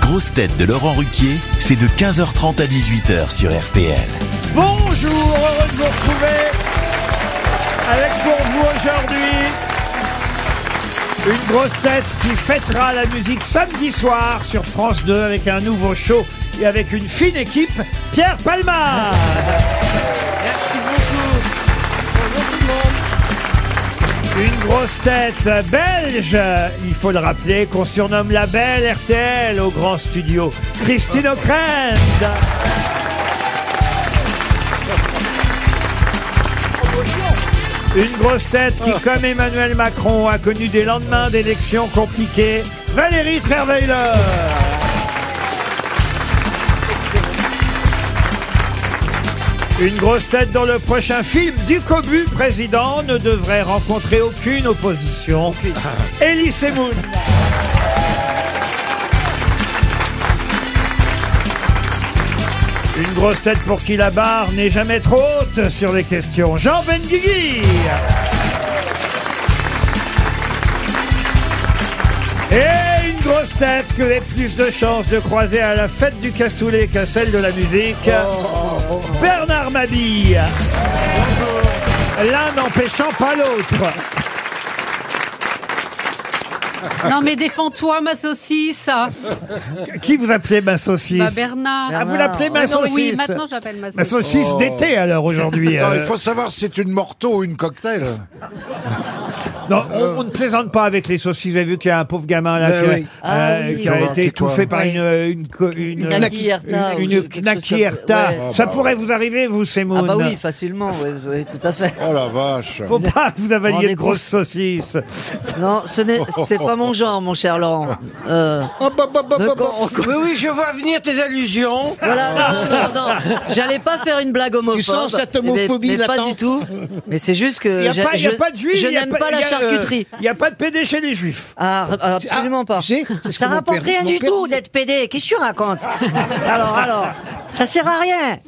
grosses têtes de Laurent Ruquier, c'est de 15h30 à 18h sur RTL. Bonjour, heureux de vous retrouver avec pour vous aujourd'hui une grosse tête qui fêtera la musique samedi soir sur France 2 avec un nouveau show et avec une fine équipe, Pierre Palma. Merci beaucoup. Bonjour tout le monde. Une grosse tête belge, il faut le rappeler, qu'on surnomme la belle RTL au grand studio, Christine O'Krent. Une grosse tête qui, comme Emmanuel Macron, a connu des lendemains d'élections compliqués, Valérie Trierweiler. Une grosse tête dont le prochain film du Cobu président ne devrait rencontrer aucune opposition. Elie Semoun. Une grosse tête pour qui la barre n'est jamais trop haute sur les questions. Jean Benguigui. Et une grosse tête que j'ai plus de chances de croiser à la fête du cassoulet qu'à celle de la musique. Bernard Mabille. L'un n'empêchant pas l'autre. Non mais défends-toi ma saucisse Qui vous appelez ma saucisse Bah Bernard Ah, vous l'appelez ma Ah non, Oui saucisse maintenant j'appelle ma Ma saucisse saucisse d'été alors aujourd'hui. Oh. Non, euh. il faut savoir si c'est une morteau ou une cocktail. Euh. Non, on, on ne plaisante pas avec les saucisses. Vous avez vu qu'il y a un pauvre gamin là Ben qui, a- oui. Ah euh, oui. qui a Comment, été c'est quoi étouffé par Oui. une euh, une co- une Une knacky herta, une- ou une quelque chose knacky comme- herta. ouais. Ça pourrait vous arriver vous, Semoun Ah bah oui, facilement, oui, oui, tout à fait. Oh la vache. Faut pas que vous On avaliez de est grosses saucisses. Non, ce n'est, c'est pas mon genre, mon cher Laurent. Euh, Ah, bah, bah, bah, ne bah, bah. con- on- Oui, oui, je vois venir tes allusions. voilà, non, non, non, non. J'allais pas faire une blague homophobe. Tu sens cette Eh ben, homophobie mais, pas latente. du tout. Mais c'est juste que Il n'y a, j'ai- pas- il y a je- pas de juifs. je il y a n'aime pas il la y a, euh, charcuterie. Il n'y a pas de PD chez les juifs. Ah, r- ah, absolument Ah, pas. tu sais, c'est ce ça que mon rapporte père- rien mon du père tout disait. d'être PD. Qu'est-ce que tu racontes Alors, alors, ça sert à rien.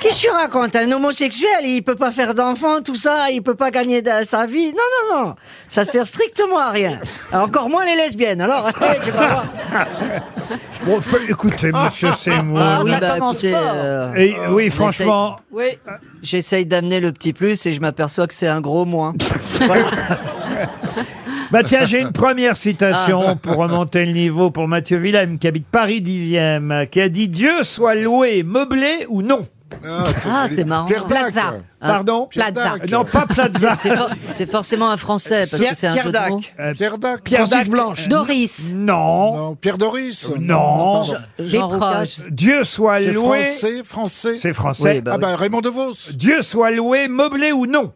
Qu'est-ce que tu racontes Un homosexuel, il peut pas faire d'enfant, tout ça, il peut pas gagner de- sa vie. Non, non, non, ça sert strictement à rien. Encore moins les lesbiennes. Alors, hey, tu vas voir. Bon, fait- écoutez, monsieur Ah Seymour. oui, ça bah, commence écoutez, fort. euh, Et, oui, franchement, oui. J'essaye d'amener le petit plus et je m'aperçois que c'est un gros moins. bah tiens, j'ai une Ah, première citation bah. pour remonter le niveau pour Mathieu Willem, qui habite Paris 10e, qui a dit Dieu soit loué, meublé ou non. Ah, Ah, c'est marrant. Pierre Dac. Plaza. Pardon Pierre Plaza. Dac. Non, pas Plaza. C'est, for- c'est forcément un français parce que c'est un Pierre jeu de Dac. mots. Pierre Dac. Euh, Pierre Dac. euh, Blanche. Doris Non. Euh, Non, Pierre Doris. Non. Pardon. Jean Des Roucas. proches. Dieu soit C'est loué. français, français. C'est français. Oui, bah ah bah Raymond DeVos. Dieu soit loué, meublé ou non. Euh,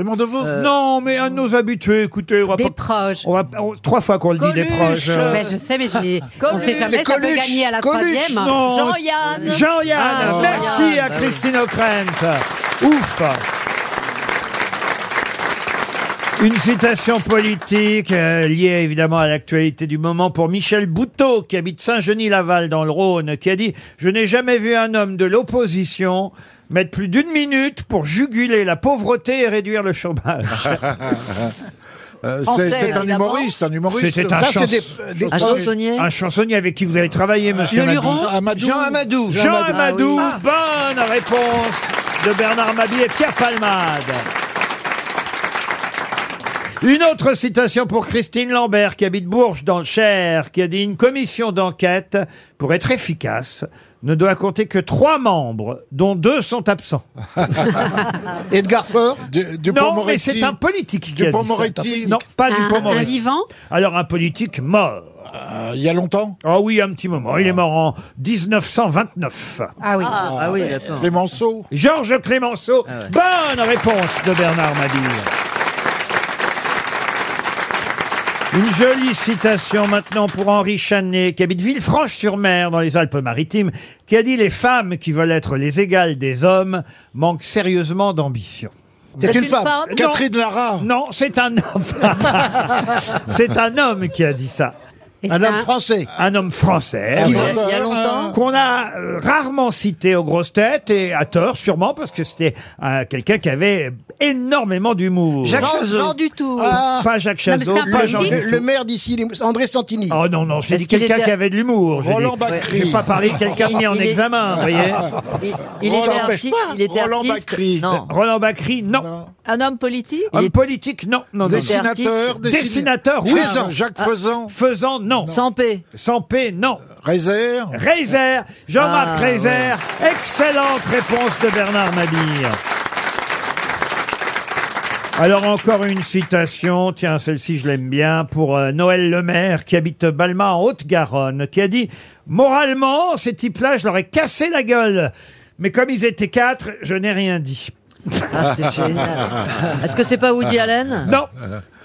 Raymond DeVos. Non, mais un de nos habitués, écoutez, on va Des pas- proches on va- on- trois fois qu'on le dit des proches. Mais Ben, je sais mais je l'ai- on sait jamais ça peut Coluche, gagner à la Coluche, troisième non. Jean-Yann Jean-Yann, Ah, merci Jean-Yann, à bah oui. Christine O'Krent. Ouf une citation politique euh, liée évidemment à l'actualité du moment pour Michel Bouteau, qui habite Saint-Genis-Laval dans le Rhône, qui a dit « Je n'ai jamais vu un homme de l'opposition mettre plus d'une minute pour juguler la pauvreté et réduire le chômage. Euh, Français, c'est c'est un évidemment. humoriste, un humoriste. C'était un Ça, chans- c'est des- des- Un chansonnier. » Un chansonnier avec qui vous avez travaillé, monsieur Le Mabille. Luron Amadou. Jean Amadou. Jean Amadou. Amadou, Ah bonne réponse de Bernard Mabie et Pierre Palmade. Une autre citation pour Christine Lambert, qui habite Bourges dans le Cher, qui a dit Une commission d'enquête, pour être efficace, ne doit compter que trois membres, dont deux sont absents. Edgar Faure. Du, du non, mais c'est un politique. qui a dit ça. Dupond-Moretti. Non, pas un, un Dupont-Moretti. vivant Alors, un politique mort. Euh, il y a longtemps. Ah oui, un petit moment. Il est mort en 1929. Ah oui Ah oui, d'accord. Clémenceau. Georges Clémenceau. Bonne réponse de Bernard Mabille. Une jolie citation maintenant pour Henri Chanet, qui habite Villefranche-sur-Mer, dans les Alpes-Maritimes, qui a dit Les femmes qui veulent être les égales des hommes manquent sérieusement d'ambition. C'est une femme. Catherine Lara. Non, c'est un homme. c'est un homme qui a dit ça. Et Un c'est homme français. Un homme français. Ah Il y bon a- il y a longtemps qu'on a euh, rarement cité aux grosses têtes, et à tort sûrement, parce que c'était euh, quelqu'un qui avait énormément d'humour. Jacques Jean- Chazot. Jean du tout. Ah, Pas Jacques Non, mais Chazot, c'est un pas le, Jean politique. le- du le tout. maire d'ici, les- André Santini. Oh non, non, j'ai Est-ce dit qu'il quelqu'un était- qui avait de l'humour. j'ai Roland dit- Bacri. J'ai pas parlé de quelqu'un mis en Il est- examen, vous voyez. Il, il Roland était arti- Bacri. il était Roland artiste. Bacri. Non. Roland Bacri, non. Un homme politique Homme politique, non. non, non, non. Dessinateur, Dessinateur, Dessinateur, oui. Ah, Faisan, Jacques Faisan, Faisant, non. Sans paix. Sans paix, non. Réserve. Reiser, Jean-Marc Ah, Reiser. Excellente réponse de Bernard Mabille. Alors encore une citation, tiens celle-ci je l'aime bien, pour euh, Noël Lemaire qui habite Balma en Haute-Garonne, qui a dit « Moralement, ces types-là, je leur ai cassé la gueule, mais comme ils étaient quatre, je n'ai rien dit. Ah, c'est génial. Est-ce que c'est pas Woody Allen » Non,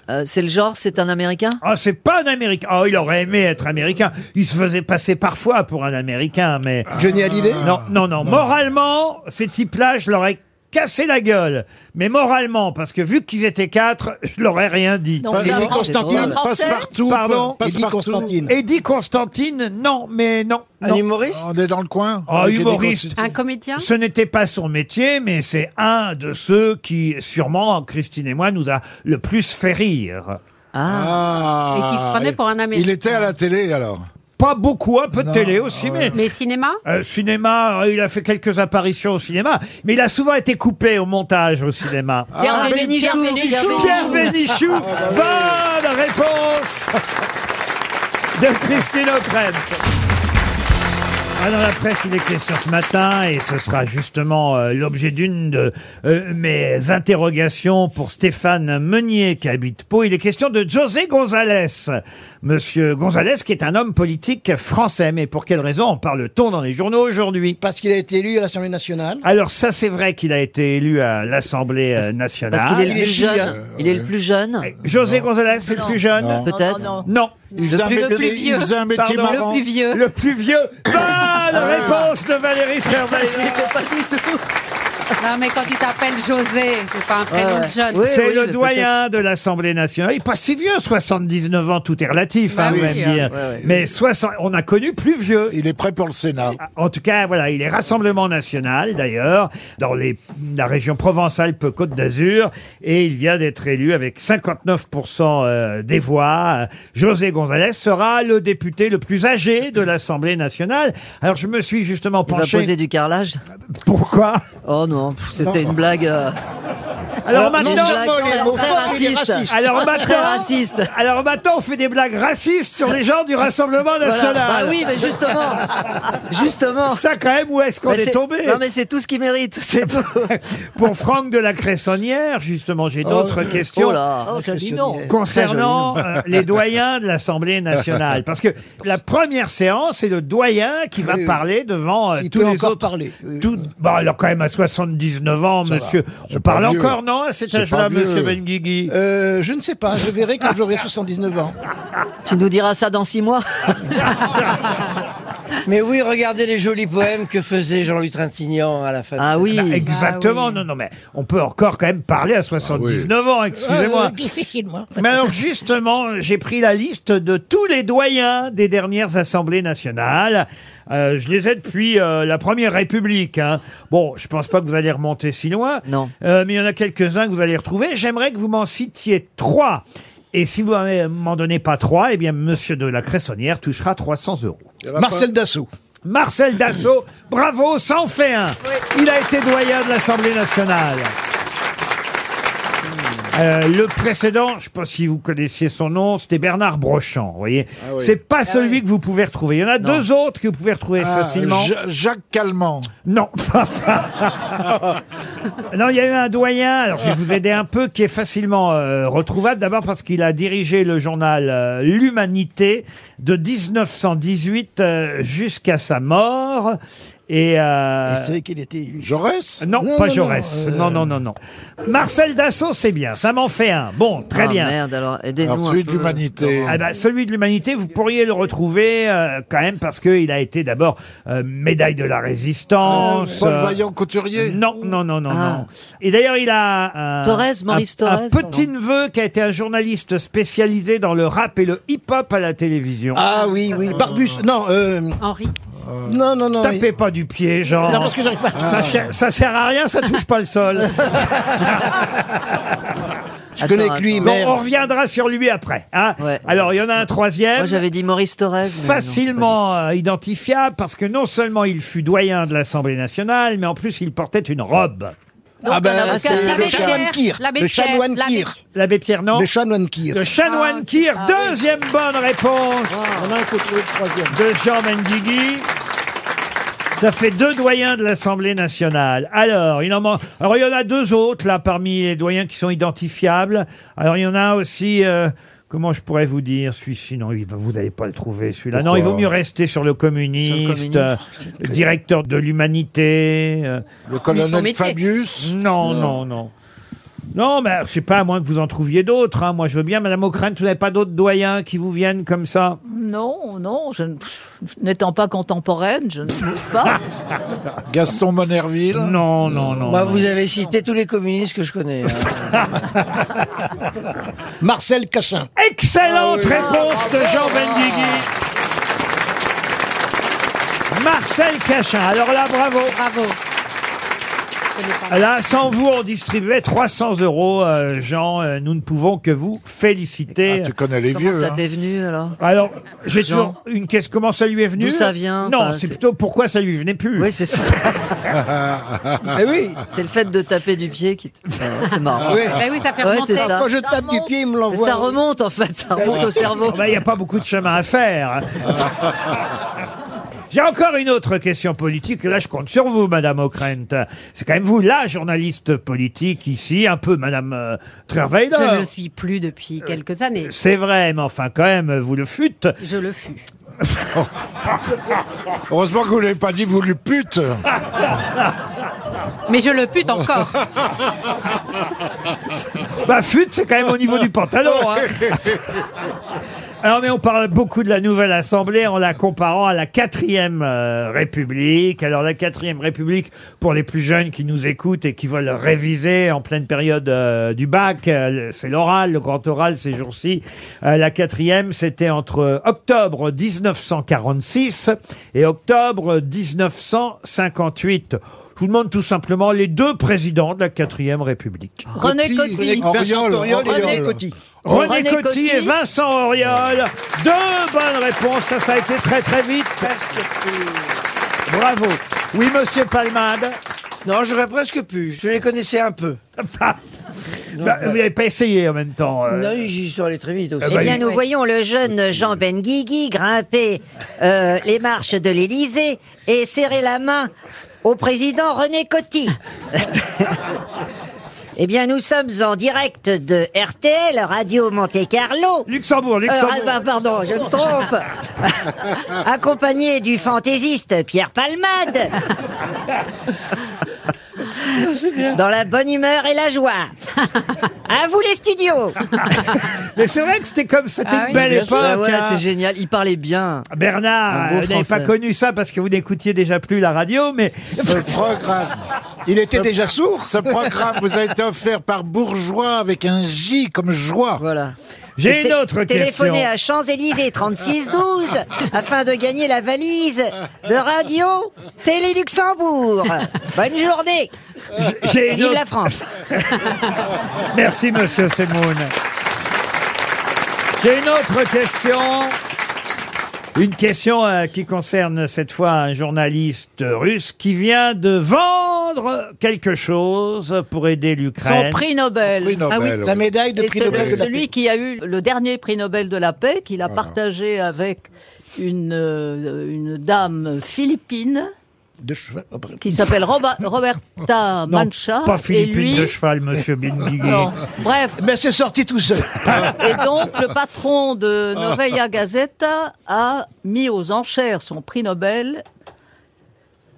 Euh, C'est le genre, c'est un Américain ah, c'est pas un Américain. Ah, il aurait aimé être Américain. Il se faisait passer parfois pour un Américain, mais... Ah. Johnny Hallyday Non, non, non. Moralement, ces types-là, je leur ai cassé la gueule. Mais moralement, parce que vu qu'ils étaient quatre, je leur ai rien dit. Donc, Eddie un Fran- Constantine. un Français Passe-partout. Pardon Eddie Passe-partout. Constantine. Eddie Constantine, non, mais non. Un non. humoriste On est dans le coin. Ah, Avec des humoriste. décos- Un comédien Ce n'était pas son métier, mais c'est un de ceux qui, sûrement, Christine et moi, nous a le plus fait rire. Ah, Ah. Et qui se prenait pour un Américain. Il était à la télé alors. Ah Pas beaucoup, un peu de télé aussi, mais... Mais cinéma euh, cinéma, euh, il a fait quelques apparitions au cinéma, mais il a souvent été coupé au montage au cinéma. Pierre Pierre Bénichou, Bénichou. Pierre Bénichou. Pierre Bénichou, bonne réponse de Christine O'Krent. Ah, dans la presse, il est question ce matin, et ce sera justement euh, l'objet d'une de euh, mes interrogations pour Stéphane Meunier qui habite Pau. Il est question de José González. Monsieur González, qui est un homme politique français, mais pour quelle raison en parle-t-on dans les journaux aujourd'hui Parce qu'il a été élu à l'Assemblée nationale. Alors ça, c'est vrai qu'il a été élu à l'Assemblée euh, parce qu'il est nationale. le il est plus chilien. jeune. Il est le plus jeune. Eh, José González, c'est le plus jeune Non. Peut-être. Non, non, non. Non. Il faisait un plus- le métier- plus il faisait un métier Pardon. marrant. Ah. Le plus vieux. Le plus vieux. Bonne réponse de Valérie Trierweiler. Non, mais quand tu t'appelles José, c'est pas un prénom Ah, Ouais, de ouais. jeune. Ah. Oui, C'est oui, le mais doyen de l'Assemblée nationale. Il est pas si vieux, 79 ans, tout est relatif, Bah hein, oui, vous allez me hein. dire. Ouais, ouais. Mais 60, on a connu plus vieux. Ah, Il est prêt pour le Sénat. En tout cas, voilà, il est Rassemblement National, d'ailleurs, dans les, la région Provence-Alpes-Côte d'Azur, et il vient d'être élu avec 59% euh, des voix. José González sera le député le plus âgé de l'Assemblée nationale. Alors, je me suis justement Il va penché. poser du carrelage. Pourquoi Oh non, pff, c'était une blague. euh, Alors, une maintenant, blague il est très, homophobe, très il est raciste. raciste. Alors Très maintenant, raciste. alors maintenant, on fait des blagues racistes sur les gens du Rassemblement Voilà. national. Bah oui, mais justement, justement. Ça quand même, où est-ce qu'on Mais est, c'est- tombé Non, mais c'est tout ce qu'il mérite, c'est tout. Pour Franck de la Cressonnière, justement, j'ai d'autres questions. Oh là, Oh, je dis c'est non. joli. Concernant euh, les doyens de l'Assemblée nationale, parce que la première séance, c'est le doyen qui va Oui, oui. parler devant euh, S'il tous peut les encore autres. parler, oui. Tout, bon, alors quand même à 79 ans, monsieur. On C'est pas parle vieux. encore, non, à cet C'est pas âge-là, vieux. monsieur Benguigui Euh, je ne sais pas, je verrai quand j'aurai 79 ans. Tu nous diras ça dans six mois. Mais oui, regardez les jolis poèmes que faisait Jean-Louis Trintignant à la fin. de- Ah oui. Bah, exactement, non, non, mais on peut encore quand même parler à Ah 79 ans, Euh, excusez-moi. difficile, moi. Mais alors justement, j'ai pris la liste de tous les doyens des dernières assemblées nationales. Euh, je les ai depuis euh, la première République. hein. Bon, je pense pas que vous allez remonter si loin. Non. Euh, mais il y en a quelques-uns que vous allez retrouver. J'aimerais que vous m'en citiez trois. Et si vous euh, m'en donnez pas trois, eh bien, monsieur de la Cressonnière touchera 300 euros. Marcel Dassault. Marcel Dassault, bravo, ça en fait un. Il a été doyen de l'Assemblée nationale. Euh, le précédent, je ne sais pas si vous connaissiez son nom, c'était Bernard Brochant. Vous voyez, Ah oui. c'est pas celui que vous pouvez retrouver. Il y en a deux autres que vous pouvez retrouver Ah, facilement. Ja- Jacques Calment. Non. non, il y a eu un doyen, alors je vais vous aider un peu, qui est facilement euh, retrouvable. D'abord parce qu'il a dirigé le journal euh, L'Humanité de 1918 euh, jusqu'à sa mort. Et, euh, C'est vrai qu'il était élu. Jaurès non, Non, pas non, Jaurès. non, euh, Non, non, non, non. Marcel Dassault, c'est bien. Ça m'en fait un. Bon, très Ah, bien. merde, alors aidez-nous. Alors, un celui de peu. l'humanité. Ah bah, celui de l'humanité, vous pourriez le retrouver euh, quand même parce qu'il a été d'abord euh, médaille de la résistance. Ah, Paul euh, Vaillant Couturier non, non, non, non, Ah. non. Et d'ailleurs, il a un, Thorez, Maurice un- un Thorez, non petit neveu qui a été un journaliste spécialisé dans le rap et le hip-hop à la télévision. Ah oui, oui. Barbus. Non, euh, Henri. non, non, non. Tapez pas du pied, genre. Non, parce que j'arrive pas. Ah. ça, cher- ça sert à rien, ça touche pas le sol. Je connais Attends, que lui, attends. Bon, mais. on reviendra sur lui après. hein. Ouais. Alors, il y en a un troisième. Moi j'avais dit Maurice Thorez. mais non, c'est pas lui. facilement euh, identifiable parce que non seulement il fut doyen de l'Assemblée nationale, mais en plus il portait une robe. Ah ben, c'est L'abbé le chanoine Pierre, Kir. l'abbé Le Pierre, chanoine l'abbé Kir. Pierre. L'abbé Pierre, non Le chanoine Kir. Le chanoine Ah, Kir, ah, oui. deuxième bonne réponse On a un côté le troisième. de Jean Mendigui. Ça fait deux doyens de l'Assemblée nationale. Alors, il en manque. Alors, il y en a deux autres là parmi les doyens qui sont identifiables. Alors, il y en a aussi. euh, Comment je pourrais vous dire celui-ci Non, il va- vous n'allez pas le trouver celui-là. Non, il vaut mieux rester sur le communiste, communiste. euh, directeur de l'humanité. euh, Le Mais son colonel métier. Fabius Non, non, non. Non, mais je sais pas, à moins que vous en trouviez d'autres. hein. Moi, je veux bien, Madame O'Krent, vous n'avez pas d'autres doyens qui vous viennent comme ça Non, non, je ne- pff, n'étant pas contemporaine, je ne trouve pas. Gaston Monerville Non, non, non. Bah, non. vous avez cité tous les communistes que je connais. hein. Marcel Cachin. Ah Excellente réponse de Jean Benguigui. Marcel Cachin. Alors là, bravo. Bravo. Je connais pas. Là, sans vous, on distribuait 300 euros. euh, Jean, Euh, nous ne pouvons que vous féliciter. Ah, Tu connais les Comment vieux. ça hein. t'est venu alors Alors, j'ai Jean. toujours une question. Comment ça lui est venu D'où ça vient Non, Enfin, c'est c'est- plutôt pourquoi ça lui venait plus. Oui, c'est ça. Eh oui, C'est le fait de taper du pied qui. te- Euh, c'est marrant. oui. Bah Ben oui, ça fait Ouais, remonter. c'est ça. Quand je tape du pied, il me Mais l'envoie. ça remonte en fait, ça remonte au cerveau. Ah bah, Il n'y a pas beaucoup de chemin à faire. J'ai encore une autre question politique. Là, je compte sur vous, Madame O'Krent. C'est quand même vous, la journaliste politique ici, un peu Madame euh, Trierweiler. Je ne le suis plus depuis quelques années. C'est vrai, mais enfin, quand même, vous le fûtes. Je le fus. Heureusement que vous l'avez pas dit, vous le pute Mais je le pute encore. Bah, fûte, c'est quand même au niveau du pantalon. hein. Alors, mais on parle beaucoup de la nouvelle Assemblée en la comparant à la quatrième euh, République. Alors, la quatrième République, pour les plus jeunes qui nous écoutent et qui veulent réviser en pleine période euh, du bac, euh, le- c'est l'oral, le grand oral ces jours-ci. Euh, la quatrième, c'était entre octobre 1946 et octobre 1958. Je vous demande tout simplement les deux présidents de la quatrième République. René Coty. Vincent Auriol, Auriol et Auriol. René Coty. René, René Coty, Coty et Vincent Auriol. Deux bonnes réponses. Ça, ça a été très, très vite. Bravo. Oui, monsieur Palmade. Non, j'aurais presque pu. Je les connaissais un peu. Bah, vous n'avez pas essayé en même temps. euh. Non, j'y suis allé très vite aussi. Ah Eh bah, bien, il- nous voyons le jeune Jean Benguigui grimper euh, les marches de l'Élysée et serrer la main au président René Coty. eh bien, nous sommes en direct de RTL, Radio Monte Carlo. Luxembourg, Euh, Luxembourg. ah, bah, pardon, je me trompe. Accompagné du fantaisiste Pierre Palmade. Dans la bonne humeur et la joie. À vous les studios. Mais c'est vrai que c'était comme, c'était Ah une oui, belle Bien époque. sûr. Bah Ah ouais, hein. c'est génial. Il parlait bien. Un Bernard, beau euh, vous n'avez pas Français. Euh, connu ça parce que vous n'écoutiez déjà plus la radio, mais Ce programme, Il était déjà sourd. ce programme vous a été offert par Bourgeois avec un J comme joie. Voilà. j'ai une Té- autre question. Téléphonez à Champs-Élysées 3612 afin de gagner la valise de radio Télé Luxembourg. Bonne journée. J'ai une Vive autre- la France. Merci, monsieur Semoun. J'ai une autre question. Une question euh, qui concerne cette fois un journaliste russe qui vient de vendre quelque chose pour aider Son l'Ukraine. prix Nobel. Ah Prix Nobel, oui. La médaille de Et prix celui- Nobel de la celui qui a eu le dernier prix Nobel de la paix, qu'il a partagé avec une, euh, une dame philippine de cheval. Après, qui s'appelle Roba- Roberta Non, Mancha. pas et Philippine lui, de cheval, monsieur Benguigui. Non. Bref, Mais Eh ben, c'est sorti tout seul. et donc le patron de Novaya Gazeta a mis aux enchères son prix Nobel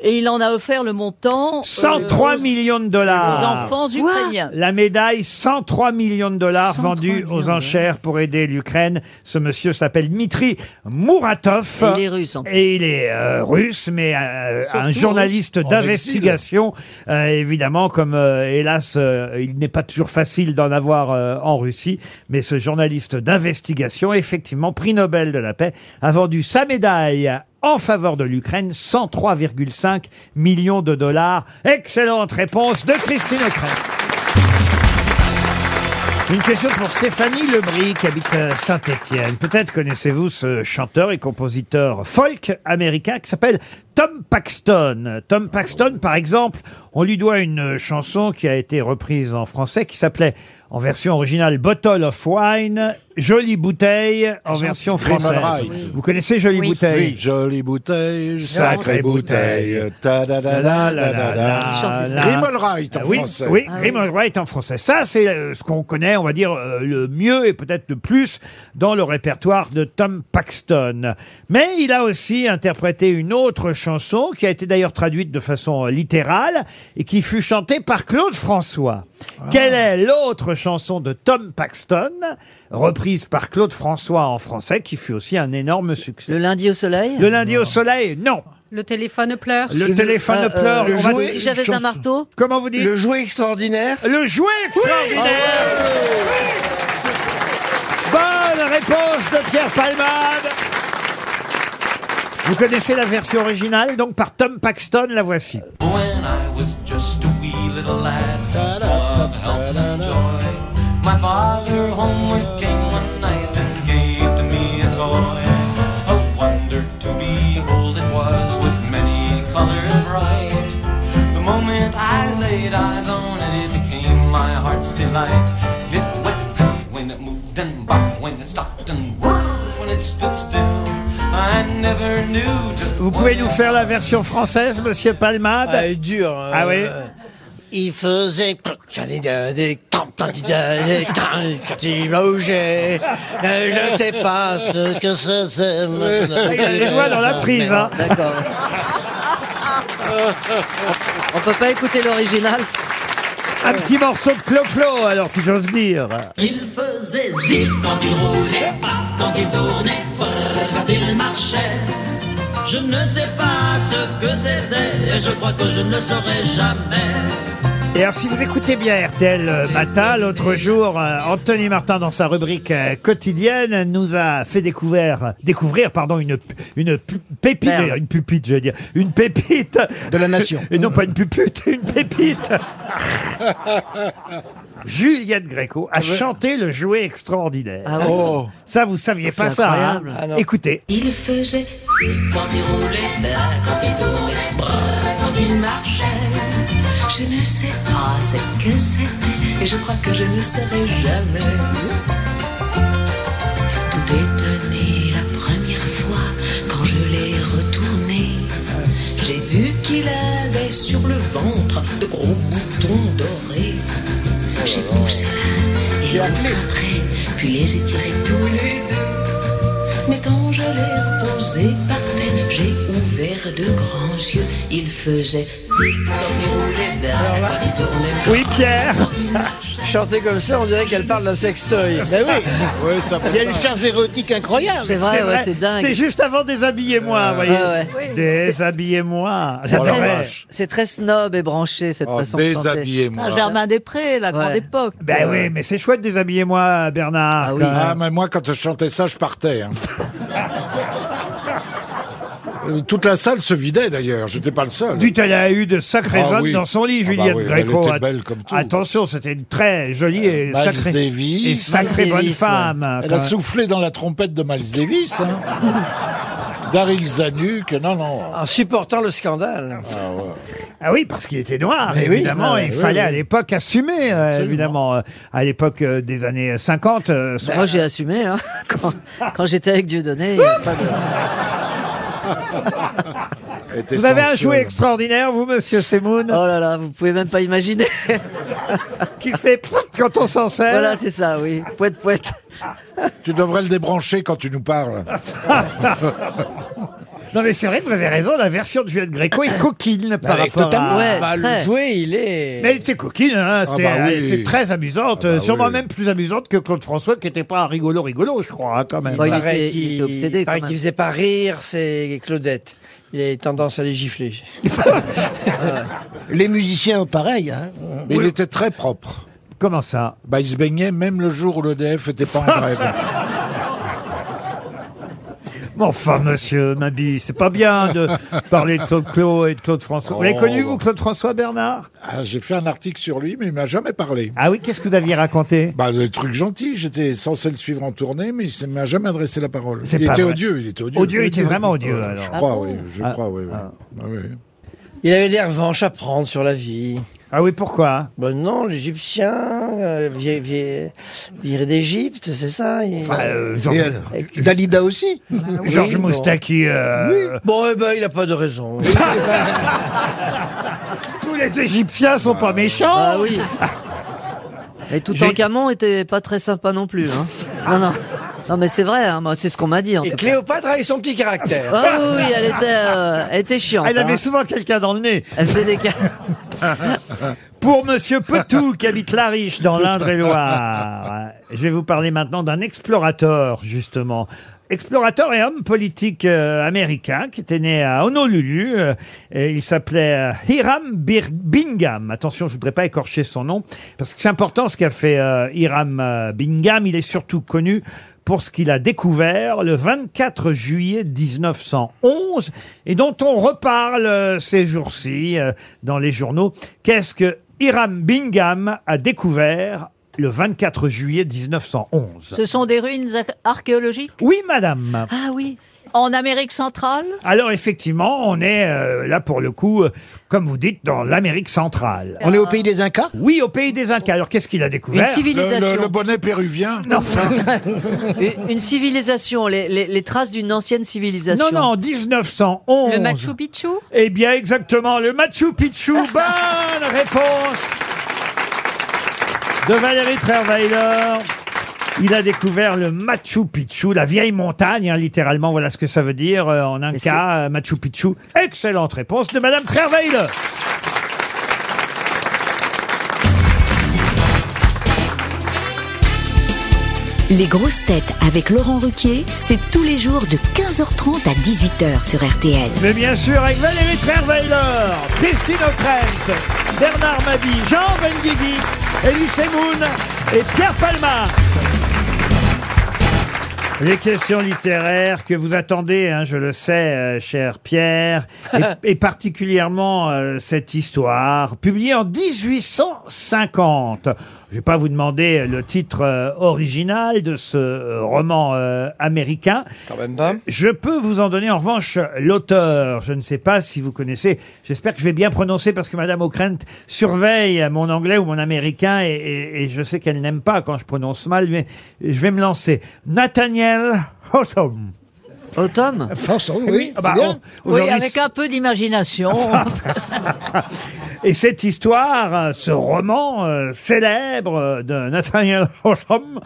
Et il en a offert le montant. euh, 103 aux- millions de dollars. aux enfants ukrainiens. La médaille 103 millions de dollars 103 vendus millions, aux enchères pour aider l'Ukraine. Ce monsieur s'appelle Dmitri Mouratov. Et il est russe, en plus. Et il est euh, russe, mais euh, un russe. journaliste En d'investigation, euh, évidemment, comme euh, hélas, euh, il n'est pas toujours facile d'en avoir euh, en Russie. Mais ce journaliste d'investigation, effectivement, prix Nobel de la paix, a vendu sa médaille en faveur de l'Ukraine, 103,5 millions de dollars. Excellente réponse de Christine O'Crest. Une question pour Stéphanie Lebris qui habite Saint-Étienne. Peut-être connaissez-vous ce chanteur et compositeur folk américain qui s'appelle Tom Paxton. Tom Paxton, par exemple, on lui doit une chanson qui a été reprise en français qui s'appelait en version originale Bottle of Wine, Jolie Bouteille Ah, en version française. Lemon Ride. Vous connaissez Jolie Oui. Bouteille Oui, jolie bouteille, Sacrée sacrée bouteille. Ta da da da da da Ah, da. là. Grimald Wright Ah en oui, français. Oui, Grim Albright en français. Ça, c'est euh, ce qu'on connaît, on va dire, euh, le mieux et peut-être le plus dans le répertoire de Tom Paxton. Mais il a aussi interprété une autre chanson qui a été d'ailleurs traduite de façon euh, littérale et qui fut chantée par Claude François. Ah. Quelle est l'autre chanson de Tom Paxton, reprise par Claude François en français, qui fut aussi un énorme succès Le lundi au soleil Le lundi au soleil, non. Le téléphone pleure. Le téléphone Euh, euh, pleure. on va- le Si j'avais un marteau Comment vous dites Le jouet extraordinaire le jouet extraordinaire Oh. Bonne réponse de Pierre Palmade Vous connaissez la version originale, donc par Tom Paxton, la voici. When I was just a wee little lad, full of health and joy, my father homeward came one night and gave to me a toy. A wonder to behold it was, with many colors bright. The moment I laid eyes on it, it became my heart's delight. It went zing when it moved and bop when it stopped and whirr when it stood still. I never knew just Vous what pouvez it nous faire la version française, monsieur Palmade Ah, elle est dure. bah. Ah oui Il faisait des quand il bougeait. Euh, Je sais pas ce que c'est. c'est maintenant. Ah, Il a les doigts dans la prise, hein. D'accord. On peut pas écouter l'original Un petit morceau de clo-clo, alors, si j'ose dire. Il faisait zip quand il roulait, paf quand il tournait, pop quand il marchait. Je ne sais pas ce que c'était, et je crois que je ne le saurais jamais. Et alors, si vous écoutez bien RTL euh, Matin, l'autre jour, euh, Anthony Martin, dans sa rubrique euh, quotidienne, nous a fait découvrir, découvrir pardon, une, p- une p- pépite, Merde. euh, une pupite, je veux dire, une pépite. De la nation. Et non pas une pupute, une pépite. Juliette Gréco a chanté le jouet extraordinaire. Ah ouais. Oh. Ça, vous saviez C'est pas ça. hein incroyable. Ah non. Écoutez. Il faisait zip quand il roulait, bas quand il tournait, bras quand il marchait. Je ne sais pas ce que c'était, et je crois que je ne saurais jamais. Tout étonné la première fois, quand je l'ai retourné, j'ai vu qu'il avait sur le ventre de gros boutons dorés. J'ai poussé l'un et l'autre après, puis les ai tirés tous les deux. Mais quand je l'ai reposé par terre, j'ai ouvert de grands yeux. Il faisait vite quand il roulait bas, quand il tournait Oui, Pierre. Chanter comme ça, on dirait qu'elle parle d'un sextoy. Ben oui, Oui, ça peut il y a une charge érotique incroyable. C'est vrai, ouais, c'est C'était dingue. Euh, juste avant Déshabillez-moi, vous voyez. ouais, Déshabillez-moi. Ça Oh la devrait- vache. C'est très snob et branché, cette Oh, façon de chanter. Déshabillez-moi. Ah, Germain-des-Prés, la grande Ouais. époque. Ben oui, mais c'est chouette, déshabillez-moi, Bernard. Ah oui. quand même. Ah, mais moi, quand je chantais ça, je partais. hein. Euh, Toute la salle se vidait d'ailleurs, j'étais pas le seul. Dites, elle a eu de sacrés Ah hommes oui. dans son lit, Ah bah Juliette oui, Gréco. hein. elle était At- belle comme tout. Euh, Attention, c'était une très jolie et Miles sacrée, Davis. et sacrée Miles bonne Davis, ouais. femme. Elle quand a même. soufflé dans la trompette de Miles Davis. Hein. Daryl Zanuck, non, non. En supportant le scandale. Ah oui, parce qu'il était noir, Mais oui. évidemment. Ah il oui, fallait oui. à l'époque assumer, euh, évidemment. euh, À l'époque euh, des années 50, euh, son- Moi, j'ai assumé, hein, quand, quand j'étais avec Dieudonné. il y a pas de- Elle était Vous avez un sensuelle. jouet extraordinaire, vous, monsieur Semoun, Oh là là, vous pouvez même pas imaginer. qui fait prout quand on s'en sert. voilà, c'est ça, oui. Pouette, pouette. Tu devrais le débrancher quand tu nous parles. Non, mais c'est vrai que vous avez raison, la version de Juliette Gréco est coquine par Elle est rapport totalement- à... Ouais, Bah, le très. jouet, il est... Mais elle était coquine, hein, Ah c'était- bah oui. elle était très amusante, Ah bah euh, sûrement oui. même plus amusante que Claude François, qui n'était pas un rigolo-rigolo, je crois, hein, quand même. il, paraît qu'il- il paraît qu'il faisait pas rire, c'est Claudette. Il a tendance à les gifler. Les musiciens, pareil. Hein. Mais il était très propre. Comment ça Bah, il se baignait même le jour où l'EDF était pas en grève. Mais enfin, monsieur Mabi, c'est pas bien de parler de Claude Claude et de Claude François. Vous l'avez Oh, connu, bah. vous, Claude François Bernard Ah, J'ai fait un article sur lui, mais il m'a jamais parlé. Ah oui, qu'est-ce que vous aviez raconté Bah, des trucs gentils. J'étais censé le suivre en tournée, mais il ne m'a jamais adressé la parole. C'est Il pas était vrai. odieux, il était odieux. Odieux, il était vraiment odieux, Ouais, alors. Je Ah crois, bon oui, je Ah. crois, oui. oui. Ah oui. Il avait des revanches à prendre sur la vie. Ah oui, pourquoi Ben non, l'Égyptien, euh, vie- vie- viré d'Égypte, c'est ça il- Enfin, euh, Georges- Et, euh, Dalida aussi. oui, Georges bon. Moustaki, euh, Bon, eh ben, il a pas de raison. tous les Égyptiens sont pas méchants Ah oui. Et tout en camon était pas très sympa non plus. hein. Non, non. Non, mais c'est vrai, hein, moi, c'est ce qu'on m'a dit. En Et tout cas. Cléopâtre avait son petit caractère. Ah oui, oui, elle était, euh, elle était chiante. Elle avait hein. souvent quelqu'un dans le nez. Elle faisait des cas. Pour Monsieur Petou, qui habite La Riche, dans l'Indre-et-Loire, je vais vous parler maintenant d'un explorateur, justement. Explorateur et homme politique euh, américain qui était né à Honolulu. euh, et il s'appelait euh, Hiram Bir- Bingham. Attention, je voudrais pas écorcher son nom parce que c'est important ce qu'a fait euh, Hiram euh, Bingham. Il est surtout connu pour ce qu'il a découvert le 24 juillet 1911 et dont on reparle euh, ces jours-ci euh, dans les journaux. Qu'est-ce que Hiram Bingham a découvert le 24 juillet 1911 Ce sont des ruines ar- archéologiques Oui, madame. Ah oui. En Amérique centrale Alors effectivement, on est euh, là pour le coup, euh, comme vous dites, dans l'Amérique centrale. On est au pays des Incas Oui, au pays des Incas. Alors qu'est-ce qu'il a découvert Une civilisation. Le, le- le bonnet péruvien. Une, une civilisation, les, les- les traces d'une ancienne civilisation. Non, non, en 1911. Le Machu Picchu Eh bien, exactement, le Machu Picchu. Bonne réponse de Valérie Trierweiler. Il a découvert le Machu Picchu, la vieille montagne, hein, littéralement, voilà ce que ça veut dire euh, en Mais c'est- Inca, euh, Machu Picchu. Excellente réponse de Madame Trierweiler. Les grosses têtes avec Laurent Ruquier, c'est tous les jours de 15h30 à 18h sur RTL. Mais bien sûr, avec Valérie Trierweiler, Christine O'Krent, Bernard Mabie, Jean Benguigui, Elise Moon et Pierre Palma. Ah, Les questions littéraires que vous attendez, hein, je le sais, euh, cher Pierre, et, et particulièrement euh, cette histoire, publiée en 1850. Je vais pas vous demander le titre euh, original de ce euh, roman euh, américain. Quand même pas. Je peux vous en donner en revanche l'auteur. Je ne sais pas si vous connaissez. J'espère que je vais bien prononcer parce que Madame O'Krent surveille mon anglais ou mon américain et, et- et je sais qu'elle n'aime pas quand je prononce mal, mais je vais me lancer. Nathaniel Hawthorne. Autumn François, Oh oui. Ah bah, c'est Oui, bien. on- aujourd'hui, Ah, avec un peu d'imagination. Et cette histoire, euh, ce roman euh, célèbre euh, de Nathaniel Hawthorne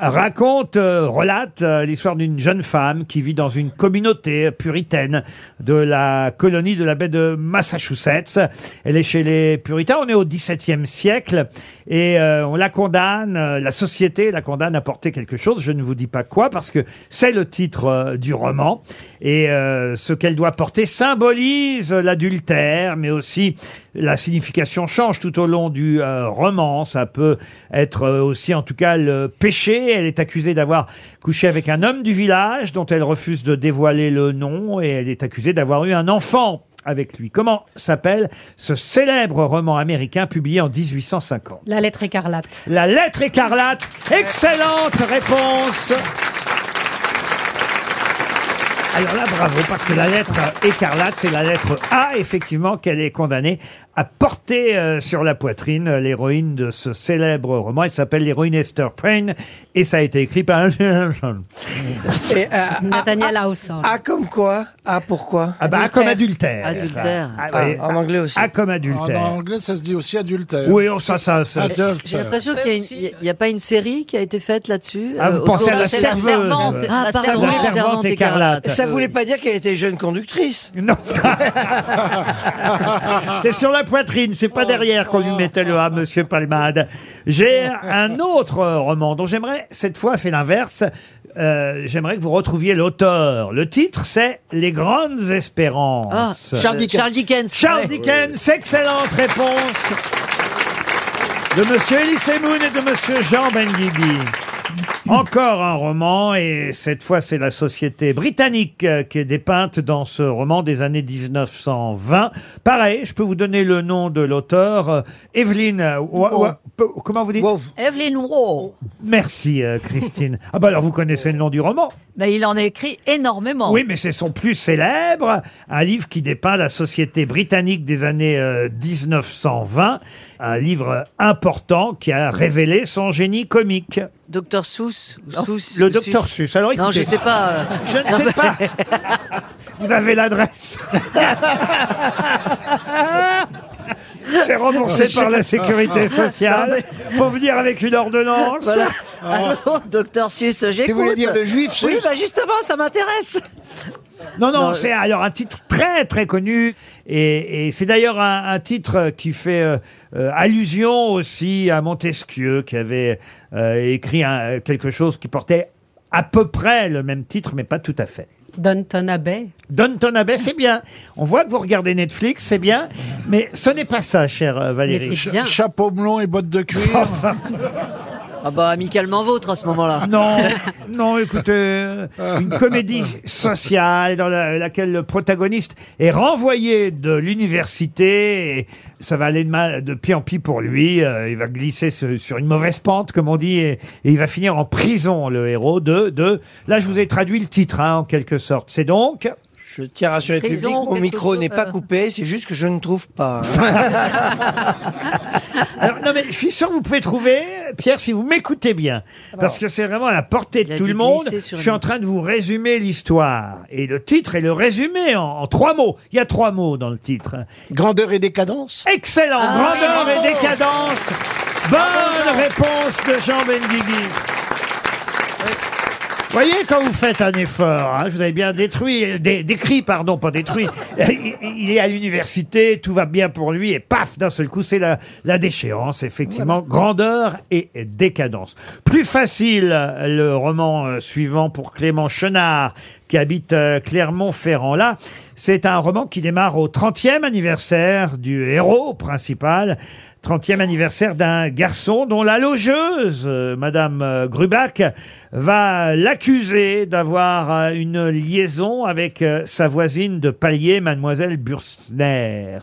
raconte, euh, relate euh, l'histoire d'une jeune femme qui vit dans une communauté puritaine de la colonie de la baie de Massachusetts. Elle est chez les puritains, on est au XVIIe siècle et euh, on la condamne, euh, la société la condamne à porter quelque chose, je ne vous dis pas quoi parce que c'est le titre euh, du roman et euh, ce qu'elle doit porter symbolise l'adultère mais aussi la signification change tout au long du euh, roman. Ça peut être euh, aussi, en tout cas, le péché. Elle est accusée d'avoir couché avec un homme du village dont elle refuse de dévoiler le nom et elle est accusée d'avoir eu un enfant avec lui. Comment s'appelle ce célèbre roman américain publié en 1850 La lettre écarlate. La lettre écarlate. Excellente réponse. Alors là, bravo, parce que la lettre écarlate, c'est la lettre A, effectivement, qu'elle est condamnée à porter euh, sur la poitrine euh, l'héroïne de ce célèbre roman. Elle s'appelle l'héroïne Esther Prynne et ça a été écrit par Ah bah, Angela Johnson. Et, euh, ah, ah, Nathaniel Hawthorne. ah, comme quoi Ah, pourquoi Ah bah, ah, comme adultère. Adultère. Ah, Ah, oui. En anglais aussi. Ah, comme En, en adultère. anglais, ça se dit aussi adultère. Oui, oh, ça, ça, ça. J'ai Adulte. l'impression qu'il n'y a, pas une série qui a été faite là-dessus. Ah, vous euh, pensez à autour- la C'est la serveuse. servante. Ah, La pardon, La servante. servante écarlate. Ça ça voulait pas dire qu'elle était jeune conductrice. Non. C'est sur la poitrine, c'est pas derrière qu'on lui mettait le A, monsieur Palmade. J'ai un autre euh, roman dont j'aimerais, cette fois c'est l'inverse, euh, j'aimerais que vous retrouviez l'auteur. Le titre c'est Les Grandes Espérances. Ah, Charles Dickens. Charles Dickens. Charles Ouais. Dickens, excellente réponse de monsieur Elie Moon et de monsieur Jean Benguigui. Encore un roman, et cette fois c'est la société britannique euh, qui est dépeinte dans ce roman des années 1920. Pareil, je peux vous donner le nom de l'auteur, euh, Evelyn... euh, Wa- Wa- pe- comment vous dites Evelyn Waugh. Merci euh, Christine. Ah bah alors vous connaissez le nom du roman Mais il en a écrit énormément. oui, mais c'est son plus célèbre, un livre qui dépeint la société britannique des années euh, 1920, un livre important qui a révélé son génie comique. Docteur Seuss. ou Seuss, Le ou docteur Seuss. Seuss. Alors, Non, je écoutez. sais pas. euh. Je ne sais pas. Vous avez l'adresse. C'est remboursé par la sécurité sociale. Faut venir Ah. avec une ordonnance. Voilà. Alors, docteur Suisse, j'écoute. voulais dire le juif Oui, suisse bah justement, ça m'intéresse. Non, non, Non, c'est alors un titre très, très connu. Et, et c'est d'ailleurs un, un titre qui fait euh, euh, allusion aussi à Montesquieu, qui avait euh, écrit un- quelque chose qui portait à peu près le même titre, mais pas tout à fait. Downton Abbey. Downton Abbey, c'est bien. On voit que vous regardez Netflix, c'est bien. Mais ce n'est pas ça, chère euh, Valérie. Mais c'est bien. Chapeau melon et bottes de cuir. Ah bah, amicalement vôtre à ce moment-là. Non, non, écoutez, euh, une comédie sociale dans la- laquelle le protagoniste est renvoyé de l'université. et Ça va aller de mal de pis en pis pour lui. euh, il va glisser sur, sur une mauvaise pente, comme on dit, et, et il va finir en prison, le héros de, de... Là, je vous ai traduit le titre, hein, en quelque sorte. C'est donc... Je tiens à rassurer le Prison, public, mon quelque micro chose, n'est pas euh. coupé, c'est juste que je ne trouve pas. hein. Alors, non, mais je suis sûr que vous pouvez trouver, Pierre, si vous m'écoutez bien. Ah Parce que c'est vraiment à la portée Il de a tout dû le monde. glisser Je sur suis une- en train de vous résumer l'histoire. Et le titre et le résumé en, en trois mots. Il y a trois mots dans le titre. Grandeur et décadence Excellent. Ah, Grandeur bravo. et décadence. Bonne réponse de Jean Benguigui. Vous voyez, quand vous faites un effort, hein, je vous avez bien détruit, dé- décrit, pardon, pas détruit. il, il est à l'université, tout va bien pour lui, et paf, d'un seul coup, c'est la, la déchéance, effectivement. Grandeur et décadence. Plus facile, euh, le roman euh, suivant pour Clément Chenard, qui habite euh, Clermont-Ferrand. Là, c'est un roman qui démarre au 30e anniversaire du héros principal. 30e anniversaire d'un garçon dont la logeuse, euh, Madame euh, Grubac, va l'accuser d'avoir euh, une liaison avec euh, sa voisine de palier, Mademoiselle Bursner.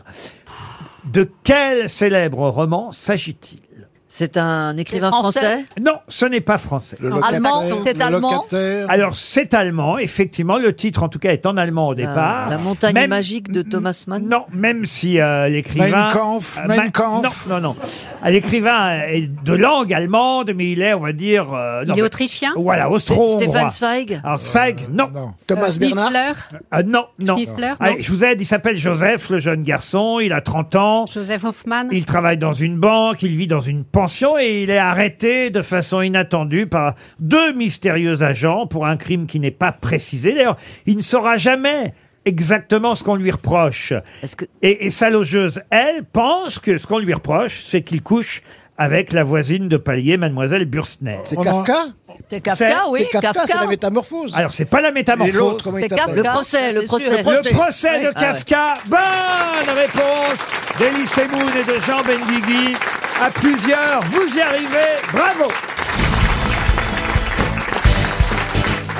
De quel célèbre roman s'agit-il C'est un écrivain C'est français. français Non, ce n'est pas français. Allemand, c'est allemand. Alors, c'est allemand, effectivement. Le titre, en tout cas, est en allemand au départ. La montagne Même- magique de Thomas Mann. Non, même si euh, l'écrivain... Mein Kampf, Euh, Mein Ma- Kampf. Non, non, non. Ah, L'écrivain est de langue allemande, mais il est, on va dire... euh, non, Il est mais- autrichien. Voilà, austro-hongrois. Stéphane Zweig. Alors, Zweig, non. Non. Thomas Bernard Hitler. Ah, non, non. Schnitzler, Euh, non. Ah, je vous aide, il s'appelle Joseph, le jeune garçon, il a 30 ans. Joseph Hoffman. Il travaille dans une banque, il vit dans une pension et il est arrêté de façon inattendue par deux mystérieux agents pour un crime qui n'est pas précisé. D'ailleurs, il ne saura jamais exactement ce qu'on lui reproche. Est-ce que Et, et sa logeuse, elle, pense que ce qu'on lui reproche, c'est qu'il couche avec la voisine de palier, mademoiselle Burstner. C'est Kafka C'est Kafka, oui. C'est Kafka, c'est la métamorphose. Alors, c'est pas la Et métamorphose. l'autre, comment il C'est Kafka. s'appelle Le procès, le c'est procès. Ah sûr. Le Le procès de Ouais. Kafka. Bonne réponse d'Elie Semoun et de Jean Benguigui. À plusieurs, vous y arrivez. Bravo.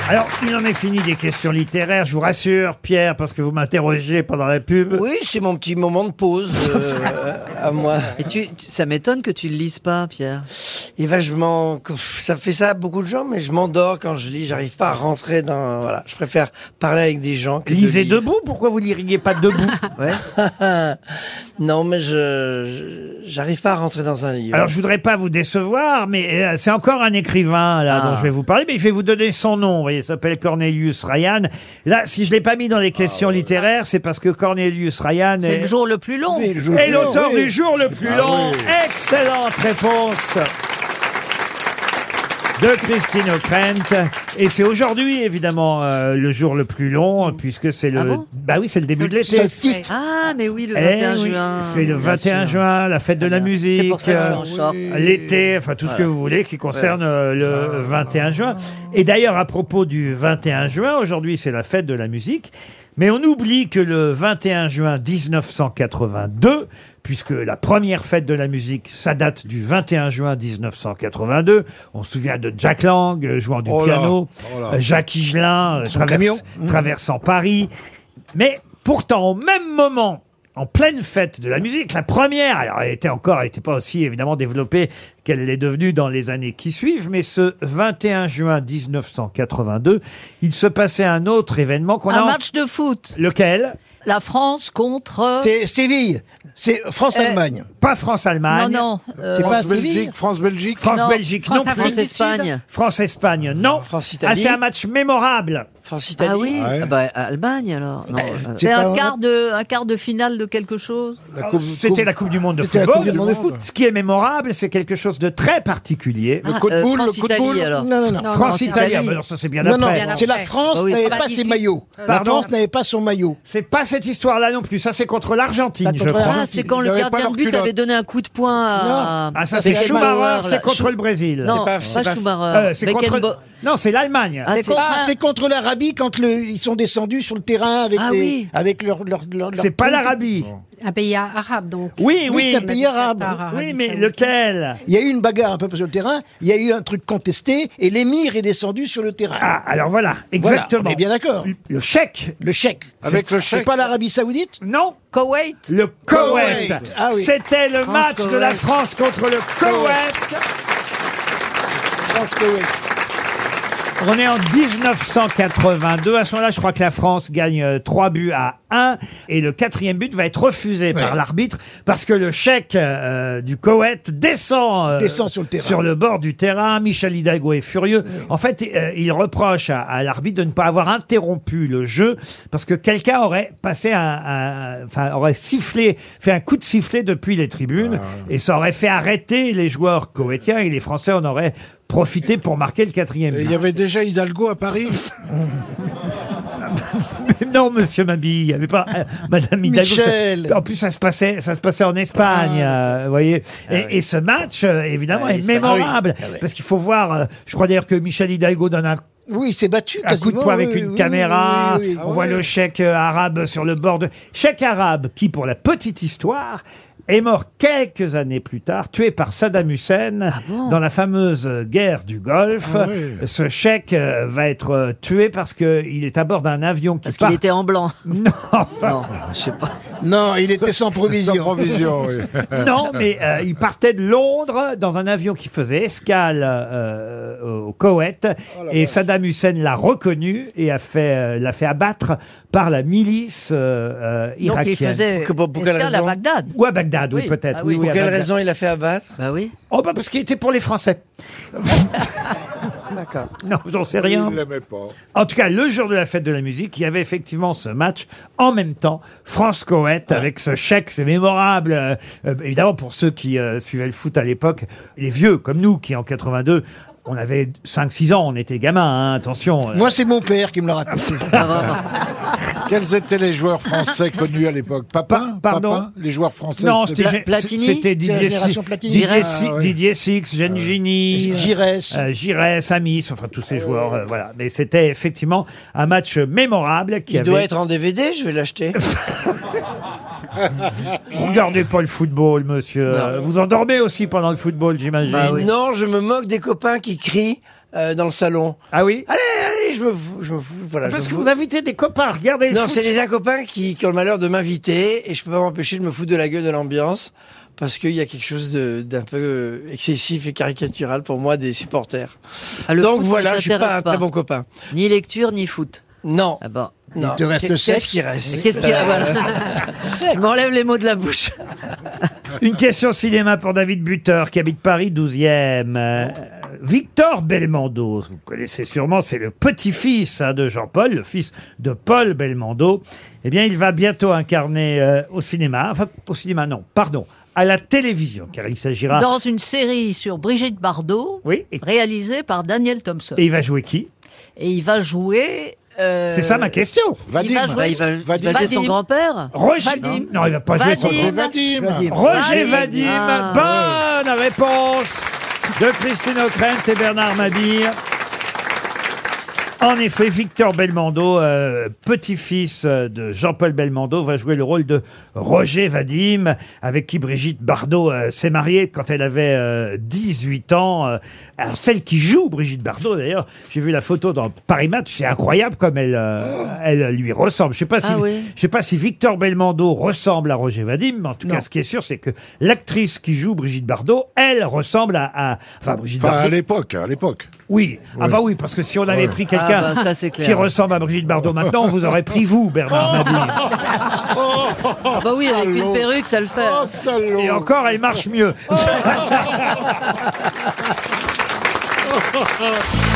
Alors, il en est fini des questions littéraires, je vous rassure, Pierre, parce que vous m'interrogez pendant la pub. Oui, c'est mon petit moment de pause euh, euh, à moi. Et tu, tu- ça m'étonne que tu le lises pas, Pierre. Et vachement, ça fait ça à beaucoup de gens, mais je m'endors quand je lis, j'arrive pas à rentrer dans. Voilà, je préfère parler avec des gens. Que de Lisez lire. debout, pourquoi vous liriez pas debout Ouais. Non, mais je je- j'arrive pas à rentrer dans un livre. Alors, je voudrais pas vous décevoir, mais euh, c'est encore un écrivain là Ah. dont je vais vous parler, mais je vais vous donner son nom. Vous voyez, il s'appelle Cornelius Ryan. Là, si je l'ai pas mis dans les Ah, questions littéraires, c'est parce que Cornelius Ryan C'est est, le jour le plus long. Oui, le jour est du jour, l'auteur oui. Ah du jour le plus Ah long. oui. Excellente réponse de Christine O'Krent. Et c'est aujourd'hui, évidemment, euh, le jour le plus long, puisque c'est le. Ah bon bah oui, c'est le début de l'été. Ah, mais oui, le Eh 21 oui, juin. C'est le bien 21 sûr. juin, la fête de la musique, C'est pour ça que je suis en euh, short. l'été, enfin tout ce que Voilà. vous voulez qui concerne Ouais. euh, le 21 juin. Et d'ailleurs, à propos du 21 juin, aujourd'hui c'est la fête de la musique, mais on oublie que le 21 juin 1982, puisque la première fête de la musique, ça date du 21 juin 1982, on se souvient de Jack Lang euh, jouant du Oh là, piano, oh là. euh, Jacques Higelin euh, Son traverse- camion. Mmh. traversant Paris. Mais pourtant, au même moment, en pleine fête de la musique, la première, alors elle était encore, elle n'était pas aussi évidemment développée qu'elle l'est devenue dans les années qui suivent, mais ce 21 juin 1982, il se passait un autre événement qu'on a... Un en- match de foot. Lequel La France contre. euh, C'est Séville. C'est France-Allemagne. Euh, Pas France-Allemagne. Non, non, euh, C'est pas France-Belgique, Séville. France-Belgique. France-Belgique, non, plus. France-Espagne. France-Espagne, non. France-Italie. Ah, c'est un match mémorable. Eh, France-Italie. Ah oui Ouais. Ah bah, Allemagne alors. Non, euh, C'est un quart, de, un quart de finale de quelque chose. Alors, C'était la Coupe du Monde de C'était la football. Coupe du Monde de foot. Ce qui est mémorable, c'est quelque chose de très particulier. Le Ah, coup de euh, boule, le coup de France-Italie, boule. alors. Non, non, non. France-Italie, France-Italie. ah, bah, alors ça c'est bien non, non, après. c'est la France Ah oui. n'avait Ah bah, pas ses maillots. La Pardon France n'avait pas son maillot. C'est pas cette histoire-là non plus. Ça, c'est contre l'Argentine, Ça, je contre crois. l'Argentine. Ah, c'est quand Ils le avaient gardien pas de leur but culotte. avait donné un coup de poing à. Ah, ça, c'est à Schumacher, là. c'est contre Schum- le Brésil. Non, pas, c'est pas- Schumacher. Euh, c'est contre- Beckenbauer. Non, c'est l'Allemagne. Ah, Ah, c'est- c'est contre l'Arabie quand le- ils sont descendus sur le terrain avec, Ah les- oui. avec leur. leur, leur- leur- C'est pas l'Arabie. Un pays arabe, donc. Oui, Oui, oui. c'est un pays arabe. Oui, mais lequel Il y a eu une bagarre un peu sur le terrain, il y a eu un truc contesté et l'émir est descendu sur le terrain. Ah, alors voilà, Voilà, exactement. on est bien d'accord. Le chèque. Le chèque. Avec C'est- le C'est chèque. pas l'Arabie Saoudite Non, Koweït. le Koweït. Koweït. Ah oui. C'était le match de la Koweït. France contre le Koweït. France que oui. On est en 1982. À ce moment-là, je crois que la France gagne euh, trois buts à 1 et le quatrième but va être refusé par l'arbitre parce que le chèque euh, du Koweït descend, euh, Descend sur le terrain. le bord du terrain. Michel Hidalgo est furieux. En fait, euh, il reproche à, à l'arbitre de ne pas avoir interrompu le jeu parce que quelqu'un aurait passé un, un- enfin aurait sifflé, fait un coup de sifflet depuis les tribunes Ah, et ça aurait fait arrêter les joueurs koweïtiens et les Français en auraient profité pour marquer le quatrième Et but. il y avait déjà Hidalgo à Paris. Non, monsieur Mabille, il n'y avait pas euh, Madame Hidalgo. Michel. Ça- En plus, ça se passait, ça se passait en Espagne, Ah. euh, vous voyez. Et, et ce match, euh, évidemment, Ah, est l'Espagne. mémorable. Ah oui. Parce qu'il faut voir, euh, je crois d'ailleurs que Michel Hidalgo donne un, Oui, il s'est battu. un coup de quasiment, poing oui, avec oui, une oui, oui, Ah caméra. oui, oui. On voit le chèque euh, arabe sur le bord de... Chèque arabe qui, pour la petite histoire, est mort quelques années plus tard, tué par Saddam Hussein Ah bon dans la fameuse euh, guerre du Golfe. Ah oui. Ce chèque euh, va être euh, tué parce qu'il est à bord d'un avion qui Parce part... qu'il était en blanc. Non, pas- Non, je sais pas. Non, il était sans provision. Sans provision, oui. Non, mais euh, il partait de Londres dans un avion qui faisait escale euh, au Koweït. et Saddam Hussein l'a reconnu et a fait, euh, l'a fait abattre par la milice euh, euh, Donc il irakienne. faisait Pour- pour quelle escale à raison Bagdad. Ou à Bagdad, oui, Oui, peut-être. ah oui. oui, Pour à quelle Bagdad. raison il a fait abattre Bah oui. Oh, bah parce qu'il était pour les Français. D'accord. Non, j'en sais rien. Il l'aimait pas. En tout cas, le jour de la fête de la musique, il y avait effectivement ce match en même temps, France-Coët, avec ce chèque, c'est mémorable. Euh, euh, évidemment, pour ceux qui euh, suivaient le foot à l'époque, les vieux comme nous, qui en 82, on avait 5-6 ans, on était gamins, hein, attention. euh. Ah, Moi, c'est mon père qui me l'a raconté. Quels étaient les joueurs français connus à l'époque Papin Pa- pardon Papin Les joueurs français non, c'était- c'était Gé- Platini c'était C'est la Didier, génération Six- Platini. Didier, Ah, Six- ouais. Didier Six, Gengini, euh, Giresse. Ah, euh, Giresse, Amis, enfin tous ces joueurs, euh, voilà. Mais c'était effectivement un match mémorable qui Il avait. doit être en DVD, je vais l'acheter. Vous regardez pas le football, monsieur. Vous endormez aussi pendant le football, j'imagine. Bah Et Non, je me moque des copains qui crient euh, dans le salon. Ah oui. Allez, allez, je me fous, je me fous, voilà. Parce je que me vous fous. invitez des copains, regardez le Non, foot. c'est les copains qui, qui ont le malheur de m'inviter et je peux pas m'empêcher de me foutre de la gueule de l'ambiance parce qu'il y a quelque chose de- d'un peu euh, excessif et caricatural pour moi des supporters. Ah, le Donc foot ne voilà, je suis pas t'intéresse un très bon copain. Ni lecture, ni foot. Non, Ah bah. non. te reste Qu'est- le Qu'est-ce sexe qui reste Qu'est-ce qu'il y a voilà. Je m'enlève les mots de la bouche. Une question cinéma pour David Buter, qui habite Paris 12e. Euh, Victor Belmondo, vous connaissez sûrement, c'est le petit-fils hein, de Jean-Paul, le fils de Paul Belmondo. Eh bien, il va bientôt incarner euh, au cinéma, enfin, au cinéma, non, pardon, à la télévision, car il s'agira... Dans une série sur Brigitte Bardot, Oui, et- réalisée par Daniel Thompson. Et il va jouer qui Et il va jouer. euh, C'est ça ma question. Il va jouer, Bah, il va- il va jouer Vadim. son grand-père Roger. Vadim. Non, il va pas jouer son Vadim. grand-père. Vadim. Roger Vadim. Vadim. Ah, Bonne réponse de Christine O'Krent et Bernard Mabir. En effet, Victor Belmondo, euh, petit-fils euh, de Jean-Paul Belmondo, va jouer le rôle de Roger Vadim, avec qui Brigitte Bardot euh, s'est mariée quand elle avait euh, 18 ans. Euh, Alors, celle qui joue Brigitte Bardot, d'ailleurs, j'ai vu la photo dans Paris Match, c'est incroyable comme elle, euh, elle lui ressemble. Je sais pas si, Ah oui. je sais pas si Victor Belmondo ressemble à Roger Vadim, mais en tout cas, ce qui est sûr, c'est que l'actrice qui joue Brigitte Bardot, elle ressemble à, à- enfin, Brigitte Enfin, Bardot. à l'époque, à l'époque. Oui. Ah bah oui, parce que si on avait Ouais. pris quelqu'un Ah bah, ça, c'est clair. qui ressemble à Brigitte Bardot maintenant, on vous aurait pris vous, Bernard Mabille. Oh. Ah bah oui, avec une perruque, ça le fait. Et encore, elle marche mieux. Oh.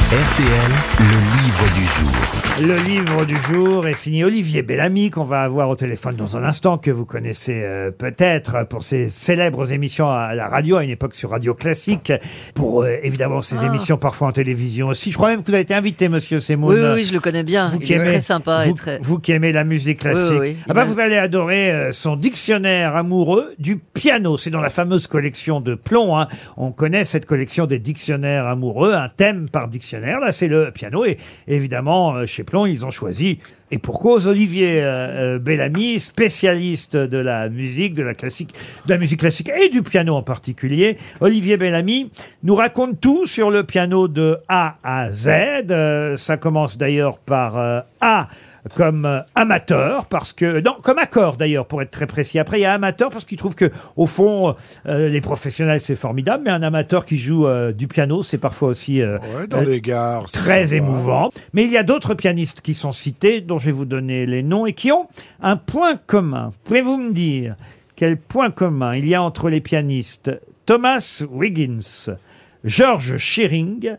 RTL, le livre du jour. Le livre du jour est signé Olivier Bellamy, qu'on va avoir au téléphone dans un instant, que vous connaissez euh, peut-être pour ses célèbres émissions à la radio, à une époque sur Radio Classique, pour euh, évidemment ses émissions parfois en télévision aussi. Je crois même que vous avez été invité, monsieur Semoun. Oui, oui, oui, je le connais bien. Vous Il qui est aimez- très sympa et vous, très... vous qui aimez la musique Oui, oui, classique, oui. Ah bah, Il m'a- vous allez adorer euh, son dictionnaire amoureux du piano. C'est dans la fameuse collection de plomb. hein. On connaît cette collection des dictionnaires amoureux, un thème par dictionnaire. Là, c'est le piano. Et évidemment, euh, chez Plomb, ils ont choisi, et pour cause, Olivier euh, euh, Bellamy, spécialiste de la musique, de la classique, de la musique classique et du piano en particulier. Olivier Bellamy nous raconte tout sur le piano de A à Z. Euh, ça commence d'ailleurs par euh, A comme euh, amateur parce que non comme accord d'ailleurs pour être très précis après il y a amateur parce qu'il trouve que au fond euh, les professionnels c'est formidable mais un amateur qui joue euh, du piano c'est parfois aussi euh, dans les gares, c'est très sympa. émouvant mais il y a d'autres pianistes qui sont cités dont je vais vous donner les noms et qui ont un point commun pouvez-vous me dire quel point commun il y a entre les pianistes Thomas Wiggins George Shearing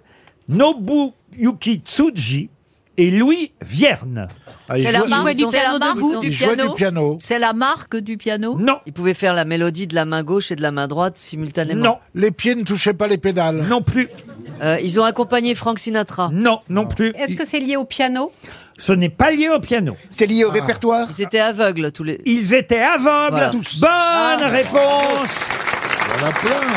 Nobuyuki Tsuji et Louis Vierne C'est la marque, ils ont c'est fait la un marque autre du, ils jouaient piano. du piano. C'est la marque du piano. Non. Il pouvait faire la mélodie de la main gauche et de la main droite simultanément. Non. Les pieds ne touchaient pas les pédales. Non plus. ils ont accompagné Frank Sinatra. Non, non plus. Est-ce que c'est lié au piano Ce n'est pas lié au piano. C'est lié au répertoire Ah. Ils étaient aveugles tous les. Ils étaient aveugles. Voilà. Ah. Bonne réponse. Il y en a plein.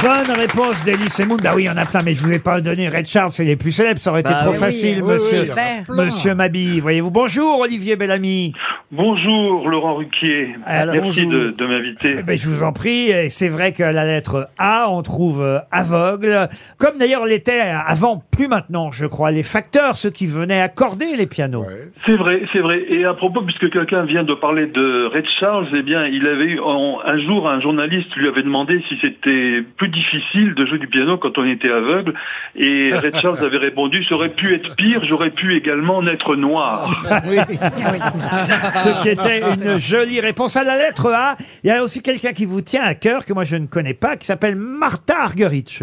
Bonne réponse d'Elie Semoun. Bah oui, il y en a plein, mais je ne vous ai pas donné Red Charles, c'est les plus célèbres. Ça aurait Bah été trop oui. facile, Oui, monsieur, oui, il y en a plein. monsieur Mabille. Voyez-vous. Bonjour, Olivier Bellamy. Bonjour Laurent Ruquier, Alors, merci bonjour. de, de m'inviter. Eh ben, je vous en prie. Et C'est vrai que la lettre A, on trouve euh, aveugle. Comme d'ailleurs l'était avant, plus maintenant, je crois, les facteurs, ceux qui venaient accorder les pianos. C'est vrai, c'est vrai. Et à propos, puisque quelqu'un vient de parler de Red Charles, eh bien, il avait eu en- un jour un journaliste lui avait demandé si c'était plus difficile de jouer du piano quand on était aveugle, et Red Charles avait répondu "Ça aurait pu être pire, j'aurais pu également naître noir." Ce qui était une jolie réponse à la lettre A. Il y a aussi quelqu'un qui vous tient à cœur, que moi je ne connais pas, qui s'appelle Martha Argerich.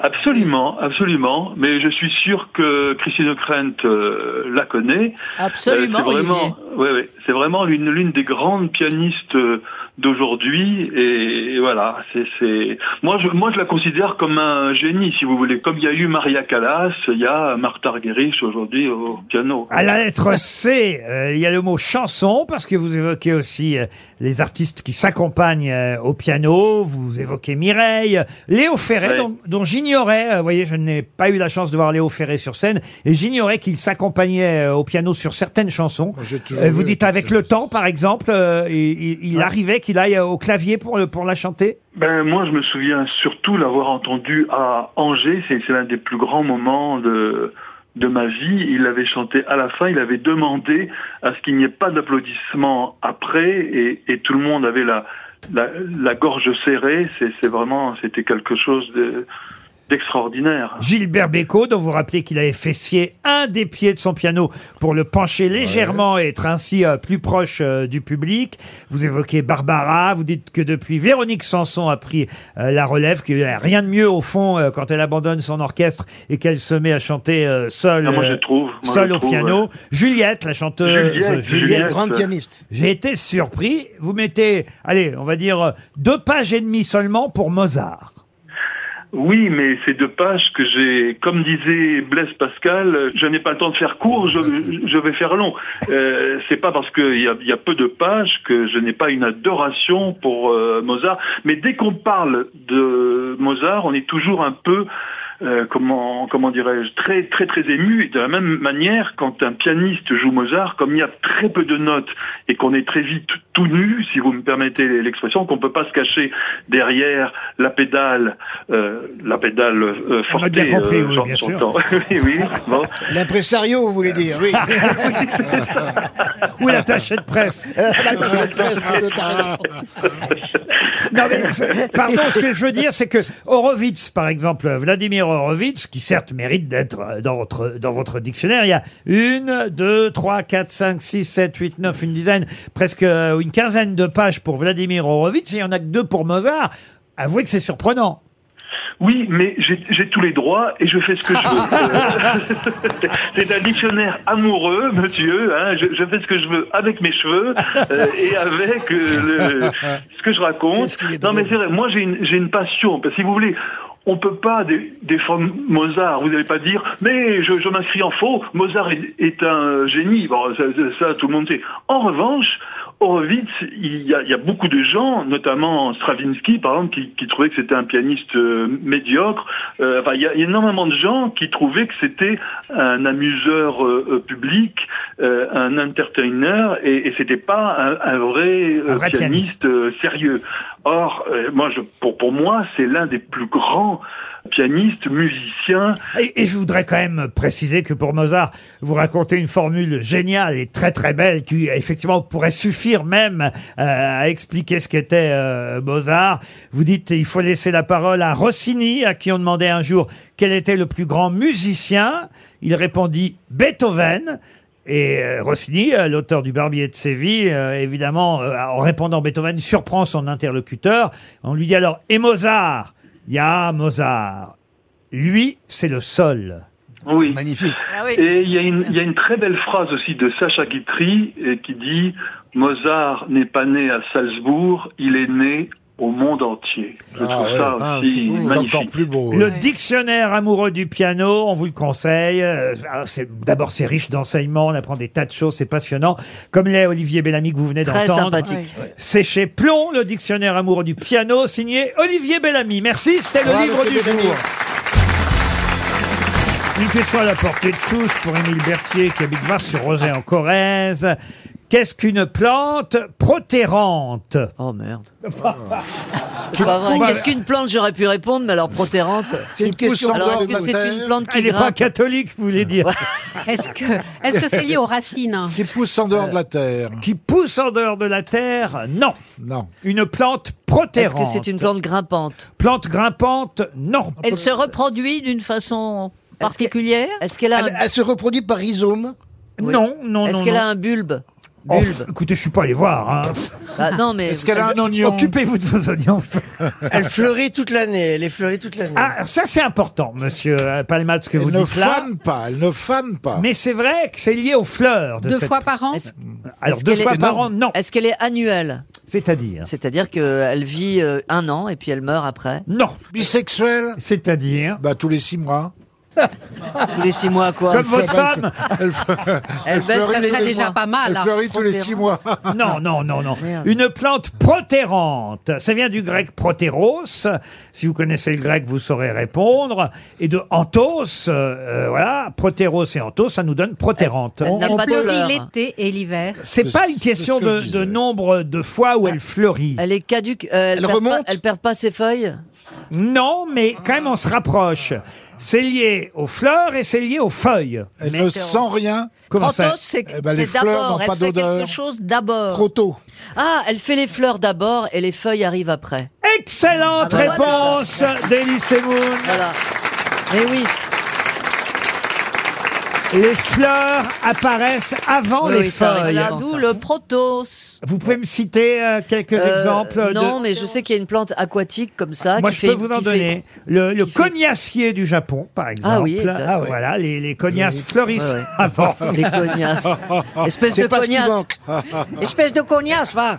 Absolument, absolument. Mais je suis sûr que Christine O'Krent euh, la connaît. Absolument, Euh, c'est vraiment, ouais, ouais, c'est vraiment l'une, l'une des grandes pianistes euh, d'aujourd'hui. Et, et voilà, c'est, c'est, moi je, moi je la considère comme un génie, si vous voulez. Comme il y a eu Maria Callas, il y a Martha Argerich aujourd'hui au piano. À la lettre C, euh, il y a le mot chanson, parce que vous évoquez aussi euh, les artistes qui s'accompagnent euh, au piano, vous évoquez Mireille, Léo Ferré, Ouais. dont, dont j'ignorais, euh, vous voyez, je n'ai pas eu la chance de voir Léo Ferré sur scène, et j'ignorais qu'il s'accompagnait euh, au piano sur certaines chansons. Euh, vous vu dites avec le temps, par exemple, euh, il, il- il arrivait qu'il aille euh, au clavier pour, le- pour la chanter Ben moi je me souviens surtout l'avoir entendu à Angers, c'est c'est l'un des plus grands moments de de ma vie, il avait chanté à la fin, il avait demandé à ce qu'il n'y ait pas d'applaudissements après et, et tout le monde avait la la, la gorge serrée, c'est c'est vraiment c'était quelque chose de d'extraordinaire. Gilbert Bécaud, dont vous rappelez qu'il avait fessier un des pieds de son piano pour le pencher légèrement et être ainsi euh, plus proche euh, du public. Vous évoquez Barbara, vous dites que depuis Véronique Sanson a pris euh, la relève, qu'il n'y a rien de mieux au fond euh, quand elle abandonne son orchestre et qu'elle se met à chanter euh, seule, Ah, moi, je euh, trouve, moi, seule je au trouve, piano. ouais. Juliette, la chanteuse Juliette, Juliette, Juliette, grande euh, pianiste. J'ai été surpris. Vous mettez, allez, on va dire, euh, deux pages et demie seulement pour Mozart. Oui, mais c'est deux pages que j'ai, comme disait Blaise Pascal, euh, je n'ai pas le temps de faire court, je, je vais faire long. Euh, c'est pas parce qu'il y a, il y a peu de pages que je n'ai pas une adoration pour euh, Mozart. Mais dès qu'on parle de Mozart, on est toujours un peu euh, comment comment dirais-je très très très ému et de la même manière quand un pianiste joue Mozart comme il y a très peu de notes et qu'on est très vite tout nu si vous me permettez l'expression qu'on peut pas se cacher derrière la pédale euh, la pédale euh, On a forte bien compris, oui, j'en- bien sûr. j'entends. oui oui bon. L'impresario, vous voulez dire, oui. Ou l'attaché de presse. Non, mais, c'est- pardon, ce que je veux dire, c'est que Horowitz, par exemple, Vladimir Horowitz, qui certes mérite d'être euh, dans votre, dans votre dictionnaire, il y a une, deux, trois, quatre, cinq, six, sept, huit, neuf, une dizaine, presque euh, une quinzaine de pages pour Vladimir Horowitz, et il n'y en a que deux pour Mozart. Avouez que c'est surprenant. Oui, mais j'ai j'ai tous les droits et je fais ce que je veux. Euh, C'est un dictionnaire amoureux, monsieur. hein, je, je fais ce que je veux avec mes cheveux euh, et avec euh, le- ce que je raconte. non, mais c'est vrai, moi j'ai une, j'ai une passion. Parce que si vous voulez, on peut pas dé- défendre Mozart. Vous n'allez pas dire, mais je, je m'inscris en faux. Mozart est, est un génie. Bon, ça, ça, ça, tout le monde sait. En revanche, Horowitz, il y, a, il y a beaucoup de gens, notamment Stravinsky, par exemple, qui, qui trouvaient que c'était un pianiste euh, médiocre. Euh, enfin, il y a énormément de gens qui trouvaient que c'était un amuseur euh, euh, public, euh, un entertainer, et, et c'était pas un, un vrai, euh, Un vrai pianiste euh, sérieux. Or, euh, moi, je, pour, pour moi, c'est l'un des plus grands pianistes, musiciens. Et, et je voudrais quand même préciser que pour Mozart, vous racontez une formule géniale et très très belle qui effectivement pourrait suffire même euh, à expliquer ce qu'était euh, Mozart. Vous dites il faut laisser la parole à Rossini, à qui on demandait un jour quel était le plus grand musicien. Il répondit Beethoven. Et euh, Rossini, euh, l'auteur du Barbier de Séville, euh, évidemment, euh, en répondant Beethoven, surprend son interlocuteur. On lui dit alors, et Mozart Il y a Mozart. Lui, c'est le sol. Oui. Magnifique. Et il y, a une- il y a une très belle phrase aussi de Sacha Guitry eh, qui dit Mozart n'est pas né à Salzbourg, il est né au monde entier. Je Ah trouve ouais. ça Ah, c'est aussi beau. Encore magnifique. plus beau. Le dictionnaire amoureux du piano, on vous le conseille. Euh, alors, c'est- D'abord, c'est riche d'enseignements, on apprend des tas de choses, c'est passionnant. Comme l'est Olivier Bellamy que vous venez Très d'entendre. sympathique. Oui. C'est chez Plomb, le dictionnaire amoureux du piano, signé Olivier Bellamy. Merci, c'était le Bravo, livre du Olivier jour. Une question à la portée de tous pour Émile Berthier qui habite Vars-sur-Rosay en Corrèze. Qu'est-ce qu'une plante protérante Oh merde. Qui C'est pas vrai. pousse- Qu'est-ce qu'une plante J'aurais pu répondre, mais alors protérante. C'est une question Alors est-ce d'ordre que c'est une monétaire. plante qui Elle n'est pas grimpe catholique, vous voulez dire. Est-ce que est-ce que c'est lié aux racines Qui pousse en dehors de la terre. Euh, Qui pousse en dehors de la terre Non. Non. Une plante Est-ce protérante. que c'est une plante grimpante Plante grimpante Non. Elle se reproduit d'une façon particulière Est-ce qu'elle a Elle, un... elle se reproduit par rhizome. Non, non, Est-ce non. qu'elle non. a un bulbe Oh, Bulbe. écoutez, je suis pas allé voir. hein. Bah, non mais Est-ce qu'elle a un oignon Occupez-vous de vos oignons. Elle fleurit toute l'année, elle est fleurie toute l'année. Ah, ça c'est important, monsieur euh, Palmat, ce que vous Elle ne dites là. fane pas, elle ne fane pas. Mais c'est vrai que c'est lié aux fleurs. De Deux cette- fois par an Est-ce Alors est-ce deux qu'elle fois est par an, énorme non. Est-ce qu'elle est annuelle C'est-à-dire C'est-à-dire qu'elle vit euh, un an et puis elle meurt après. Non. Bisexuelle C'est-à-dire Bah tous les six mois. Tous les six mois quoi. Comme votre femme Elle, fe- Elle baisse fleurit ça tous serait les déjà mois. pas mal, Elle hein. fleurit tous les six mois. Non, non, non, non. Merde. Une plante protérante. Ça vient du grec protéros. Si vous connaissez le grec, vous saurez répondre. Et de anthos, euh, euh, voilà, protéros et anthos, ça nous donne protérante. Elle n'a On pas de fleurit fleur. l'été et l'hiver. C'est C'est- pas une c'est question ce que je de, disais. de nombre de fois Ah. où elle fleurit. Elle est caduque. euh, elle, Elle perd remonte pas, Elle perd pas ses feuilles. Non, mais quand même, on se rapproche. C'est lié aux fleurs et c'est lié aux feuilles. Elle ne sent rien. Comment ça Protos, c'est Eh ben, les c'est fleurs d'abord, n'ont elle pas fait quelque d'odeur. chose d'abord. Proto. Ah, elle fait les fleurs d'abord et les feuilles arrivent après. Excellente Ah bah voilà. réponse d'Elie Semoun. Voilà. Eh oui. Les fleurs apparaissent avant Oh, les feuilles. D'où le protos. Vous pouvez me citer euh, quelques Euh, exemples de- Non, mais je sais qu'il y a une plante aquatique comme ça. Moi, Ah, qui je fait- peux vous en qui fait- donner. Le, le cognassier du Japon, par exemple. oui, exact. Ah ouais. Voilà, les, les cognasses fleurissent Ouais, ouais. avant. Les cognasses. Espèce C'est de pas ce qui cognasse. manque. Espèce de cognasse, va.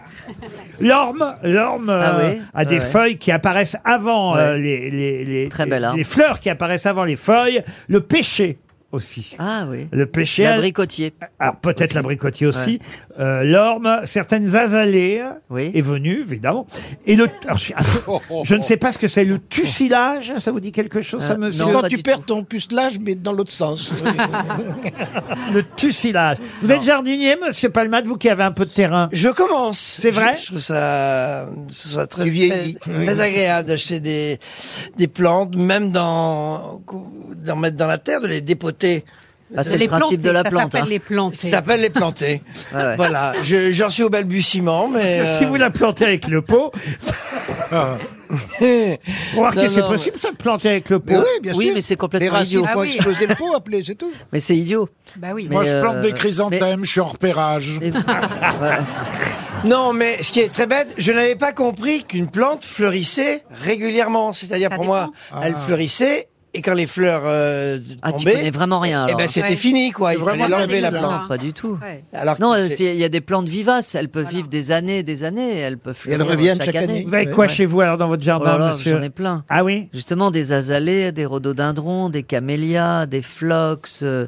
L'orme, l'orme Ah euh, oui, a des ouais. feuilles qui apparaissent avant Ouais. euh, hein. les, les, les, bel arbre. les fleurs qui apparaissent avant les feuilles. Le pêcher aussi. Ah oui. Le pêcher. L'abricotier. Alors peut-être l'abricotier aussi. Ouais. Euh, L'orme, certaines azalées euh, Oui. est venue, évidemment. Et le, alors, je, Ah, je ne sais pas ce que c'est, le tussilage, ça vous dit quelque chose, Euh, ça, monsieur quand tu perds ton pucelage, mais dans l'autre sens. Le tussilage. Vous êtes jardinier, monsieur Palmade, vous qui avez un peu de terrain Je commence. C'est vrai Je, je trouve ça, je trouve ça très, Tu vieillis. très- très agréable d'acheter des, des plantes, même dans, d'en mettre dans la terre, de les dépoter. Bah, c'est le principe de la plante. hein. Ça s'appelle les planter. Voilà, je- j'en suis au balbutiement, mais... euh. Parce que Si vous la plantez avec le pot. Remarquez, Non, c'est non, possible ça de planter avec le pot. Mais oui, bien Oui, sûr. mais c'est Les complètement racines idiot. Ah font exploser le pot, appelez, c'est tout. Mais c'est idiot. Bah oui. Mais, Moi, je plante euh, des chrysanthèmes, je suis en repérage. Non, mais ce qui est très bête, je n'avais pas compris qu'une plante fleurissait régulièrement. C'est-à-dire, Ça pour moi, dépend. elle Ah. fleurissait, et quand les fleurs euh, Ah, tu tombaient... connais vraiment rien. Eh alors. ben, c'était fini, quoi. Il fallait l'enlever, la plante. Non, pas du tout. Alors non, que euh, c'est- c'est- il y a des plantes vivaces. Elles peuvent vivre des années, des années. Elles peuvent elles fleurir reviennent chaque année. Vous avez quoi Ouais. chez vous alors dans votre Oh jardin, là là, monsieur J'en ai plein. Ah oui Justement, des azalées, des rhododendrons, des camélias, des phlox, euh,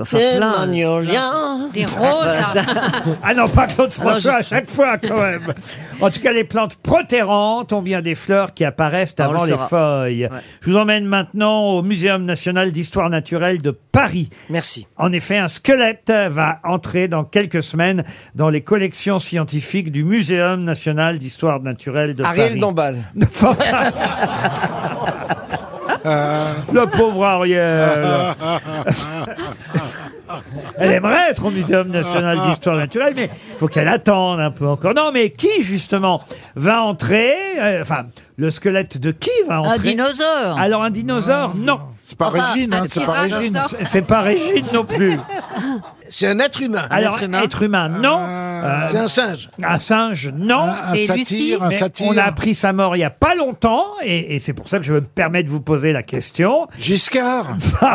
enfin Des plein. magnolias. Des roses. Ah non, pas Claude François je- à chaque fois quand même. En tout cas, les plantes protérantes ont bien des fleurs qui apparaissent Ah, on le avant les saura. feuilles. Je vous emmène maintenant au Muséum national d'histoire naturelle de Paris. Merci. En effet, un squelette va entrer dans quelques semaines dans les collections scientifiques du Muséum national d'histoire naturelle de Ariel Paris. Dombal. Le pauvre Ariel. Elle aimerait être au Muséum national d'histoire naturelle, mais il faut qu'elle attende un peu encore. Non, mais qui, justement, va entrer euh, Enfin, le squelette de qui va Un entrer dinosaure. Alors, un dinosaure, non. Ah. C'est pas Enfin, Régine, hein, un c'est pas Régine. tyrannosaure. C'est- C'est pas Régine non plus. C'est un être humain. Alors, être être humain, humain. non. Ah. Euh, C'est un singe. un singe, non. Un Et Lucie, satire, un Mais satire. on a appris sa mort il n'y a pas longtemps, et, et c'est pour ça que je me permets de vous poser la question. Giscard.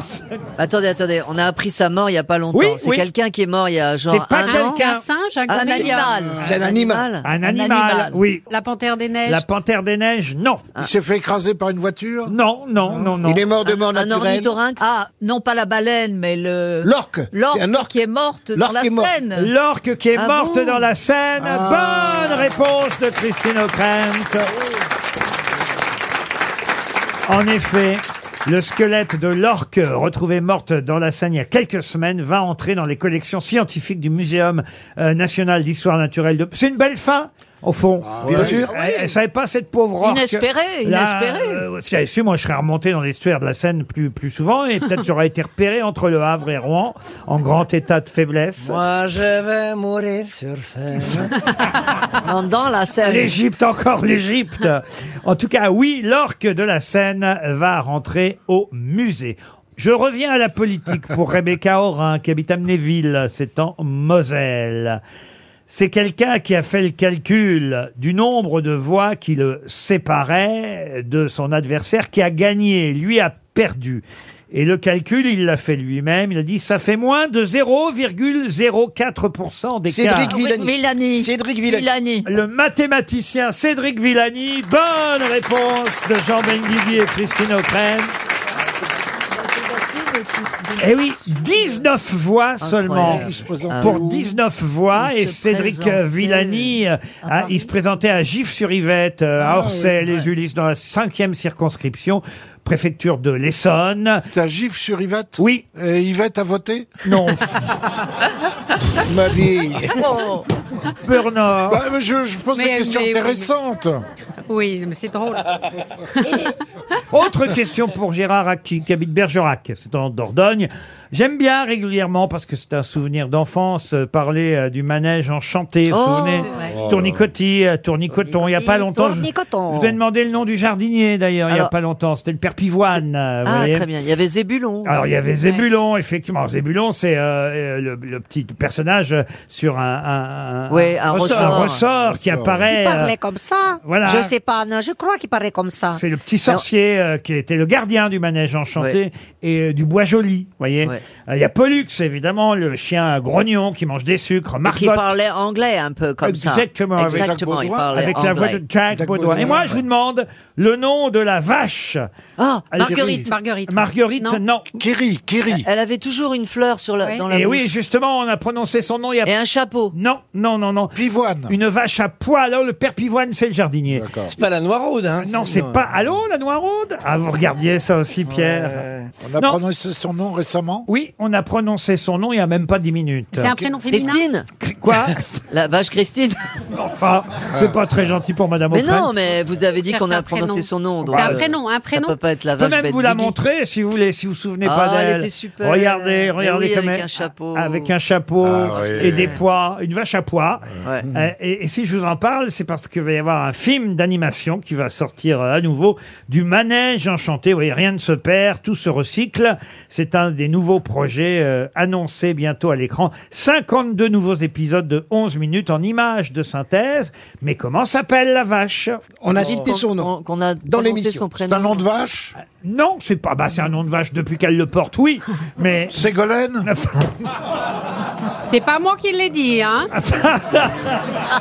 Attendez, attendez, on a appris sa mort il y a pas longtemps. Oui, c'est oui. quelqu'un qui est mort il y a genre C'est pas Ah, un an. quelqu'un. Un singe, un Un camélia. animal. C'est un animal. Un animal, animal. oui. La panthère des neiges. La panthère des neiges, non. Il s'est fait écraser par une voiture. Non, non, non, non. Il est mort de mort Un naturelle. ornithorynque. Ah, non pas la baleine, mais le... L'orque. L'orque C'est un orque. qui est morte dans L'orque la est mort. Seine. L'orque qui est Ah morte bon dans la Seine. Ah. Bonne réponse de Christine O'Krent. En effet, le squelette de l'orque retrouvé morte dans la Seine il y a quelques semaines va entrer dans les collections scientifiques du Muséum euh, national d'histoire naturelle de. C'est une belle fin. Au fond, Bien sûr. Elle, elle savait pas cette pauvre orque. Inespérée, Là, inespérée. euh, si j'avais su, moi, je serais remonté dans l'estuaire de la Seine plus plus souvent et peut-être j'aurais été repéré entre le Havre et Rouen en grand état de faiblesse. Moi, je vais mourir sur scène. Non, dans la serre. L'Égypte, encore l'Égypte. En tout cas, oui, l'orque de la Seine va rentrer au musée. Je reviens à la politique pour Rebecca Orin, qui habite Amnéville, c'est en Moselle. C'est quelqu'un qui a fait le calcul du nombre de voix qui le séparait de son adversaire qui a gagné. Lui a perdu. Et le calcul, il l'a fait lui-même. Il a dit, ça fait moins de 0,04% des Cédric Villani. Villani. Cédric Villani. le mathématicien Cédric Villani. Bonne réponse de Jean Benguigui et Christine O'Crane. Eh oui, 19 voix seulement. Ah Il se présente Pour où 19 voix, Il et se Cédric présentait. Ah Villani, euh, a- il se présentait à Gif-sur-Yvette, euh, à Orsay, les Ulysses, dans la cinquième circonscription, préfecture de l'Essonne. C'est un gif sur Yvette Oui, Et Yvette a voté non, Ma vieille. Bernard. Bah, mais je, je pose Oh. Mais- des questions mais- intéressantes. Oui, mais c'est drôle. Autre question pour Gérard Aki, qui habite Bergerac, c'est en Dordogne. J'aime bien régulièrement, parce que c'est un souvenir d'enfance, euh, parler euh, du manège enchanté, vous vous Oh, souvenez c'est vrai. Tournicotis, euh, Tournicoton, il n'y a pas longtemps. Je, Tournicoton. je vous ai demandé le nom du jardinier, d'ailleurs, il n'y a Alors- pas longtemps. C'était le père Pivoine. euh, vous Ah, voyez. très bien. Il y avait Zébulon. Alors il y avait Zébulon, effectivement. Alors, Zébulon, c'est euh, euh, le, le petit personnage euh, sur un, un- un- Ouais, un ressort. ressort qui Ressort. apparaît. Il parlait euh, comme ça. voilà. Je sais pas, non, je crois qu'il parlait comme ça. Ah. c'est le petit sorcier euh, qui était le gardien du manège enchanté et euh, du bois joli, voyez. Euh, Il y a Pollux, évidemment, le chien grognon qui mange des sucres, Qui Margot. parlait anglais un peu comme ça. Exactement, avec- Exactement, il parlait avec la voix de anglais. Jack, Baudouin. Et moi, je vous demande le nom de la vache. Ah, Elle- Marguerite. Marguerite. Marguerite, non. Kiri, Kiri. Elle avait toujours une fleur sur la, dans la Et bouche. Eh oui, justement, on a prononcé son nom il y a... Et un chapeau. Non, non, non, non. Pivoine. Une vache à poil. Oh, le père Pivoine, c'est le jardinier. C'est pas la noiraude, hein. Non, c'est pas... Allô, la Noiraude Ah, vous regardiez ça aussi, Pierre. On a Non. prononcé son nom récemment Oui, on a prononcé son nom il n'y a même pas dix minutes. Christine. Quoi La vache Christine. Enfin, c'est pas très gentil pour Madame Mais Ockrent. non, mais vous avez dit Cherche qu'on a un prénom. prononcé son nom. donc, C'est un euh, prénom, un prénom. Ça peut pas être la Je peux vache même bête vous la Bibi. montrer si vous voulez, si vous vous souvenez Ah, pas elle d'elle. était super. Mais Regardez, regardez oui, comme avec elle- un chapeau. Avec un chapeau Ah, ouais. et des pois, une vache à pois. Ouais. Euh, Et, et si je vous en parle, c'est parce qu'il va y avoir un film d'animation qui va sortir euh, à nouveau du manège enchanté. Vous voyez, rien ne se perd, tout se recycle. C'est un des nouveaux projets euh, annoncés bientôt à l'écran. 52 nouveaux épisodes de 11 minutes en images de synthèse. Mais comment s'appelle la vache On a cité son nom. Qu'on a Dans l'émission. C'est un nom de vache Non, c'est pas. Bah, c'est un nom de vache depuis qu'elle le porte, oui. Mais. Ségolène C'est pas moi qui l'ai dit, hein.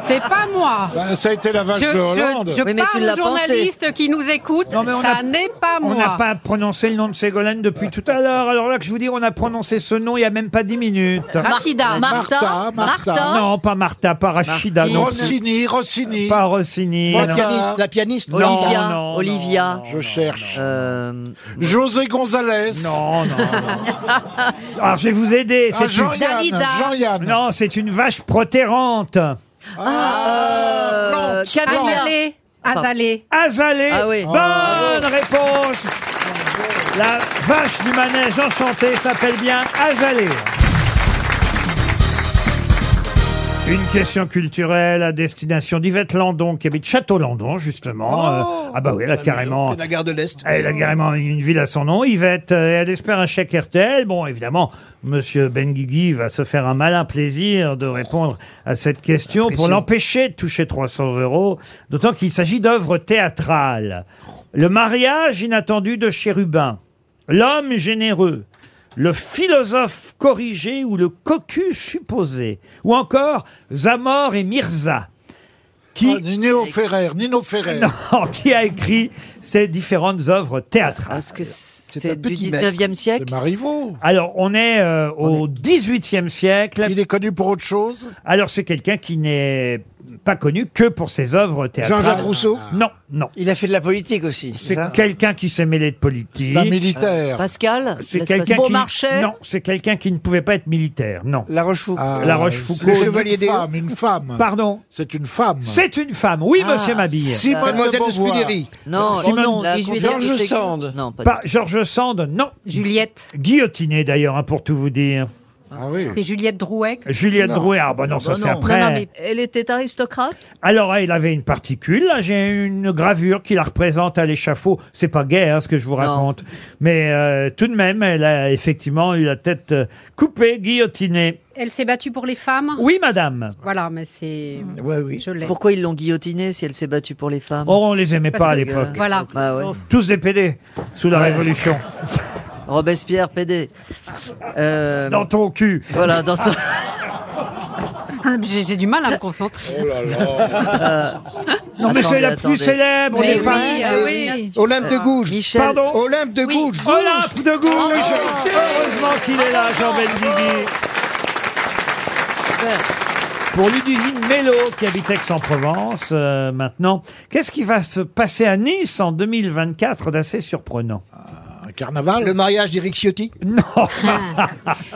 C'est pas moi. Ben, Ça a été la vache Je, de Hollande. je, je parle aux journalistes qui nous écoutent. Non, mais on ça a- n'est pas On n'a moi. pas prononcé le nom de Ségolène depuis tout à l'heure. Alors là que je vous dis, on a prononcé ce nom il n'y a même pas 10 minutes. Rachida. Martha, Martha, Martha. Martha. Non, pas Martha, pas Rachida. Martine. non plus. Rossini, Rossini. Pas Rossini. Martha. non. La pianiste Olivia. Non, non, non, Olivia. Je cherche. Euh, José González. Non, non, Alors, je vais vous aider. Ah, c'est une- Jean-Yann, Dalida. Jean-Yann. Non, c'est une vache protérante. Ah, Ah, euh, Camilla. Azalée. Azalée. Azalée. Ah oui. Bonne réponse. La vache du manège enchanté s'appelle bien Azalée. Une question culturelle à destination d'Yvette Landon, qui habite Château-Landon, justement. Euh, ah bah oui, elle a carrément... La gare de l'Est. Elle a carrément une ville à son nom, Yvette. euh, Elle espère un chèque RTL. Bon, évidemment, Monsieur Benguigui va se faire un malin plaisir de répondre à cette question pour l'empêcher de toucher 300 euros, d'autant qu'il s'agit d'œuvres théâtrales. Le mariage inattendu de Chérubin, l'homme généreux, le philosophe corrigé ou le cocu supposé, ou encore Zamor et Mirza. Qui Oh, Nino Ferrer, Nino Ferrer. non, qui a écrit ces différentes œuvres théâtrales. Est-ce que c'est du petit 19e siècle Marivaux. Alors, on est euh, au 18e siècle. Il est connu pour autre chose Alors, c'est quelqu'un qui n'est pas connu que pour ses œuvres théâtrales. Jean-Jacques Rousseau Non, non. Ah. Il a fait de la politique aussi. C'est ça quelqu'un qui s'est mêlé de politique. C'est un militaire. Pascal C'est Laisse passer. quelqu'un qui... Euh, Beaumarchais Non, c'est quelqu'un qui ne pouvait pas être militaire, non. La Rochefoucauld. Ah, La Rochefoucauld. Le chevalier des femmes, une femme. Pardon C'est une femme. C'est une femme, oui, monsieur Mabille. Simone de Beauvoir. Non, Simone- non, la Georges conduite- Sand. Non, pas, Pas Georges Sand, non. Juliette. Guillotiné, d'ailleurs, hein, pour tout vous dire. Ah oui. C'est Juliette Drouet. Juliette Drouet, ah bah non, ça c'est après. Non, non, mais elle était aristocrate. Alors, elle avait une particule. Là, j'ai une gravure qui la représente à l'échafaud. C'est pas gay, hein, ce que je vous raconte. Mais euh, tout de même, elle a effectivement eu la tête euh, coupée, guillotinée. Elle s'est battue pour les femmes. Oui, madame. Voilà, mais c'est. Je l'ai. Pourquoi ils l'ont guillotinée si elle s'est battue pour les femmes Oh, on les aimait Parce pas à que- l'époque. Voilà. Oh. Bah ouais. Tous des PD sous la Ouais. Révolution. Robespierre, PD. Euh, Dans ton cul. Voilà, dans ton... Ah, J'ai j'ai du mal à me concentrer. Oh Non, mais c'est la plus célèbre Mais des oui, femmes. ah oui. euh, Olympe de Gouges. Euh, Oh, Michel. Pardon Olympe de Gouges. Olympe de Gouges Heureusement qu'il est là, Jean Bendigui. Pour Ludivine Mello, qui habite Aix-en-Provence euh, maintenant, qu'est-ce qui va se passer à Nice en 2024 d'assez surprenant carnaval. Le mariage d'Éric Ciotti Non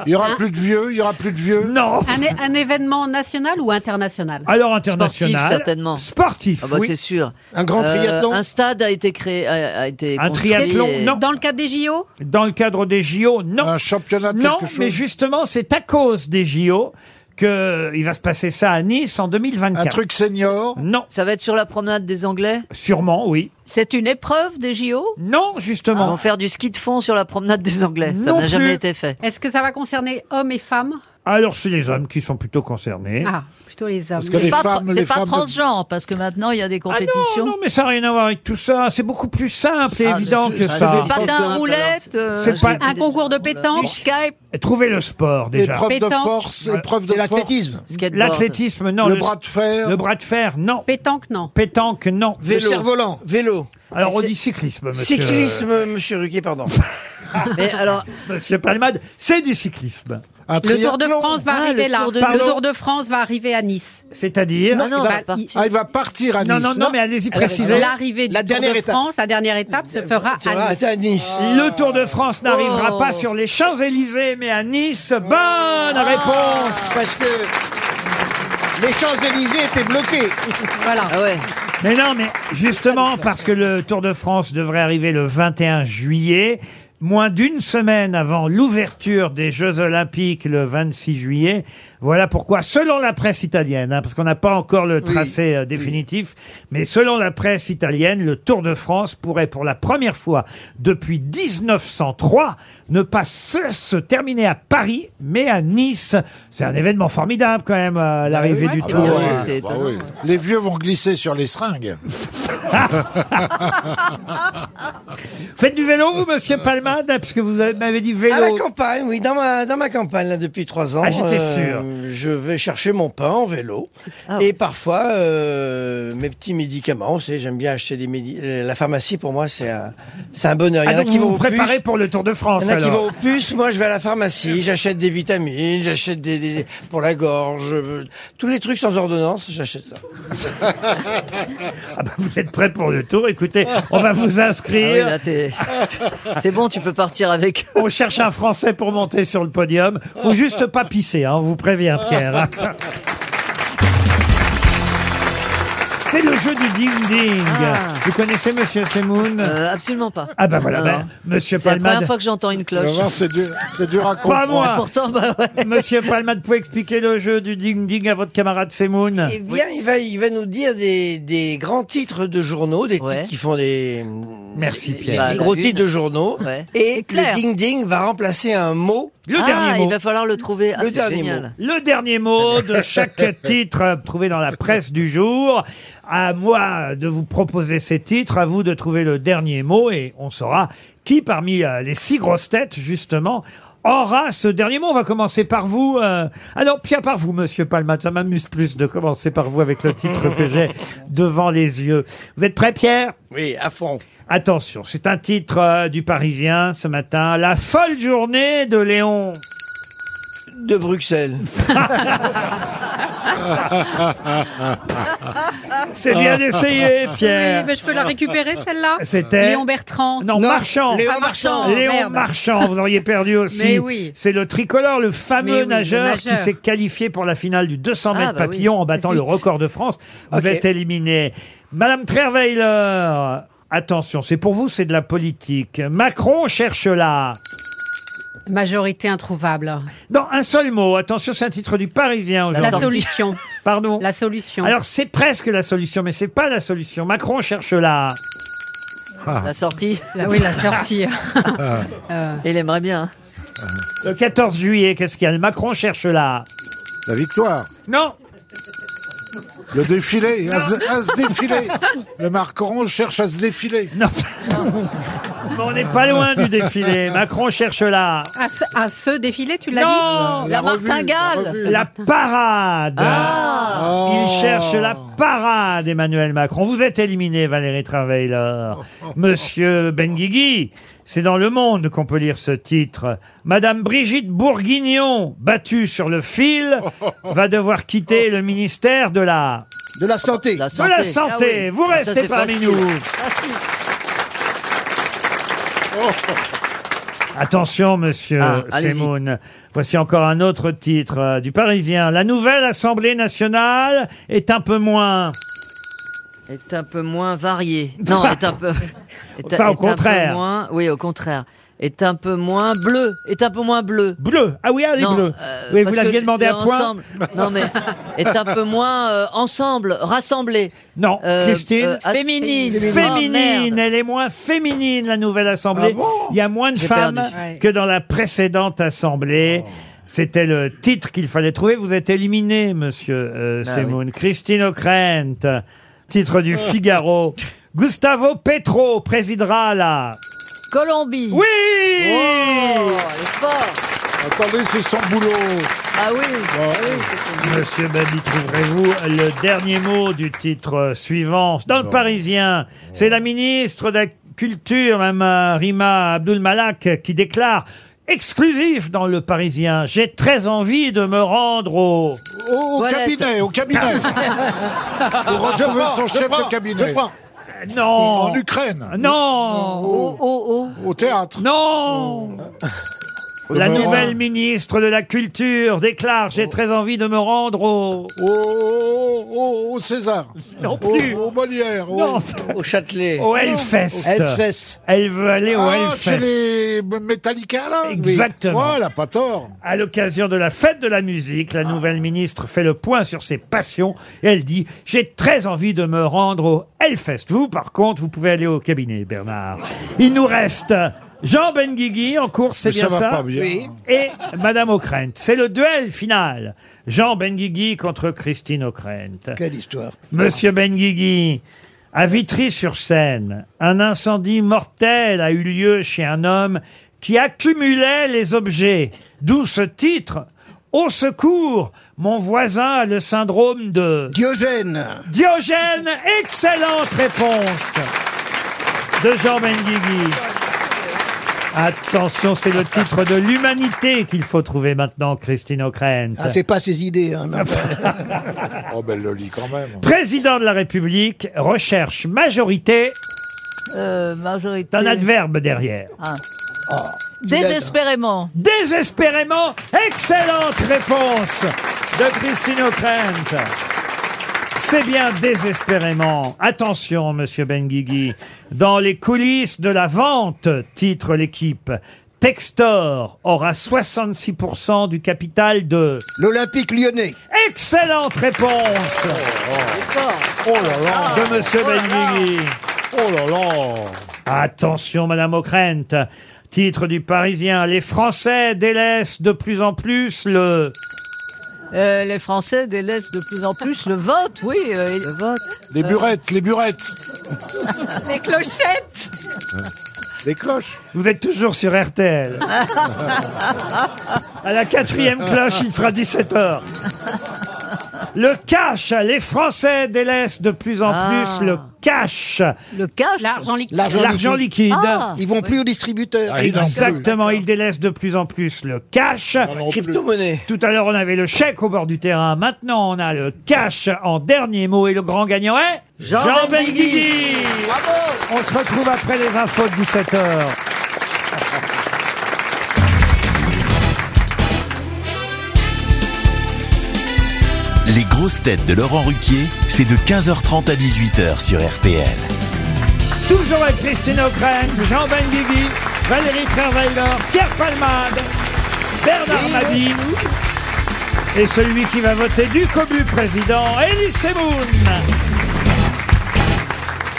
Il y aura plus de vieux, il y aura plus de vieux. Non Un, é- un événement national ou international Alors Sportif, certainement. Sportif, ah bah, oui. C'est sûr. Un grand Euh, triathlon Un stade a été créé. A, a été Un construit triathlon, et- non. Dans le cadre des JO Dans le cadre des JO, non. Un championnat de Non, quelque chose. mais justement, c'est à cause des JO que euh, il va se passer ça à Nice en 2024. Un truc senior Non. Ça va être sur la promenade des Anglais Sûrement, oui. C'est une épreuve des JO Non, justement. On va faire du ski de fond sur la promenade des Anglais. Ça Non n'a jamais plus. été fait. Est-ce que ça va concerner hommes et femmes Alors, c'est les hommes qui sont plutôt concernés. Ah, plutôt les hommes. Parce que les pas, femmes- c'est les pas femmes de- transgenre, parce que maintenant, il y a des compétitions. Oh Non, non, mais ça n'a rien à voir avec tout ça. C'est beaucoup plus simple et Ah, évident c'est- que c'est- ça. c'est patin, roulette, euh, C'est pas- un concours de pétanque, Skype. Trouvez le sport, déjà. Épreuve de Pétanque. force, Ouais. épreuve de C'est force. l'athlétisme. Skateboard. L'athlétisme, non, Le, le- bras de fer. Le bras de fer, non. Pétanque, non. Pétanque, non. Le cerf-volant. Vélo. Alors, on C'est- dit cyclisme, monsieur. euh, Cyclisme, monsieur Ruquier, pardon. Mais alors, Monsieur Palmade, c'est du cyclisme. Le Tour de France va Ah, arriver le là. Tour de- Le Pardon Tour de France va arriver à Nice. C'est-à-dire Non, non, Bah, il va il- Ah, il va partir à Nice. Non, non, non, mais allez-y, précisez. L'arrivée du La Tour dernière de étape. France, la dernière étape, se fera à Nice. Nice. Le Tour de France n'arrivera Oh. pas sur les Champs-Élysées, mais à Nice. Bonne réponse Parce que les Champs-Élysées étaient bloqués. Voilà. ah ouais. Mais non, mais justement, parce que le Tour de France devrait arriver le 21 juillet, moins d'une semaine avant l'ouverture des Jeux Olympiques le 26 juillet. Voilà pourquoi, selon la presse italienne, hein, parce qu'on n'a pas encore le tracé euh, définitif, mais selon la presse italienne, le Tour de France pourrait pour la première fois depuis 1903 ne pas se, se terminer à Paris, mais à Nice. C'est un événement formidable quand même, euh, l'arrivée ouais, du c'est Tour. bien, euh, Bah C'est bah étonnant. Les vieux vont glisser sur les seringues. Faites du vélo, vous, monsieur Palmade, parce que vous avez- m'avez dit vélo. À la campagne, oui, dans ma, dans ma campagne, là, depuis trois ans. euh, Ah, j'étais Je vais chercher mon pain en vélo. Ah ouais. Et parfois, euh, mes petits médicaments, vous savez, j'aime bien acheter des médicaments. La pharmacie, pour moi, c'est un, c'est un bonheur. Ah, Il y en a donc qui vous vont au vous puce. préparez pour le Tour de Il France, y en a qui alors. vont aux puces, moi je vais à la pharmacie, j'achète des vitamines, j'achète des, des- pour la gorge, euh, tous les trucs sans ordonnance, j'achète ça. Ah bah, vous êtes prêts pour le Tour Écoutez, on va vous Ah oui, inscrire. là, t'es- c'est bon, tu peux partir avec. on cherche un Français pour monter sur le podium. Faut juste pas pisser, hein, on vous prévient, Pierre. C'est le jeu du ding-ding. Ah. Vous connaissez Monsieur Semoun Euh, absolument pas. Ah bah voilà, Non, ben, non. Monsieur C'est la première Palmade. fois que j'entends une cloche. Vraiment, C'est dur, c'est dur à Pas comprendre. moi Pourtant, bah ouais. Monsieur Palmade, pouvez expliquer le jeu du ding-ding à votre camarade Semoun Eh bien, il, va, il va nous dire des, des grands titres de journaux, des Ouais. titres qui font des, Merci, des Pierre. Bah, gros la titres une. de journaux. Ouais. Et clair. le ding-ding va remplacer un mot. Le ah, dernier mot. il va falloir le trouver. Ah, Le c'est dernier génial. mot. Le dernier mot de chaque titre euh, trouvé dans la presse du jour. À moi de vous proposer ces titres, à vous de trouver le dernier mot et on saura qui parmi euh, les six grosses têtes, justement, aura ce dernier mot. On va commencer par vous. euh, Ah non, Pierre, par vous, monsieur Palmat. Ça m'amuse plus de commencer par vous avec le titre que j'ai devant les yeux. Vous êtes prêt, Pierre Oui, à fond. Ah, Attention, c'est un titre euh, du Parisien ce matin. La folle journée de Léon. De Bruxelles. Oh. C'est bien essayé, Pierre. Ah. Oui, mais je peux la récupérer celle-là C'était- Léon Bertrand. Non, Marchand. Léon Ah, Marchand. Léon merde. Marchand, vous auriez perdu aussi. Mais oui. C'est le tricolore, le fameux Mais oui, le nageur, nageur. qui s'est qualifié pour la finale du 200 mètres Ah, bah oui. papillon en battant le record de France. Vous Ok. êtes éliminé. Madame Trerweiler, attention, c'est pour vous, c'est de la politique. Macron cherche là. Majorité introuvable. Non, un seul mot. Attention, c'est un titre du Parisien La aujourd'hui. solution. Pardon. La solution. Alors c'est presque la solution, mais c'est pas la solution. Macron cherche là. La sortie. Ah oui, la sortie. Euh, Il aimerait bien. hein. Le 14 juillet, qu'est-ce qu'il y a Le Macron cherche là. La victoire. Non. Le défilé. À, se- à se défiler. Le marqueron cherche à se défiler. Non. Mais on n'est pas loin du défilé. Macron cherche là. à, ce, à ce défilé, tu l'as dit Non La revue, martingale. la revue. La parade Il cherche la parade, Emmanuel Macron. Vous êtes éliminé, Valérie Traveiller. Monsieur Benguigui, c'est dans Le Monde qu'on peut lire ce titre. Madame Brigitte Bourguignon, battue sur le fil, va devoir quitter le ministère de la... De la santé. La De santé. la santé Ah oui. Vous Ça, restez c'est parmi facile. nous Attention, monsieur Ah, allez-y. Semoun. Voici encore un autre titre euh, du Parisien. La nouvelle Assemblée nationale est un peu Euh, moins. Est un peu moins varié. Non, est un peu. est- Ça, au est un peu contraire. moins- oui, au contraire. Est un peu moins bleu. Est un peu moins bleu. Bleu. Ah oui, allez, non, euh, bleu. Oui, vous parce l'aviez que demandé à le point. ensemble- Non, mais est un peu moins euh, ensemble, rassemblé. Euh, Non, Christine ah, féminine. Oh, Féminine. Elle est moins féminine, la nouvelle Assemblée. Il y a moins de Ah J'ai femmes perdu. Ouais. Oh. que dans la précédente Assemblée. C'était le titre qu'il fallait trouver. Vous êtes éliminé, monsieur euh, Bah Semoun. Christine O'Krent, titre du Oh. Figaro. Gustavo Petro présidera la... Colombie. Oh, Oui Attendez, c'est son boulot. Ah oui. Monsieur Babi, trouverez-vous le dernier mot du titre euh, suivant Dans le Parisien, c'est la ministre de la Culture, Mme euh, Rima Abdul-Malak, qui déclare exclusif dans le Parisien. J'ai très envie de me rendre au... Au cabinet, au cabinet. Au Roger veut son chef de cabinet. Euh, Non En Ukraine. Non Oh, Au, théâtre. Non La Au- nouvelle ministre de la Culture déclare J'ai très envie de me rendre Au, au... au- au César. Non plus. Au, au Molière. Au, Non. Au Châtelet. Au Hellfest. Elle veut aller au ah, chez Hellfest. les Metallica, là Oui. Exactement. Ouais, elle a pas tort. À l'occasion de la fête de la musique, la nouvelle ministre fait le point sur ses passions et elle dit J'ai très envie de me rendre au Hellfest. Vous, par contre, vous pouvez aller au cabinet, Bernard. Il nous reste Jean Benguigui en course, c'est Mais bien ça va ça pas bien. Oui. Et Madame O'Krent. C'est le duel final. Jean Benguigui contre Christine O'Krent. Quelle histoire. Monsieur Benguigui, à Vitry-sur-Seine, un incendie mortel a eu lieu chez un homme qui accumulait les objets. D'où ce titre Au secours, mon voisin a le syndrome de... Diogène. Diogène, excellente réponse de Jean Benguigui. Attention, c'est le titre de l'humanité qu'il faut trouver maintenant, Christine O'Krent. Ah, c'est pas ses idées. hein, non. Oh, ben, elle le lit quand même. Président de la République recherche majorité Euh, majorité. d'un adverbe derrière. Ah. Désespérément. Désespérément, excellente réponse de Christine O'Krent. C'est bien désespérément. Attention, monsieur Benguigui. Dans les coulisses de la vente, titre l'équipe, Textor aura 66% du capital de... L'Olympique lyonnais. Excellente réponse Oh là là. de monsieur Benguigui. Oh là là. Attention, Madame O'Krent. Titre du Parisien. Les Français délaissent de plus en plus le... Euh, les Français délaissent de plus en plus le vote, oui. le vote. Euh, Les burettes, les burettes. Les clochettes. Les cloches. Vous êtes toujours sur RTL. À la quatrième cloche, il sera 17h. Le cash. Les Français délaissent de plus en Ah. plus le cash. Le cash. L'argent liquide. L'argent liquide. Ah. Ils vont plus au distributeur. Ah, ils n'en Exactement, ils délaissent de plus en plus le cash. Crypto-monnaie. Tout à l'heure, on avait le chèque au bord du terrain. Maintenant, on a le cash en dernier mot. Et le grand gagnant est Jean Benguigui. On se retrouve après les infos de 17h. Les grosses têtes de Laurent Ruquier, c'est de 15h30 à 18h sur RTL. Toujours avec Christine O'Krent, Jean Benguigui, Valérie Trierweiler, Pierre Palmade, Bernard Mabille et celui qui va voter du cobu président, Elie Semoun.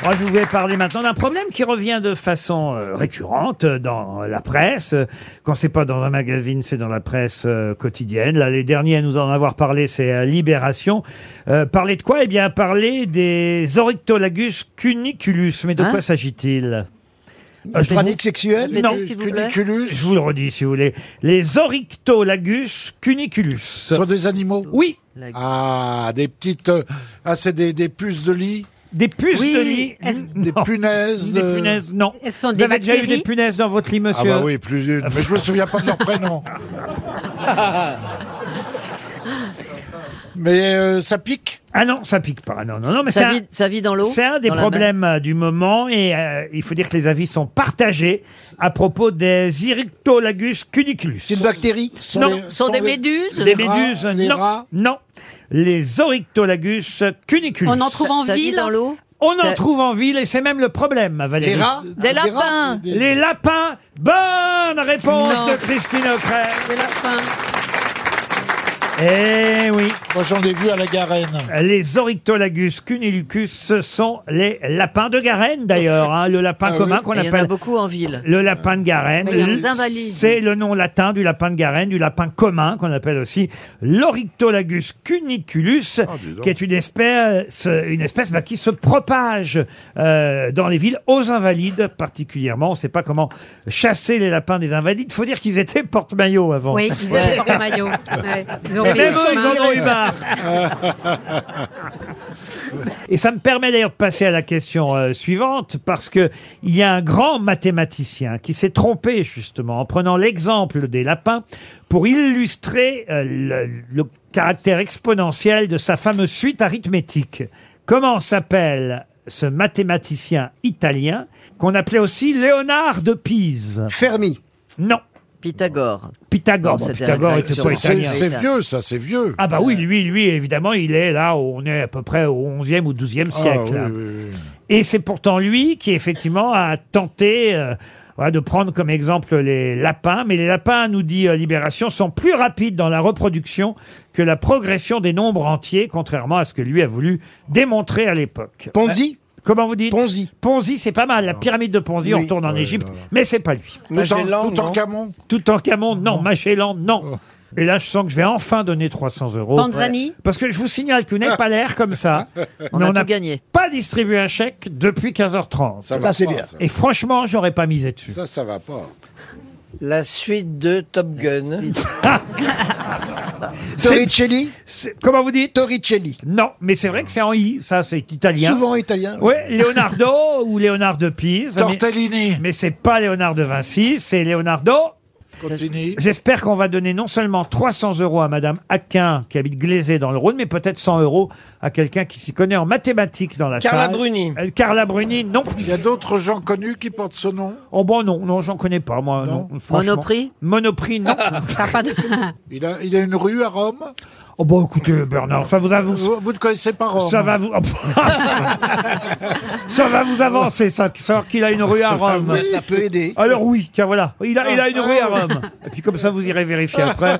Moi, je voulais parler maintenant d'un problème qui revient de façon euh, récurrente euh, dans la presse. Euh, Quand c'est pas dans un magazine, c'est dans la presse euh, quotidienne. Là, les derniers à nous en avoir parlé, c'est euh, Libération. Euh, parler de quoi Eh bien, parler des Oryctolagus cuniculus. Mais de Hein quoi s'agit-il Euh, Une je vais pratique sexuelle Non. vous- Je vous le redis si vous voulez. Les Oryctolagus cuniculus. Ce sont des animaux Oui. Ah, des petites. euh, Ah, c'est des, des puces de lit Des puces Oui. de lit. Est-ce- Des Non. punaises Des euh, de- punaises, non. Est-ce que ce sont Vous des avez déjà eu bactéries des punaises dans votre lit, Ah, monsieur bah oui, plus d'une. Mais je me souviens pas de leur prénom. Mais euh, ça pique Ah non, ça pique pas. Non, non, non, mais ça, c'est un- vit, ça vit dans l'eau C'est un des Dans la mer problèmes euh, du moment et euh, il faut dire que les avis sont partagés à propos des Irictolagus cuniculus. C'est une bactérie Sont des- sont des méduses Des Les rats, méduses, les non. Non. Les Orictolagus cuniculus. On en trouve en Ça vit ville dans l'eau On en Ça- trouve en ville et c'est même le problème, Valérie. Les rats Des Des lapins. rats Des- Les lapins Bonne réponse Non. de Christine O'Crell C'est la fin. Eh oui. Moi, j'en ai vu à la Garenne. Les Orictolagus cunilicus ce sont les lapins de Garenne d'ailleurs, hein, le lapin Ah oui. commun qu'on Et Il y en a appelle beaucoup en ville. le lapin de Garenne. Mais il y en a des L- invalides. C'est le nom latin du lapin de Garenne, du lapin commun qu'on appelle aussi l'Orictolagus cuniculus, dis donc. qui est une espèce, une espèce bah, qui se propage euh, dans les villes aux invalides particulièrement. On ne sait pas comment chasser les lapins des invalides. Faut dire qu'ils étaient porte-maillot avant. Oui, ils avaient porté maillot. Ouais. Ils ont Mais fait même les eux, ils en ont chemins. eu marre. Ah, Et ça me permet d'ailleurs de passer à la question euh, suivante, parce que il y a un grand mathématicien qui s'est trompé, justement, en prenant l'exemple des lapins pour illustrer euh, le, le caractère exponentiel de sa fameuse suite arithmétique. Comment s'appelle ce mathématicien italien qu'on appelait aussi Léonard de Pise Fermi. Non. Pythagore. Pythagore. Non, Bon, c'était un Pythagore grec, était pas sûrement. italien. C'est vieux, ça, c'est vieux. Ah bah oui, lui, lui, évidemment, il est là, où on est à peu près au 11e ou 12e Ah, siècle. oui, hein. oui, oui. Et c'est pourtant lui qui, effectivement, a tenté euh, voilà, de prendre comme exemple les lapins. Mais les lapins, nous dit euh, Libération, sont plus rapides dans la reproduction que la progression des nombres entiers, contrairement à ce que lui a voulu démontrer à l'époque. Ponzi Comment vous dites Ponzi. Ponzi, c'est pas mal. La pyramide de Ponzi, on Oui. retourne en Égypte, mais c'est pas lui. Magellan, Tout en- tout en non Oh. Camon Tout en Camon, non. Magellan, non. Et là, je sens que je vais enfin donner 300 euros. Tanzanie Ouais. Parce que je vous signale que vous n'avez pas l'air comme ça. On mais a on n'a tout gagné. pas distribué un chèque depuis 15h30. Ça va Ça, c'est pas, bien. ça. Et franchement, j'aurais pas misé dessus. Ça, ça va pas. La suite de Top Gun. Torricelli Comment vous dites Torricelli. Non, mais c'est vrai que c'est en I, ça c'est italien. Souvent italien. Oui, Leonardo ou Léonard de Pise. mais- Tortellini. Mais, c'est pas Léonard de Vinci, c'est Leonardo. Continue. J'espère qu'on va donner non seulement 300 euros à Madame Aquin, qui habite Glazé dans le Rhône, mais peut-être 100 euros à quelqu'un qui s'y connaît en mathématiques dans la Carla salle. Bruni. Euh, Carla Bruni, non. Il y a d'autres gens connus qui portent ce nom Oh bon, non, non, j'en connais pas, moi, non. franchement. Monoprix Monoprix, non. il, a, il a une rue à Rome Oh bon, écoutez, Bernard, ça vous avance. Vous, vous ne connaissez pas Oh. Rome Ça va vous... Oh. ça va vous avancer, ça, savoir qu'il a une rue à Rome. Oui, ça peut aider. Alors oui, tiens, voilà, il a, il a une Ah, rue à oui. Rome. Et puis comme ça, vous irez vérifier après.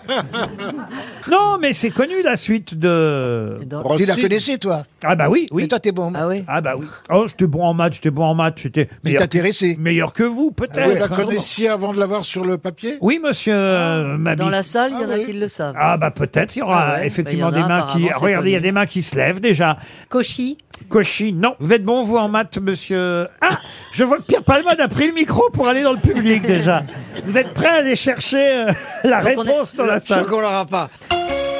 Non, mais c'est connu la suite de... Tu la connaissais, toi Ah bah oui, oui. Mais toi, t'es bon. Ah oui Ah bah oui. Oh, j'étais bon en match, j'étais bon en match, j'étais meilleur, t'intéressais. Ah meilleur que vous, peut-être. hein. Vous la connaissiez avant de l'avoir sur le papier Oui, monsieur euh, Mabi. Dans la salle, il y en Ah a oui. qui le savent. Ah bah peut-être, il y aura Ah ouais, effectivement bah il y en a, des mains qui... apparemment, c'est Regardez, il y a connu. des mains qui se lèvent déjà. Cauchy. Cauchy, non. Vous êtes bon, vous, en maths, monsieur Ah Je vois que Pierre Palmade a pris le micro pour aller dans le public, déjà. Vous êtes prêt à aller chercher euh, la Donc on est- réponse dans la Je salle qu'on l'aura pas.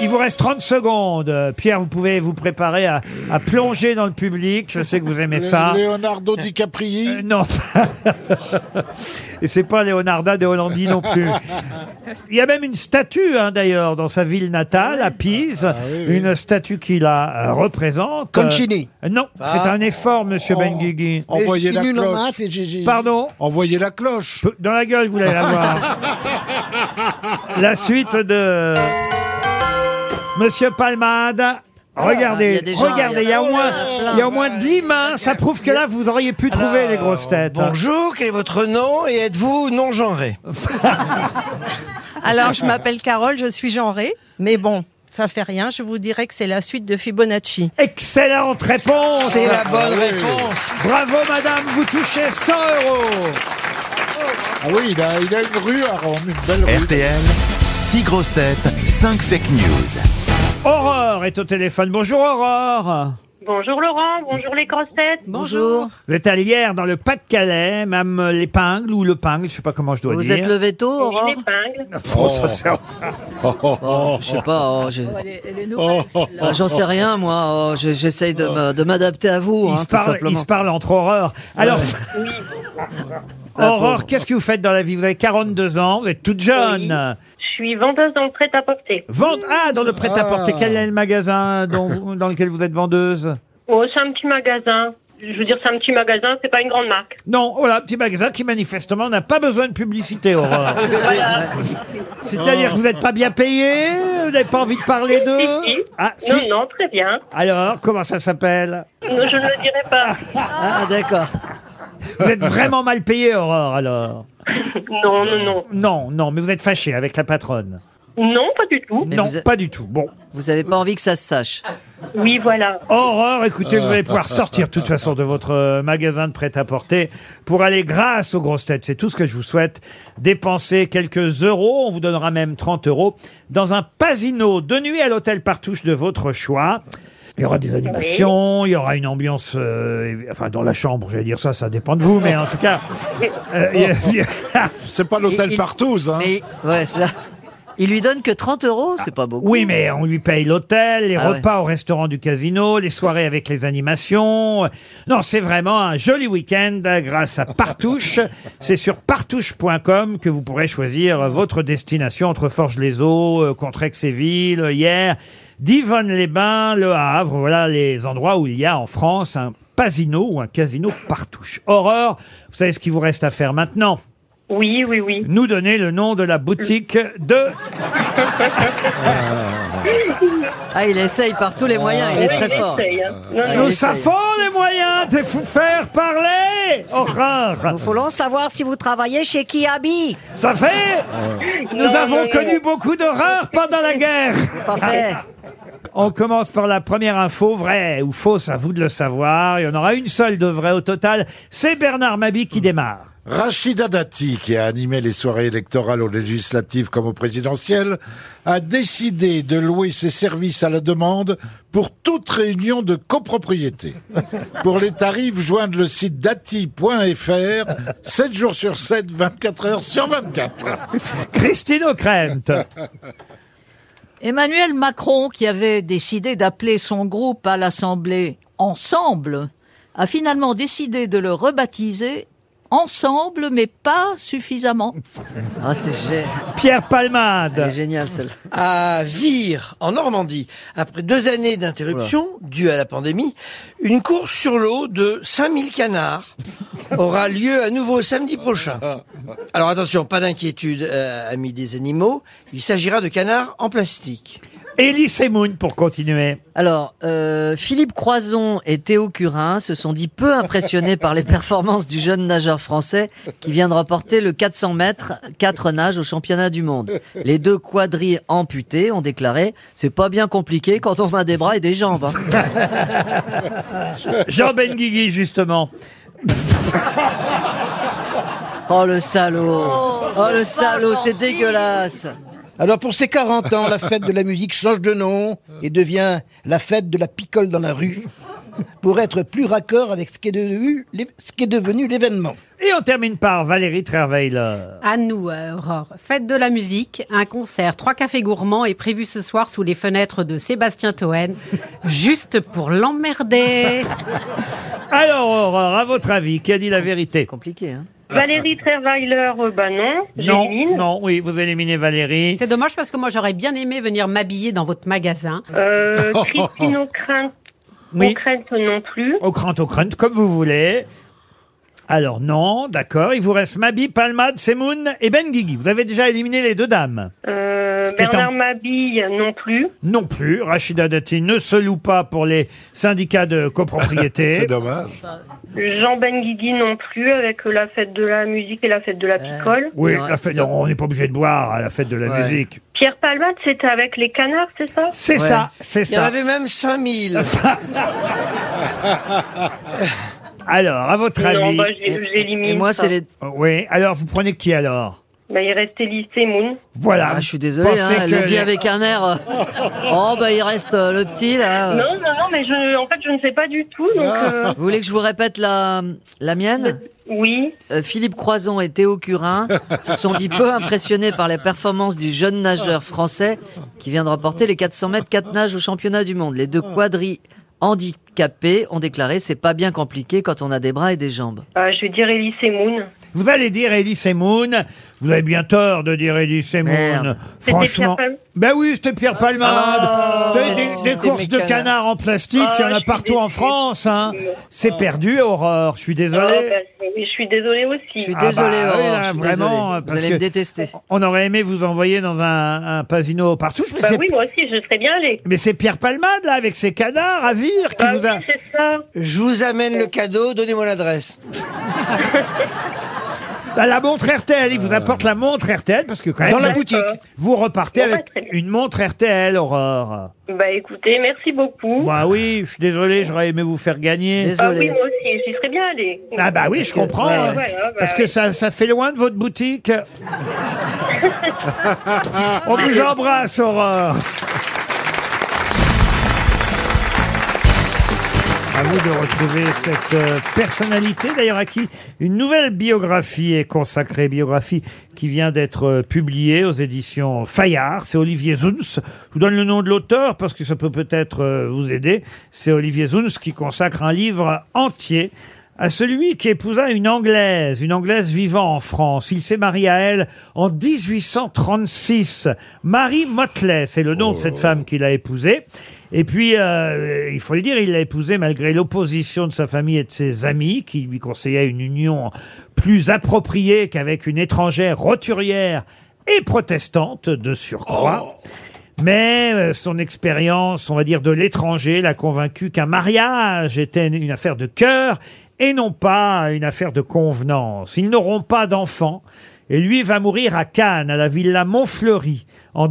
Il vous reste 30 secondes. Euh, Pierre, vous pouvez vous préparer à, à plonger dans le public. Je sais que vous aimez Le- ça. Leonardo DiCaprio Euh, non. Et c'est pas Leonarda de Hollandi non plus. Il y a même une statue, hein, d'ailleurs, dans sa ville natale, à Pise. Ah, Une statue qui la euh, représente. Concini. Euh, non, c'est un effort, monsieur Benguigui. Ah. Oh. Envoyez la cloche. Pardon Envoyez la cloche. Peu- Dans la gueule, vous allez la voir. la suite de Monsieur Palmade. Ah, ah, il y Regardez, a des gens, regardez, il y a au il y en a moins, plein. il y a au moins dix mains. Ça prouve que là, vous auriez pu trouver les grosses têtes. hein. Bonjour, quel est votre nom et êtes-vous non genré Alors, je m'appelle Carole, je suis genrée, mais bon, ça fait rien. Je vous dirais que c'est la suite de Fibonacci. Excellente réponse. C'est la bonne réponse. Ah Bravo, Oh, madame. Vous touchez 100 euros. Ah oui, il a, il a une rue à Rome, une belle rue. RTL, 6 grosses têtes, 5 fake news. Aurore est au téléphone. Bonjour, Aurore. Bonjour Laurent, bonjour les grosses têtes. Bonjour. Vous êtes allé hier dans le Pas-de-Calais, même l'épingle ou le pingle, je sais pas comment je dois Vous dire. êtes levé tôt, Aurore Oh, ça, c'est- Oh, Je sais pas, hein, oh, je- Oh, Ah, j'en sais rien, moi. oh, je- J'essaye de me- de m'adapter à vous, Ils hein, se tout parlent- ils simplement. se parlent entre horreurs. Alors, Ah, Aurore, qu'est-ce que vous faites dans la vie Vous avez 42 ans, vous êtes toute jeune. Je suis vendeuse dans le prêt-à-porter. Vend- Ah, dans le prêt-à-porter, Ah. quel est le magasin dont vous- dans lequel vous êtes vendeuse Oh, c'est un petit magasin. Je veux dire, c'est un petit magasin, c'est pas une grande marque. Non, voilà, petit magasin qui manifestement n'a pas besoin de publicité, Aurore. Voilà. C'est-à-dire que vous n'êtes pas bien payé, vous n'avez pas envie de parler Si, si. d'eux Ah, si. Non, non, très bien. Alors, comment ça s'appelle Non, je ne le dirai pas. Ah, d'accord. Vous êtes vraiment mal payé, Aurore, alors Non, non, non. Non, non, mais vous êtes fâché avec la patronne. Non, pas du tout. non, pas du tout. Bon. Vous n'avez pas envie que ça se sache. Oui, voilà. Aurore, écoutez, vous allez pouvoir sortir de toute façon de votre euh, magasin de prêt-à-porter pour aller grâce aux grosses têtes. C'est tout ce que je vous souhaite. Dépenser quelques euros, on vous donnera même 30 euros, dans un pasino de nuit à l'hôtel Partouche de votre choix. Il y aura des animations, il y aura une ambiance, euh, évi- enfin dans la chambre, j'allais dire ça, ça dépend de vous, mais en tout cas, euh, c'est pas l'hôtel Partouze, hein. Mais, ouais, c'est ça. Il lui donne que 30 euros, c'est pas beaucoup. Oui, mais on lui paye l'hôtel, les Ah ouais. repas au restaurant du casino, les soirées avec les animations. Non, c'est vraiment un joli week-end euh, grâce à Partouche. C'est sur partouche.com que vous pourrez choisir euh, votre destination entre Forges-les-Eaux, euh, Contrex-et-Ville, hier, Divonne-les-Bains, Le Havre. Voilà les endroits où il y a en France un pasino ou un casino Partouche. Horreur, vous savez ce qu'il vous reste à faire maintenant Oui, oui, oui. Nous donner le nom de la boutique de... Ah, il essaye par tous les moyens, il est Oui, très fort. Ah, j'essaye, hein. Non, non. Nous savons Oh, les moyens de vous faire parler Horreur Voulons savoir si vous travaillez chez Kiabi. Ça fait Nous Non, avons non, connu non. beaucoup d'horreurs pendant la guerre Parfait. On commence par la première info, vraie ou fausse, à vous de le savoir. Il y en aura une seule de vraie au total. C'est Bernard Mabi qui démarre. Rachida Dati, qui a animé les soirées électorales aux législatives comme aux présidentielles, a décidé de louer ses services à la demande pour toute réunion de copropriété. Pour les tarifs, joindre le site dati.fr, 7 jours sur 7, 24 heures sur 24. Christine O'Krent. Emmanuel Macron, qui avait décidé d'appeler son groupe à l'Assemblée Ensemble, a finalement décidé de le rebaptiser Ensemble, mais pas suffisamment. Ah, c'est gé- Pierre Palmade. Elle est géniale, celle-là. à Vire, en Normandie, après deux années d'interruption dues à la pandémie, une course sur l'eau de 5000 canards aura lieu à nouveau samedi prochain. Alors attention, pas d'inquiétude, euh, amis des animaux, il s'agira de canards en plastique. Elie Semoun pour continuer. Alors, euh, Philippe Croison et Théo Curin se sont dit peu impressionnés par les performances du jeune nageur français qui vient de remporter le 400 mètres, 4 nages au championnat du monde. Les deux quadrilles amputés ont déclaré « C'est pas bien compliqué quand on a des bras et des jambes. hein. Jean Benguigui, justement. oh le salaud Oh le salaud, c'est gentil. dégueulasse Alors pour ses 40 ans, la fête de la musique change de nom et devient la fête de la picole dans la rue pour être plus raccord avec ce qui est devenu, l'é- ce qui est devenu l'événement. Et on termine par Valérie Trierweiler. À nous, euh, Aurore. Fête de la musique, un concert, trois cafés gourmands est prévu ce soir sous les fenêtres de Sébastien Toen, juste pour l'emmerder. Alors, Aurore, à votre avis, qui a dit la vérité Compliqué, hein Valérie Trierweiler, euh, bah non. Non, j'élimine. non, oui, vous éliminez Valérie. C'est dommage parce que moi j'aurais bien aimé venir m'habiller dans votre magasin. Euh, Christine O'Crainte, Oui. O'Crainte non plus. Au crant, au crant, comme vous voulez. Alors non, d'accord. Il vous reste Mabi, Palmade, Semoun et Ben Guigui. Vous avez déjà éliminé les deux dames. Euh, C'était Bernard un- Mabille non plus. Non plus. Rachida Dati ne se loue pas pour les syndicats de copropriété. C'est dommage. Jean Benguigui non plus avec la fête de la musique et la fête de la picole. Oui, la fête, non, on n'est pas obligé de boire à la fête de la Ouais. musique. Pierre Palmade, c'était avec les canards, c'est ça C'est ça, c'est Il y en ça. avait même 5000. Alors, à votre Non, avis. Euh, bah, je les- je les élimine, Et moi, c'est les... Oui, alors vous prenez qui alors Bah, il restait lycée Moon. Voilà. Ah, je suis désolé, Pensez hein, elle que le dit les- avec un air... euh, Oh, bah, il reste euh, le petit, là. Non, non, non, mais je, en fait, je ne sais pas du tout. Donc, Ah. euh, Vous voulez que je vous répète la, la mienne oui. Euh, Philippe Croison et Théo Curin se sont dit peu impressionnés par les performances du jeune nageur français qui vient de remporter les 400 mètres 4 nages au championnat du monde. Les deux quadris handi- handicapés ont déclaré c'est pas bien compliqué quand on a des bras et des jambes. Euh, je vais dire Elie Moon. Vous allez dire Elise et Moon. Vous avez bien tort de dire Elise et Moon. Merde. C'était Franchement. Pierre Palm- Ben oui, c'était Pierre Palmade. Vous savez, des, des c'était courses de mes canards. canards en plastique, Ah, il y en Oh. je a suis partout en déçue. France. hein. C'est perdu, Aurore. Je suis Ah, désolé. Ah bah bah, oui, je suis désolée aussi. Je suis désolée, Aurore, je suis vraiment, désolée. bah, Vous parce allez que me détester. On aurait aimé vous envoyer dans un, un pasino partout. Mais Bah c'est- oui, moi aussi, je serais bien allée. Bah mais c'est Pierre Palmade, là, avec ses canards à vire, qui vous a... Je vous amène le cadeau, Oh, donnez-moi l'adresse. Bah, la montre RTL, il vous apporte la montre RTL parce que quand même. Euh. Dans la D'accord. boutique. Vous repartez Bon, bah, avec une montre RTL, Aurore. Bah écoutez, merci beaucoup. Bah oui, je suis désolé, j'aurais aimé vous faire gagner. Ah oui, moi aussi, j'y serais bien allée. Ah bah oui, je comprends. hein. Voilà, bah parce que oui. ça, ça fait loin de votre boutique. On vous embrasse, Aurore. À vous de retrouver cette euh, personnalité, d'ailleurs à qui une nouvelle biographie est consacrée, biographie qui vient d'être euh, publiée aux éditions Fayard. C'est Olivier Zuns. Je vous donne le nom de l'auteur parce que ça peut peut-être euh, vous aider. C'est Olivier Zuns qui consacre un livre entier à celui qui épousa une Anglaise, une Anglaise vivant en France. Il s'est marié à elle en 1836. Marie Motley, c'est le nom de cette femme qu'il a épousée. Et puis, euh, il faut le dire, il l'a épousée malgré l'opposition de sa famille et de ses amis, qui lui conseillaient une union plus appropriée qu'avec une étrangère roturière et protestante de surcroît. Mais euh, son expérience, on va dire, de l'étranger l'a convaincu qu'un mariage était une une affaire de cœur et non pas une affaire de convenance. Ils n'auront pas d'enfants et lui va mourir à Cannes, à la villa Montfleury, en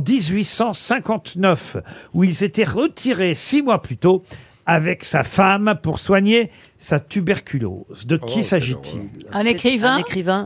1859, où il s'était retiré six mois plus tôt avec sa femme pour soigner sa tuberculose. De qui s'agit-il Un écrivain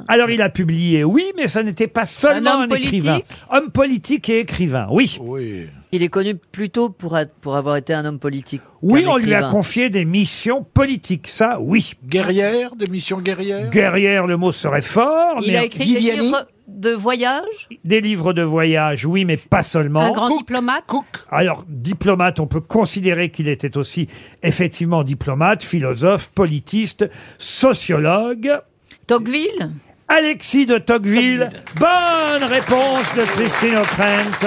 alors il a publié, oui, mais ça n'était pas seulement un, homme politique écrivain. Homme politique et écrivain, oui. Oui. Il est connu plutôt pour, être, pour avoir été un homme politique. Oui, qu'un on lui a écrivain. confié des missions politiques, ça, oui. Guerrière, des missions guerrières Guerrière, le mot serait fort, Il mais a écrit des livres de voyage des livres de voyage, oui, mais pas seulement. Un grand diplomate Alors, diplomate, on peut considérer qu'il était aussi effectivement diplomate, philosophe, politiste, sociologue. Tocqueville Alexis de Tocqueville. Bonne réponse de Christine O'Krent.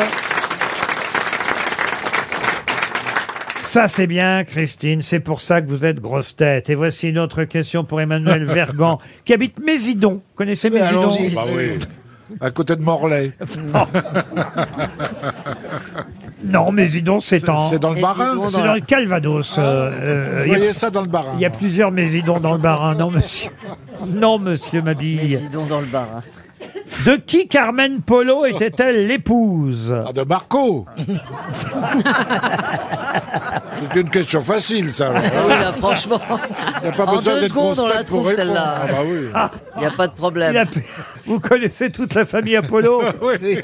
Ça, c'est bien, Christine. C'est pour ça que vous êtes grosse tête. Et voici une autre question pour Emmanuel Vergan, qui habite Mésidon. Vous connaissez Mais Mésidon allons-y. Bah oui. À côté de Morlaix. Non, Mésidon, c'est en. C'est dans le Bas-Rhin C'est dans le Calvados. euh, euh, Vous il y a- voyez ça dans le Bas-Rhin Il y a plusieurs Mésidons dans le Bas-Rhin. Non, monsieur. Non, monsieur Mabille. Mésidon dans le bar. De qui Carmen Polo était-elle l'épouse Ah, De Marco. C'est une question facile, ça. alors. franchement. Il n'y a pas en besoin deux d'être secondes, on grosse la tête pour trouve répondre. celle-là. Ah bah oui. Il n'y a pas de problème. Il a- Vous connaissez toute la famille Apollo Ouais,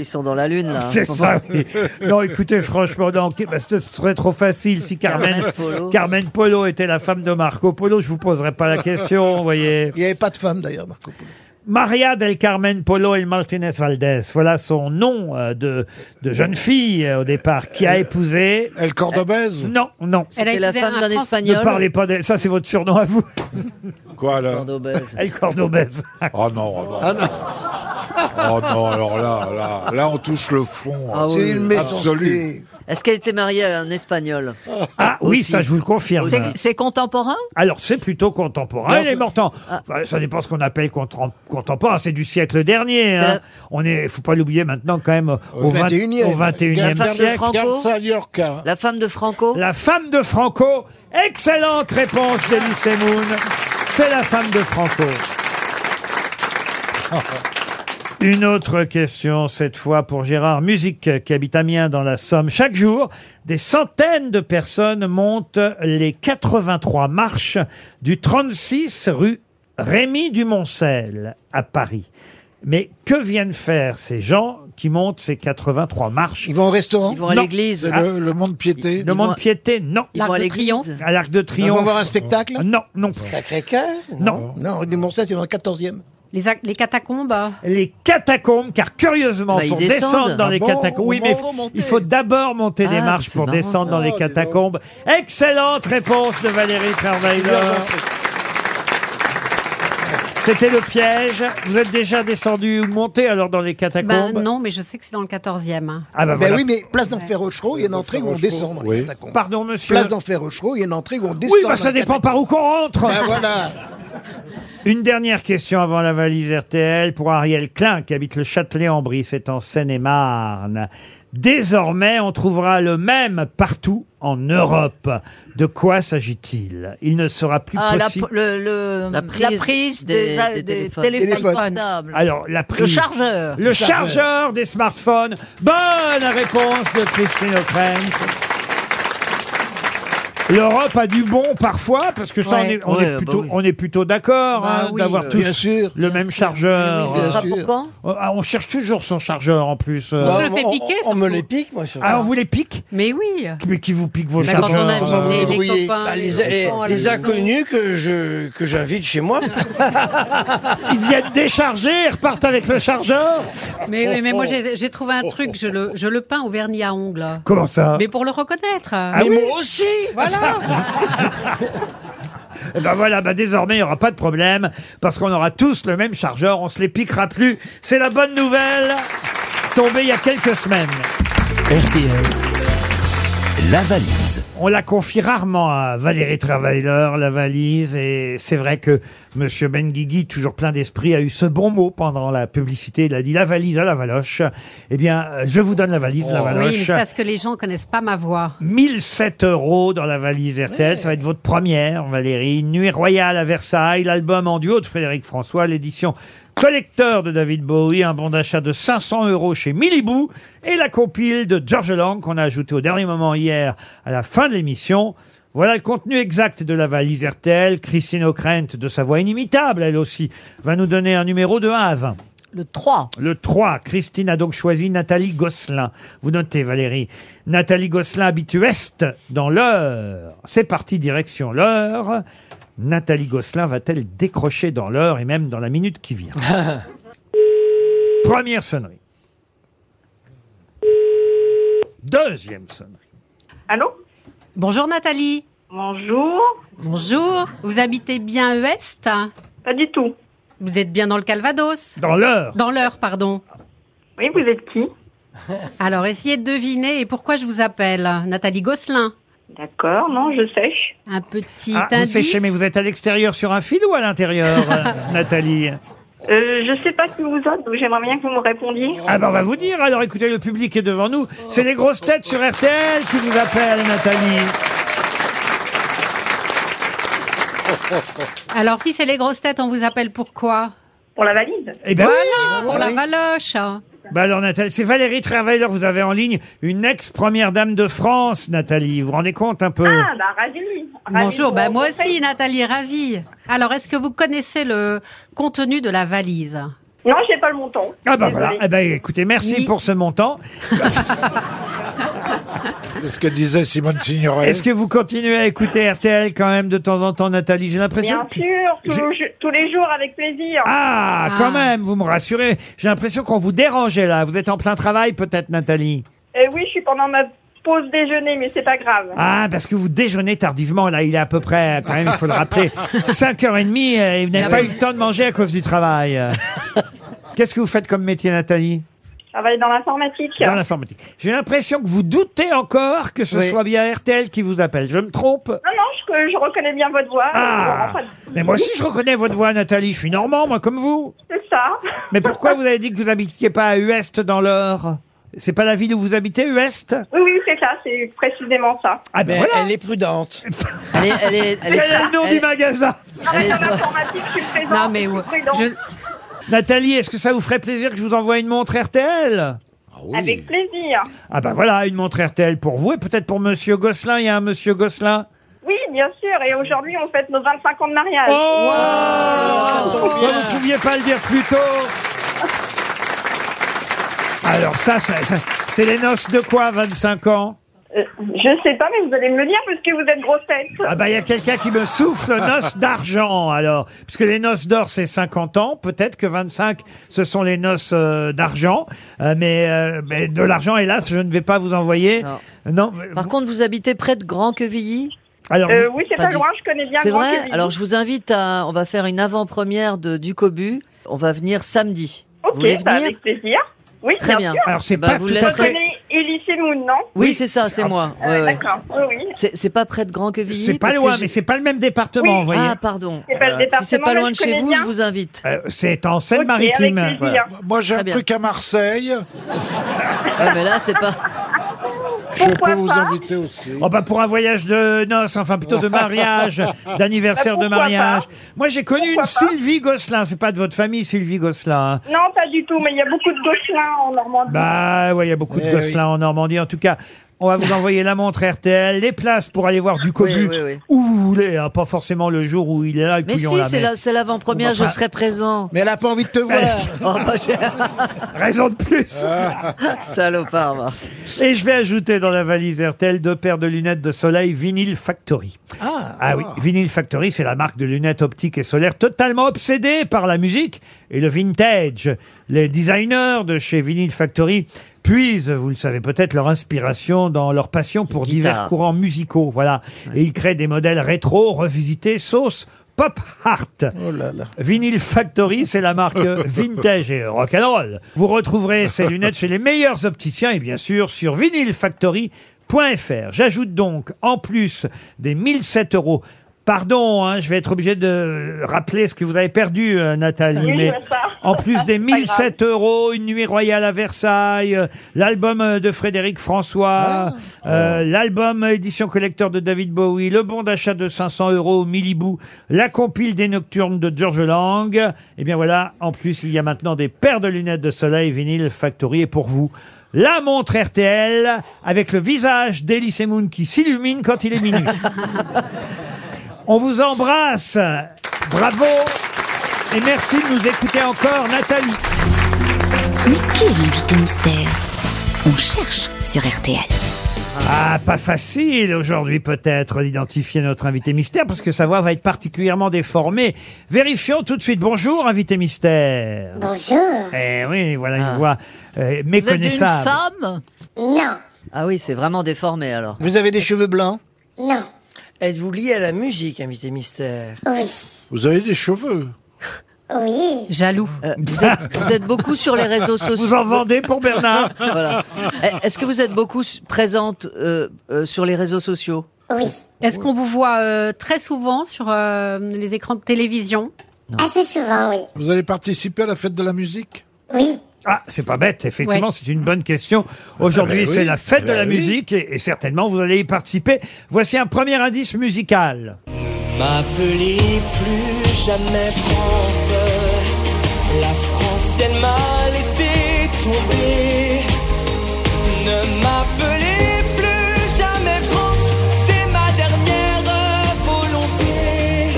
ils sont dans la lune, là. C'est ça, oui. Non, écoutez, franchement, non, ok, bah, ce serait trop facile si Carmen, Carmen Polo. Carmen Polo était la femme de Marco Polo. Je vous poserai pas la question, vous voyez. Il n'y avait pas de femme d'ailleurs, Marco Polo. Maria del Carmen Polo et Martinez Valdés. Voilà son nom euh, de, de jeune fille euh, au départ qui a épousé. Elle cordobaise Non, non. Elle a C'était la épousé femme un d'un Français. Espagnol. Ne parlez pas d'elle. Ça, c'est votre surnom à vous. Quoi alors El Cordobaise. Oh non, oh Ah, non. Oh non, alors là, là, là, on touche le fond. Ah oui. C'est une méchanceté. absolue. Est-ce qu'elle était mariée à un Espagnol Ah oui, ça, je vous le confirme. C'est- C'est contemporain Alors, c'est plutôt contemporain. Non, Elle est c'est- morte en- Ah. Enfin, ça dépend ce qu'on appelle contem- contemporain. C'est du siècle dernier. hein. la- On est, faut pas l'oublier maintenant quand même au, 20 21e. au 21e La femme de siècle. Franco. Garza La femme de Franco. La femme de Franco. Excellente réponse d'Elysée Moon. C'est la femme de Franco. Une autre question, cette fois pour Gérard Musique, qui habite Amiens dans la Somme. Chaque jour, des centaines de personnes montent les 83 marches du 36 rue Rémy du Moncel à Paris. Mais que viennent faire ces gens qui montent ces 83 marches Ils vont au restaurant Ils vont à l'église. Ah. Le- monde piété Le Ils vont monde à- piété, non. Ils vont à l'église À l'Arc de Triomphe. Ils vont voir un spectacle Non, non. Sacré-Cœur Non. Non, rue du Moncel, c'est dans le 14e. Les, ac- les catacombes Les catacombes, car curieusement, Bah, ils pour descendent. descendre dans Ah les bon catacombes, oui, Oh Faut mais f- remonter. il faut d'abord monter des Ah, marches c'est pour marrant, descendre ça. dans les catacombes. Excellente réponse de Valérie Trierweiler. C'était le piège. Vous êtes déjà descendu ou monté alors dans les Ben catacombes non, mais je sais que c'est dans le hein. 14e. Ah, bah, Ben voilà. oui, mais place d'enfer Rochereau, il y a une entrée où on descend dans les Oui. catacombes. Pardon, monsieur. Place d'enfer Rochereau, il y a une entrée où on descend. Oui, bah, ça dépend par où qu'on rentre. Ben voilà. Une dernière question avant la valise RTL pour Ariel Klein qui habite le Châtelet-en-Brie, c'est en Seine-et-Marne. Désormais, on trouvera le même partout en Europe. De quoi s'agit-il Il ne sera plus Ah, la, possible. le- le- la prise, des, des téléphones, portables. Alors, la prise. Le chargeur. Le chargeur des smartphones. Bonne réponse de Christine O'Krent. L'Europe a Oh, du bon parfois, parce que ça, on Ouais. est, on Ouais, est bah plutôt, oui. on est plutôt d'accord Bah hein, oui, d'avoir euh, tous bien sûr. le même chargeur. Oui, oui, ce sera pour quand Euh, ah, on cherche toujours son chargeur en plus. euh. Bah, on- on, on me les pique, moi. surtout. Ah, on vous les pique Mais oui. Mais qui vous pique vos Mais chargeurs quand on invite les- euh, les oui. copains, Bah, les- les- enfants à la les maison. inconnus que je que j'invite chez moi. Ils viennent décharger, ils repartent avec le chargeur. Mais, mais, mais moi, j'ai j'ai trouvé un truc, je le, je le peins au vernis à ongles. Comment ça Mais pour le reconnaître. Mais oui moi aussi Voilà Eh Ben voilà, ben désormais, il n'y aura pas de problème, parce qu'on aura tous le même chargeur, on se les piquera plus. C'est la bonne nouvelle, tombée il y a quelques semaines. RTL, la valise. On la confie rarement à Valérie Travailer, la valise, et c'est vrai que Monsieur Benguigui, toujours plein d'esprit, a eu ce bon mot pendant la publicité. Il a dit la valise à la valoche. Eh bien, euh, je vous donne la valise, la Oh. Oui, mais valoche. c'est parce que les gens connaissent pas ma voix. 1007 euros dans la valise RTL. Ça va être votre première, Valérie. Une Nuit royale à Versailles, l'album en duo de Frédéric François, l'édition collecteur de David Bowie, un bon d'achat de 500 euros chez Milibou et la compile de George Lang qu'on a ajouté au dernier moment hier à la fin de l'émission. Voilà le contenu exact de la valise RTL. Christine O'Krent, de sa voix inimitable, elle aussi, va nous donner un numéro de 1 à 20. Le 3. Le 3, Christine a donc choisi Nathalie Gosselin. Vous notez, Valérie. Nathalie Gosselin habite Ouest, dans l'heure. C'est parti, direction l'heure. Nathalie Gosselin va-t-elle décrocher dans l'heure et même dans la minute qui vient Première sonnerie. Deuxième sonnerie. Allô Bonjour Nathalie. Bonjour. Bonjour. Vous habitez bien Ouest Pas du tout. Vous êtes bien dans le Calvados Dans l'heure. Dans l'heure, pardon. Oui, vous êtes qui Alors, essayez de deviner et pourquoi je vous appelle. Nathalie Gosselin. D'accord, non, je sèche. Un petit Ah, vous indice. séchez, mais vous êtes à l'extérieur sur un fil ou à l'intérieur, euh, Nathalie Euh, je sais pas qui vous êtes, donc j'aimerais bien que vous me répondiez. Ah ben on va vous dire, alors écoutez, le public est devant nous. C'est les grosses têtes sur RTL qui vous appellent, Nathalie. Alors, si c'est les grosses têtes, on vous appelle pourquoi Pour la valise. Eh ben voilà, oui. pour la valoche. Bah alors Nathalie, c'est Valérie Travailleur, vous avez en ligne une ex-première dame de France, Nathalie. Vous vous rendez compte un peu Ah, bah ravi. Bonjour, bah moi aussi Nathalie, ravie. Alors, est-ce que vous connaissez le contenu de la valise Non, j'ai pas le montant. Ah bah Désolée. voilà, eh ben écoutez, merci pour ce montant. C'est ce que disait Simone Signoret. Est-ce que vous continuez à écouter RTL quand même de temps en temps, Nathalie J'ai l'impression Bien sûr, tous, tous les jours avec plaisir. Ah, quand même, vous me rassurez. J'ai l'impression qu'on vous dérangeait là. Vous êtes en plein travail peut-être, Nathalie Eh oui, je suis pendant ma pause déjeuner, mais c'est pas grave. Ah, parce que vous déjeunez tardivement, là, il est à peu près, quand même, il faut le rappeler, 5h30, euh, et vous n'avez Ah pas oui. eu le temps de manger à cause du travail. Euh, Qu'est-ce que vous faites comme métier, Nathalie Je travaille dans l'informatique. Dans l'informatique. J'ai l'impression que vous doutez encore que ce Oui. soit bien RTL qui vous appelle. Je me trompe Non, non, je, je reconnais bien votre voix. Ah. Je comprends pas de- Mais moi aussi, je reconnais votre voix, Nathalie. Je suis normand, moi, comme vous. C'est ça. Mais pourquoi vous avez dit que vous habitiez pas à Uest dans l'Or C'est pas la ville où vous habitez, Uest Oui, oui, c'est ça, c'est précisément ça. Ah ben voilà. Elle est prudente. Elle est- elle est- elle est- Quel est le nom elle- du magasin Non, mais dans l'informatique, je suis présente. Non, mais je suis ouais, prudente. Nathalie, est-ce que ça vous ferait plaisir que je vous envoie une montre RTL Ah Avec plaisir. Ah ben voilà, une montre RTL pour vous et peut-être pour Monsieur Gosselin. Il y a un Monsieur Gosselin. Oui, bien sûr. Et aujourd'hui, on fête nos 25 ans de mariage. Oh, Oh Pourquoi vous ne pouviez pas le dire plus tôt Alors ça, ça- ça- c'est les noces de quoi, 25 ans Euh, je sais pas, mais vous allez me le dire parce que vous êtes grosse tête. Ah bah il y a quelqu'un qui me souffle noces d'argent alors, puisque les noces d'or c'est 50 ans, peut-être que 25 ce sont les noces euh, d'argent, Euh, mais, euh, mais de l'argent hélas je ne vais pas vous envoyer. Euh, Non. Par contre, vous habitez près de Grand-Quevilly Alors Euh, oui, c'est pas, du- loin, je connais bien C'est Grand vrai Quevilly. Alors je vous invite à... On va faire une avant-première de Ducobu. On va venir samedi. vous Ok, voulez bah, venir avec plaisir. Oui, Très bien. sûr. Alors, c'est Eh Bah, ben, pas vous tout à Je laisserez- fait- connais Élysée Moon, non Oui, c'est ça, c'est moi. Ah, Ouais, ouais. D'accord, oui, oui. C'est c'est pas près de Grand-Quevilly C'est pas parce que loin, j'ai- mais c'est pas le même département, Oui. vous voyez. Ah, pardon. C'est pas le Euh, département, si c'est pas mais loin de je chez connais vous, bien. je vous invite. Euh, c'est en Seine-Maritime. avec plaisir. Voilà. Moi, j'ai un Très bien. truc à Marseille. Ouais, mais là, c'est pas. je peux vous inviter aussi. Oh bah pour un voyage de noces, enfin plutôt de mariage, d'anniversaire Bah, de pourquoi mariage. pas Moi j'ai connu une Sylvie Gosselin, c'est pas de votre famille Sylvie Gosselin. hein. Non, pas du tout, mais il y a beaucoup de Gosselin en Normandie. Bah ouais, il y a beaucoup de Eh Gosselin en Normandie. En tout cas, on va vous envoyer la montre RTL, les places pour aller voir du cobu oui, oui. où vous voulez, hein, pas forcément le jour où il est là. et Mais couillon, si, là, c'est mais- la- c'est l'avant-première, Enfin- je serai présent. Mais elle a pas envie de te voir. Oh, bah, j'ai- Raison de plus. Salopard, va. Et je vais ajouter dans la valise RTL deux paires de lunettes de soleil Vinyl Factory. Ah, Ah oui, Vinyl Factory, c'est la marque de lunettes optiques et solaires totalement obsédée par la musique et le vintage. Les designers de chez Vinyl Factory puisent, vous le savez peut-être, leur inspiration dans leur passion pour guitares. divers courants musicaux. Voilà. Et ils créent des modèles rétro, revisités, sauce pop art. Oh là là. Vinyl Factory, c'est la marque vintage et rock'n'roll. Vous retrouverez ces lunettes chez les meilleurs opticiens et bien sûr sur vinylfactory.fr. J'ajoute donc, en plus des 1007 euros, pardon, hein, je vais être obligé de rappeler ce que vous avez perdu, euh, Nathalie, Oui, mais c'est ça. en plus des Pas grave. 1007 euros, une nuit royale à Versailles, euh, l'album euh, de Frédéric François, euh, l'album euh, édition collector de David Bowie, le bon d'achat de 500 euros au Milibou, la compile des nocturnes de George Lang. Et bien voilà, en plus, il y a maintenant des paires de lunettes de soleil vinyle Factory et pour vous. La montre RTL avec le visage d'Elysée Moon qui s'illumine quand il est minuit. On vous embrasse. Bravo. Et merci de nous écouter encore, Nathalie. Mais qui est l'invité mystère On cherche sur RTL. Ah, pas facile aujourd'hui peut-être d'identifier notre invité mystère parce que sa voix va être particulièrement déformée. Vérifions tout de suite. Bonjour, invité mystère. Bonjour. Eh oui, voilà une voix euh, méconnaissable. femme Non. Ah oui, c'est vraiment déformé alors. Vous avez des cheveux blancs Non. Êtes-vous lié à la musique, invité mystère Oui. Vous avez des cheveux. Oui. Jaloux. Euh, vous, êtes, vous êtes beaucoup sur les réseaux sociaux. Vous en vendez pour Bernard Voilà. Eh, Est-ce que vous êtes beaucoup s- présente euh, euh, sur les réseaux sociaux Oui. Est-ce qu'on vous voit euh, très souvent sur euh, les écrans de télévision Assez souvent, oui. Vous allez participer à la fête de la musique Oui. Ah, c'est pas bête, effectivement, Ouais. c'est une bonne question. Aujourd'hui, Ah ben oui. c'est la Ah fête de ben la oui. musique et, et certainement vous allez y participer. Voici un premier indice musical. M'appeler plus jamais France. La France, elle m'a laissé tomber. Ne m'appelez plus jamais France, c'est ma dernière volonté.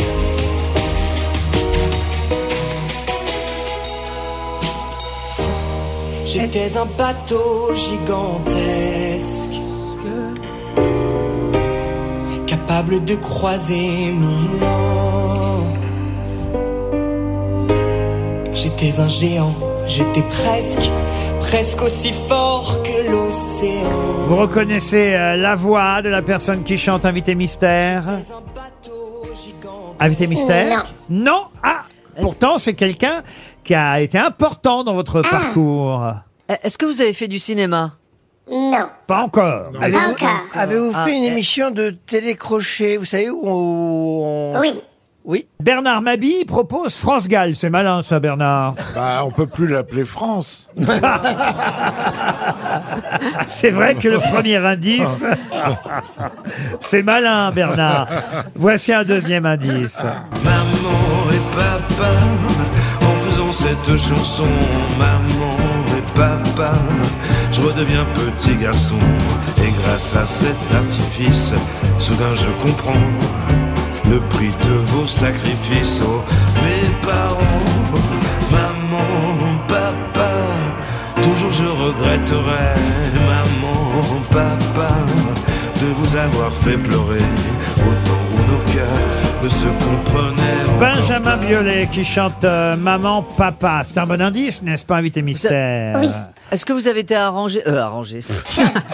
J'étais un bateau gigantesque, capable de croiser Milan. J'étais un géant, j'étais presque, presque aussi fort que l'océan. Vous reconnaissez euh, la voix de la personne qui chante Invité Mystère Invité Mystère Non. Ah Pourtant, c'est quelqu'un qui a été important dans votre parcours. Eh, Est-ce que vous avez fait du cinéma Non. Pas encore. Avez-vous avez-vous Ah, fait une eh. émission de télécrochet, vous savez, où on... Oui. Oui. Bernard Mabille propose France Gall. C'est malin, ça, Bernard. Bah, on peut plus l'appeler France. Ah, C'est vrai que le premier indice. C'est malin, Bernard. Voici un deuxième indice. Maman et papa, en faisant cette chanson, maman et papa, je redeviens petit garçon. Et grâce à cet artifice, soudain je comprends le prix de vos sacrifices. Oh, mes parents, maman, papa, toujours je regretterai, maman, papa. de vous avoir fait pleurer, autant où nos cœurs ne se comprenaient. encore Benjamin Violet qui chante euh, Maman, Papa. C'est un bon indice, n'est-ce pas, invité mystère Est-ce que vous avez été arrangé Euh, arrangé.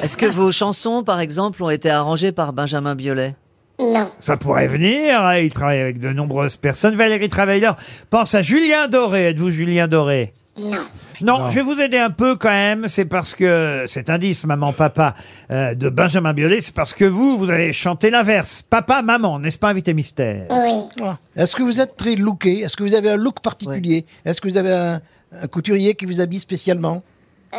Est-ce que vos chansons, par exemple, ont été arrangées par Benjamin Biolay Non. Ça pourrait venir. hein, Il travaille avec de nombreuses personnes. Valérie Travailleur pense à Julien Doré. Êtes-vous Julien Doré Non. Non, je vais vous aider un peu quand même. C'est parce que cet indice, maman, papa, euh, de Benjamin Biolay, c'est parce que vous, vous avez chanté l'inverse. Papa, maman, n'est-ce pas, invité mystère Ah. Est-ce que vous êtes très looké Est-ce que vous avez un look particulier Est-ce que vous avez un, un couturier qui vous habille spécialement euh,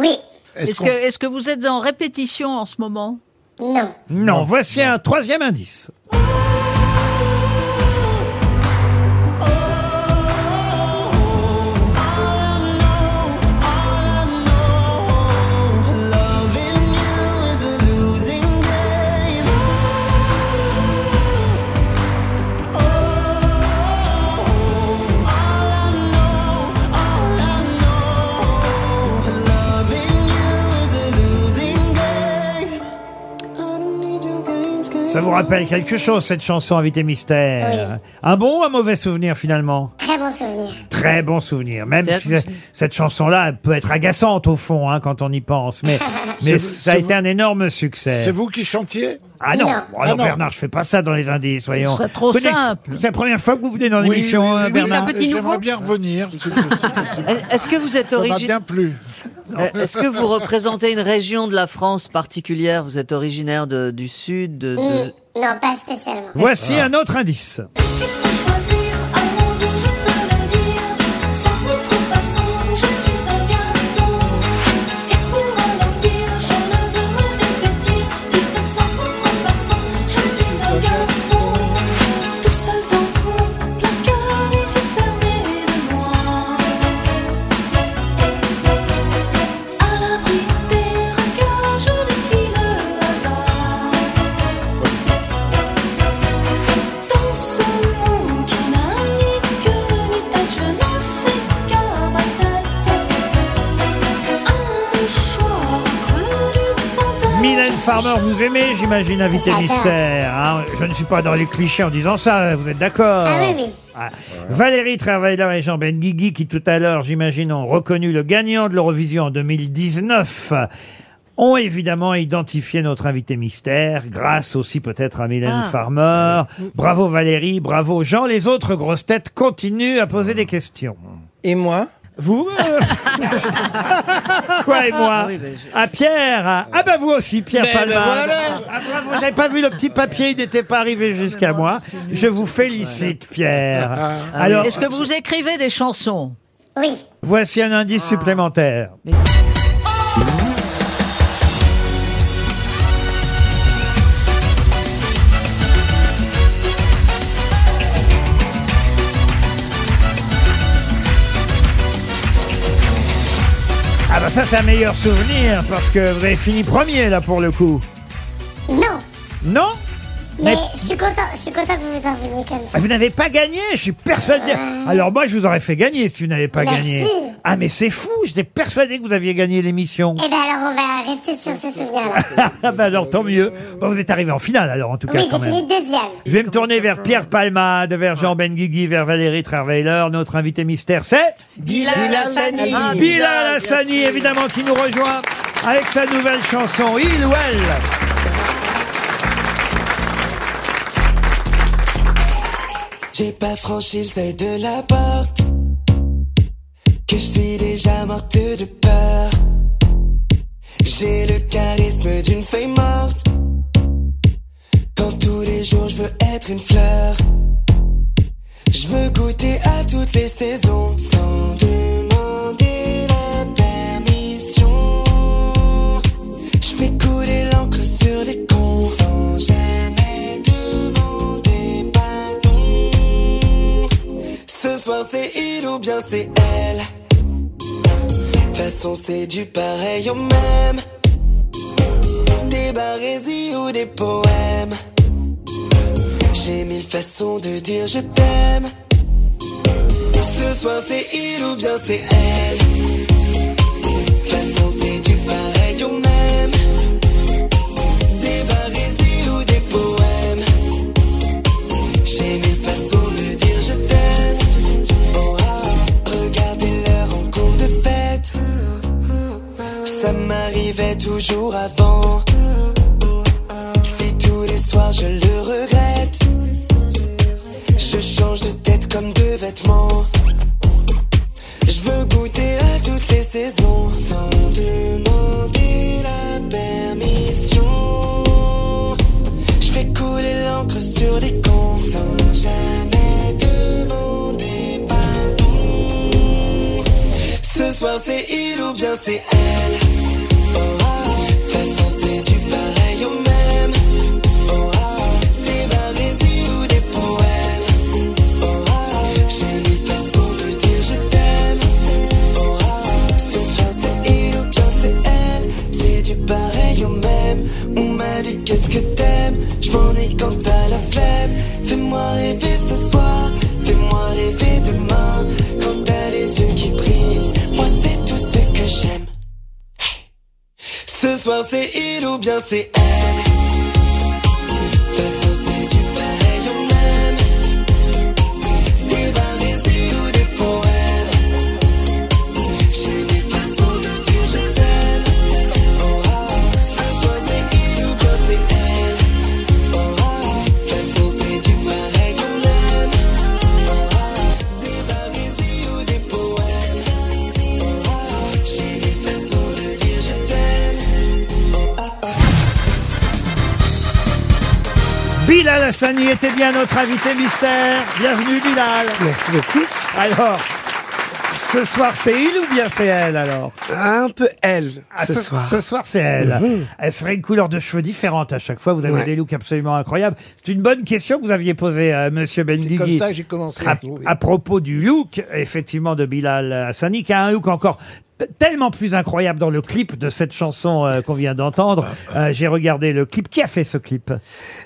Oui. Est-ce Est-ce qu'on- que, est-ce que vous êtes en répétition en ce moment Non. Non, voici un troisième indice. Ça vous rappelle quelque chose, cette chanson, invité mystère Un bon ou un mauvais souvenir, finalement Très bon souvenir. Très bon souvenir. Même C'est si vrai. c'est- cette chanson-là elle peut être agaçante au fond hein, quand on y pense, mais, mais C'est vous- ça a c'est été un énorme succès. C'est vous qui chantiez Ah non, Non. Oh non, Ah non. Bernard, je fais pas ça dans les indices, voyons. serait trop Tenez, simple. C'est la première fois que vous venez dans Oui, l'émission, oui, oui, hein, oui, Bernard. un petit J'aimerais nouveau bien revenir. Est-ce que vous êtes Ça m'a originaire bien plu. Est-ce que vous représentez une région de la France particulière Vous êtes originaire de- du sud de- de... Non, pas spécialement. Voici un autre indice. Dans ce monde qui n'a ni queue ni tête, je ne fais qu'à ma tête. Un mouchoir creux du pantalon. Mylène Farmer, vous aimez, j'imagine, invité J'adore. mystère. hein. Je ne suis pas dans les clichés en disant ça, vous êtes d'accord Ah oui, oui. Ah. Valérie Travailleur et Jean Benguigui, qui tout à l'heure, j'imagine, ont reconnu le gagnant de l'Eurovision en 2019, ont évidemment identifié notre invité mystère, grâce aussi peut-être à Mylène Ah. Farmer. Bravo Valérie, bravo Jean. Les autres grosses têtes continuent à poser des questions. Et moi Vous euh, Quoi et moi Ah Pierre ah, Ah bah vous aussi Pierre Mais Palma ben voilà. Ah, Ah, bravo, Vous n'avez pas vu le petit papier, il n'était pas arrivé jusqu'à moi. Je vous félicite Pierre. Alors Est-ce que vous écrivez des chansons Oui. voici un indice supplémentaire. Ah bah ça c'est un meilleur souvenir parce que vous avez fini premier là pour le coup. Non. Non Mais je suis content, je suis content que vous vous en veniez comme ça. Ah, Vous n'avez pas gagné, je suis persuadé. Alors moi, je vous aurais fait gagner si vous n'avez pas Merci. gagné. Ah mais c'est fou, j'étais persuadé que vous aviez gagné l'émission. Eh ben alors, on va rester sur ce souvenir-là. Ah bah alors tant mieux. Bah, vous êtes arrivé en finale alors en tout Ah, cas Oui, j'ai quand fini même. deuxième. Je vais me tourner vers Pierre Palmade, vers Jean Benguigui, vers Valérie Traveiller. Notre invité mystère, c'est Bilal Hassani. Ah, Bilal, Bilal bien Hassani, sûr. évidemment, qui nous rejoint avec sa nouvelle chanson, Il ou Elle. J'ai pas franchi le seuil de la porte Que je suis déjà morte de peur J'ai le charisme d'une feuille morte Quand tous les jours je veux être une fleur Je veux goûter à toutes les saisons Sans demander la permission Je fais couler l'encre sur les cons Sans jamais demander pardon Ce soir c'est il ou bien c'est elle De toute façon c'est du pareil au même Des barésies ou des poèmes J'ai mille façons de dire je t'aime Ce soir c'est il ou bien c'est elle De toute façon c'est du pareil au même des barres toujours avant. Si tous les soirs je le regrette, je change de tête comme de vêtements. Je veux goûter à toutes les saisons sans demander la permission. Je fais couler l'encre sur les cons sans jamais demander pardon. Ce soir c'est il ou bien c'est elle. Oh, ah, de toute façon c'est du pareil au même. Oh, ah, des babaisies ou des poèmes. Oh, ah, j'ai une façon de dire je t'aime. Oh, ah, ce soir c'est il ou bien c'est elle. C'est du pareil au même. On m'a dit qu'est-ce que t'aimes. Je m'ennuie quand t'as la flemme. Fais-moi rêver ce soir. Fais-moi rêver demain. Quand t'as les yeux qui brillent. Moi c'est tout ce que j'aime. Ce soir c'est il ou bien c'est elle. De toute façon, c'est du pareil au même. Des babaisies ou des poèmes. J'ai des façons de dire je t'aime. Oh, ah. Ce soir c'est il ou bien c'est elle. Oh, ah. De toute façon, c'est du pareil au même. Oh, ah. Des babaisies ou des poèmes. Oh, ah. J'ai des façons de dire je t'aime. Bilal Hassani était bien notre invité mystère. Bienvenue Bilal. Merci beaucoup. Alors, ce soir c'est il ou bien c'est elle alors Un peu elle ce soir. Ce soir c'est elle. Mhm. Elle serait une couleur de cheveux différente à chaque fois. Vous avez Ouais. des looks absolument incroyables. C'est une bonne question que vous aviez posée à Monsieur Benguigui. comme ça que j'ai commencé. À, Oui. à propos du look, effectivement, de Bilal Hassani, qui a un look encore t- tellement plus incroyable dans le clip de cette chanson euh, qu'on vient d'entendre. Euh, J'ai regardé le clip. Qui a fait ce clip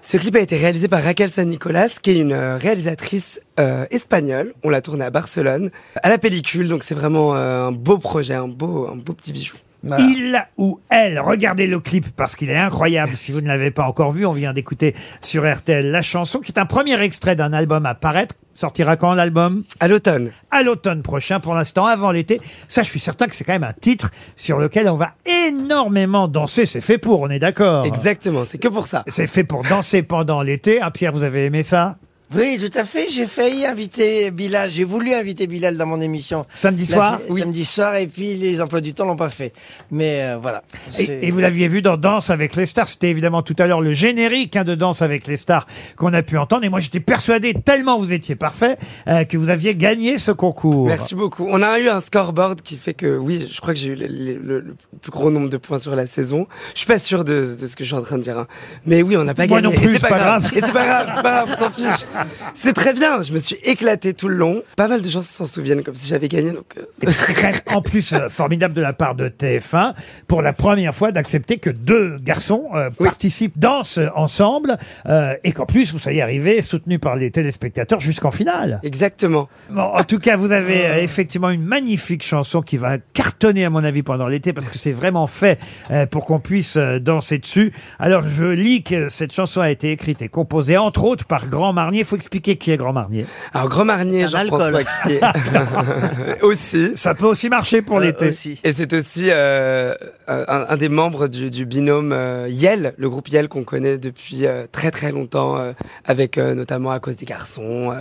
Ce clip a été réalisé par Raquel San Nicolas, qui est une euh, réalisatrice euh, espagnole. On l'a tourné à Barcelone, à la pellicule, donc c'est vraiment euh, un beau projet, un beau, un beau petit bijou. Il ou elle, regardez le clip parce qu'il est incroyable si vous ne l'avez pas encore vu. On vient d'écouter sur RTL la chanson qui est un premier extrait d'un album à paraître. Sortira quand l'album À l'automne. À l'automne prochain, pour l'instant, avant l'été. Ça, je suis certain que c'est quand même un titre sur lequel on va énormément danser. C'est fait pour, on est d'accord Exactement, c'est que pour ça. C'est fait pour danser pendant l'été. Hein, Pierre, vous avez aimé ça Oui, tout à fait. J'ai failli inviter Bilal. J'ai voulu inviter Bilal dans mon émission. Samedi La- soir Samedi soir, et puis les emplois du temps l'ont pas fait. Mais euh, voilà. C'est- Et, et vous l'aviez vu dans Danse avec les stars. C'était évidemment tout à l'heure le générique hein, de Danse avec les stars qu'on a pu entendre. Et moi, j'étais persuadé, tellement vous étiez parfait, euh, que vous aviez gagné ce concours. Merci beaucoup. On a eu un scoreboard qui fait que, oui, je crois que j'ai eu le, le- le- le plus gros nombre de points sur la saison. Je suis pas sûr de, de ce que je suis en train de dire. hein. Mais oui, on n'a pas Moi gagné. non plus, Et c'est pas grave. Et c'est pas grave, c'est pas grave, on s'en fiche. C'est très bien. Je me suis éclaté tout le long. Pas mal de gens s'en souviennent comme si j'avais gagné. Donc, euh, C'est quand même, en plus euh, formidable de la part de TF1 pour la première fois d'accepter que deux garçons euh, participent, dansent ensemble euh, et qu'en plus vous soyez arrivés soutenus par les téléspectateurs jusqu'en finale. Exactement. en tout cas, vous avez euh, effectivement une magnifique chanson qui va cartonner à mon avis pendant l'été parce que c'est vraiment fait euh, pour qu'on puisse euh, danser dessus. Alors je lis que cette chanson a été écrite et composée entre autres par Grand Marnier. Il faut expliquer qui est Grand Marnier. Alors Grand Marnier, Jean-François Quier. aussi. Ça peut aussi marcher pour l'été. aussi. Et c'est aussi euh, un, un des membres du, du binôme euh, Yel, le groupe Yel qu'on connaît depuis euh, très très longtemps, euh, avec euh, notamment à cause des garçons, euh,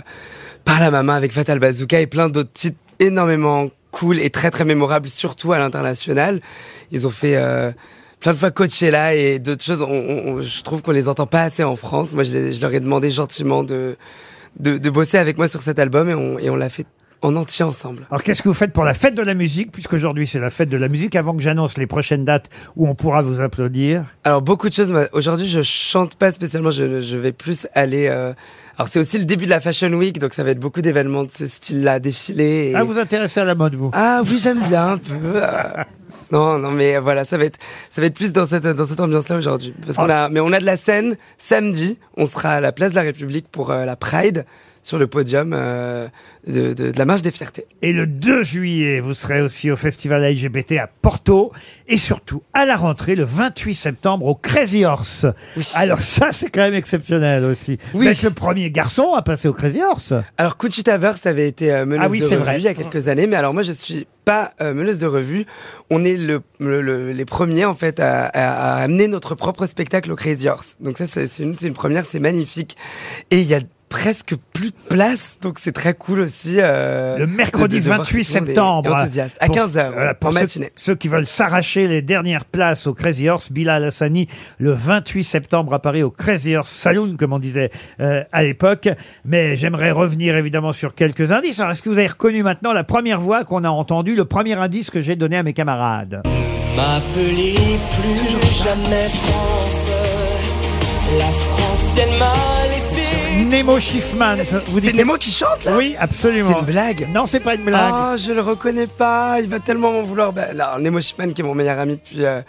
par la maman avec Fatal Bazooka et plein d'autres titres énormément cool et très très mémorables, surtout à l'international. Ils ont fait euh, plein de fois Coachella et d'autres choses. On- on- on- je trouve qu'on les entend pas assez en France. Moi, je, les- je leur ai demandé gentiment de, de, de bosser avec moi sur cet album et on, et on l'a fait en entier ensemble. Alors qu'est-ce que vous faites pour la fête de la musique, puisqu'aujourd'hui c'est la fête de la musique, avant que j'annonce les prochaines dates où on pourra vous applaudir Alors beaucoup de choses. Moi, Aujourd'hui, je chante pas spécialement. Je, je vais plus aller. euh, Alors c'est aussi le début de la Fashion Week, donc ça va être beaucoup d'événements de ce style-là, défilés. et- Ah, vous vous intéressez à la mode, vous Ah oui, j'aime bien un peu. euh. Non, non, mais voilà, ça va être, ça va être plus dans cette, dans cette ambiance-là aujourd'hui. Parce qu'on a, mais on a de la scène samedi. On sera à la place de la République pour euh, la Pride. sur le podium euh, de, de- de la marche des fiertés. Et le 2 juillet, vous serez aussi au festival LGBT à Porto. Et surtout, à la rentrée, le 28 septembre, au Crazy Horse. Alors ça, c'est quand même exceptionnel aussi. Vous êtes le premier garçon à passer au Crazy Horse. Alors, Conchita Wurst avait été euh, meneuse Ah oui, de c'est revue vrai. il y a quelques années, mais alors moi, je suis pas euh, meneuse de revue. On est le- le- le- les premiers, en fait, à, à- à amener notre propre spectacle au Crazy Horse. Donc ça, c'est c'est une, c'est une première, c'est magnifique. Et il y a presque plus de place, donc c'est très cool aussi. euh, Le mercredi de- de voir 28 tout le monde est- est septembre. enthousiaste. à Pour- 15h, voilà, pour en ceux- matinée. Ceux, qui veulent s'arracher les dernières places au Crazy Horse, Bilal Hassani, le 28 septembre à Paris au Crazy Horse Saloon, comme on disait euh, à l'époque. Mais j'aimerais revenir évidemment sur quelques indices. Alors, est-ce que vous avez reconnu maintenant la première voix qu'on a entendue, le premier indice que j'ai donné à mes camarades M'appeler plus jamais France. La France, elle m'a laissé. Nemo Schiffman. vous dites- C'est Nemo qui chante là Oui, absolument. C'est une blague Non, c'est pas une blague. Oh, je le reconnais pas, il va tellement m'en vouloir. Bah, alors, Nemo Schiffman qui est mon meilleur ami depuis euh,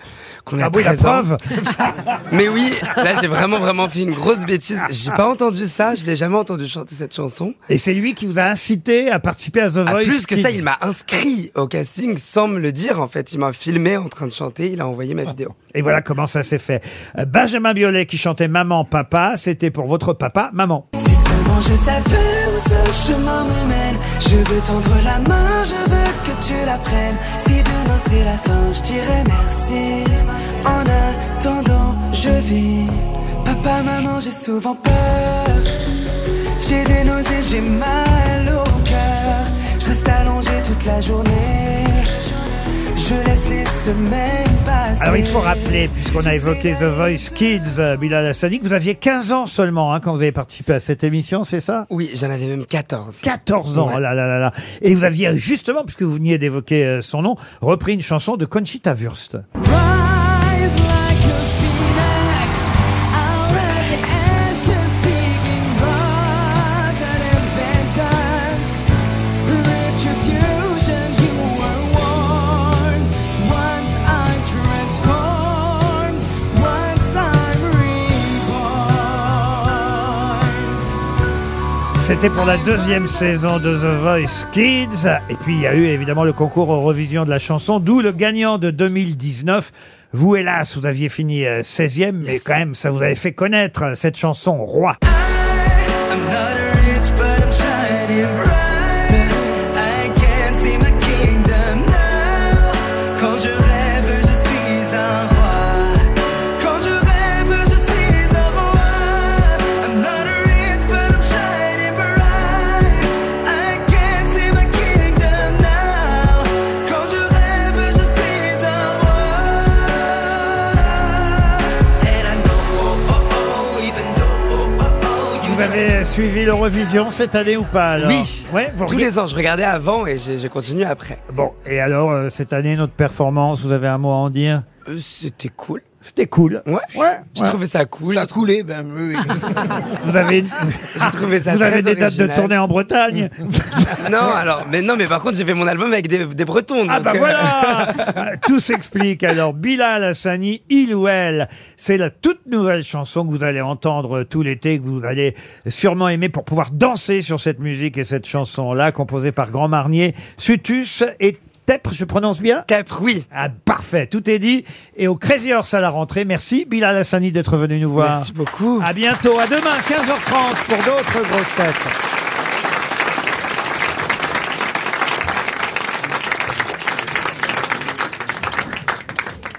qu'on a Ah oui, la 13 ans. preuve Mais oui, là j'ai vraiment vraiment fait une grosse bêtise. J'ai pas entendu ça, je l'ai jamais entendu chanter cette chanson. Et c'est lui qui vous a incité à participer à The Ah, Voice plus que ça, Kids. il m'a inscrit au casting sans me le dire en fait. Il m'a filmé en train de chanter, il a envoyé ma vidéo. Et voilà comment ça s'est fait. Euh, Benjamin Biolay qui chantait Maman, Papa, c'était pour votre papa, Maman. Seulement je savais où ce chemin me mène. Je veux tendre la main, je veux que tu la prennes. Si demain c'est la fin, je dirai merci. En attendant, je vis. Papa, maman, j'ai souvent peur. J'ai des nausées, j'ai mal au cœur. Je reste allongée toute la journée. Je laisse les semaines passer. Alors il faut rappeler, puisqu'on a évoqué The Voice Kids, euh, Bilal Hassani, que vous aviez 15 ans seulement hein, quand vous avez participé à cette émission, c'est ça Oui, j'en avais même 14. 14 ans, Ouais. oh là là là là. Et vous aviez euh, justement, puisque vous veniez d'évoquer euh, son nom, repris une chanson de Conchita Wurst. C'était pour la deuxième saison de The Voice Kids. Et puis, il y a eu évidemment le concours Eurovision de la chanson, d'où le gagnant de 2019. Vous, hélas, vous aviez fini euh, 16e, mais quand même, ça vous avait fait connaître euh, cette chanson, Roi. Quand je rêve, je suis un roi. Quand je rêve, je suis un roi. I'm not rich, but I'm shining bright. I can't see my kingdom now. Quand je rêve, je suis un roi. And I know, oh, oh, oh, even though, oh, oh, oh, you Vous avez suivi l'Eurovision cette année ou pas alors Oui, Ouais, vous tous regardez- les ans, je regardais avant et j'ai j'ai continué après. Bon, et alors, euh, cette année, notre performance, vous avez un mot à en dire Euh, C'était cool. C'était cool. Ouais, ouais. J'ai trouvé ça cool. Ça a coulé, ben oui. Vous avez, J'ai trouvé ça vous avez très des dates de original. Mm, tournée en Bretagne Non, alors, mais non, mais par contre, j'ai fait mon album avec des, des Bretons. Ah donc, bah euh, voilà Tout s'explique. Alors, Bilal Hassani, il ou elle, c'est la toute nouvelle chanson que vous allez entendre tout l'été, que vous allez sûrement aimer pour pouvoir danser sur cette musique et cette chanson-là, composée par Grand Marnier, Sutus et Tepre, je prononce bien Tepre, oui. Ah, parfait, tout est dit. Et au Crazy Horse à la rentrée, merci Bilal Hassani d'être venu nous voir. Merci beaucoup. À bientôt, à demain, 15h30 pour d'autres grosses têtes.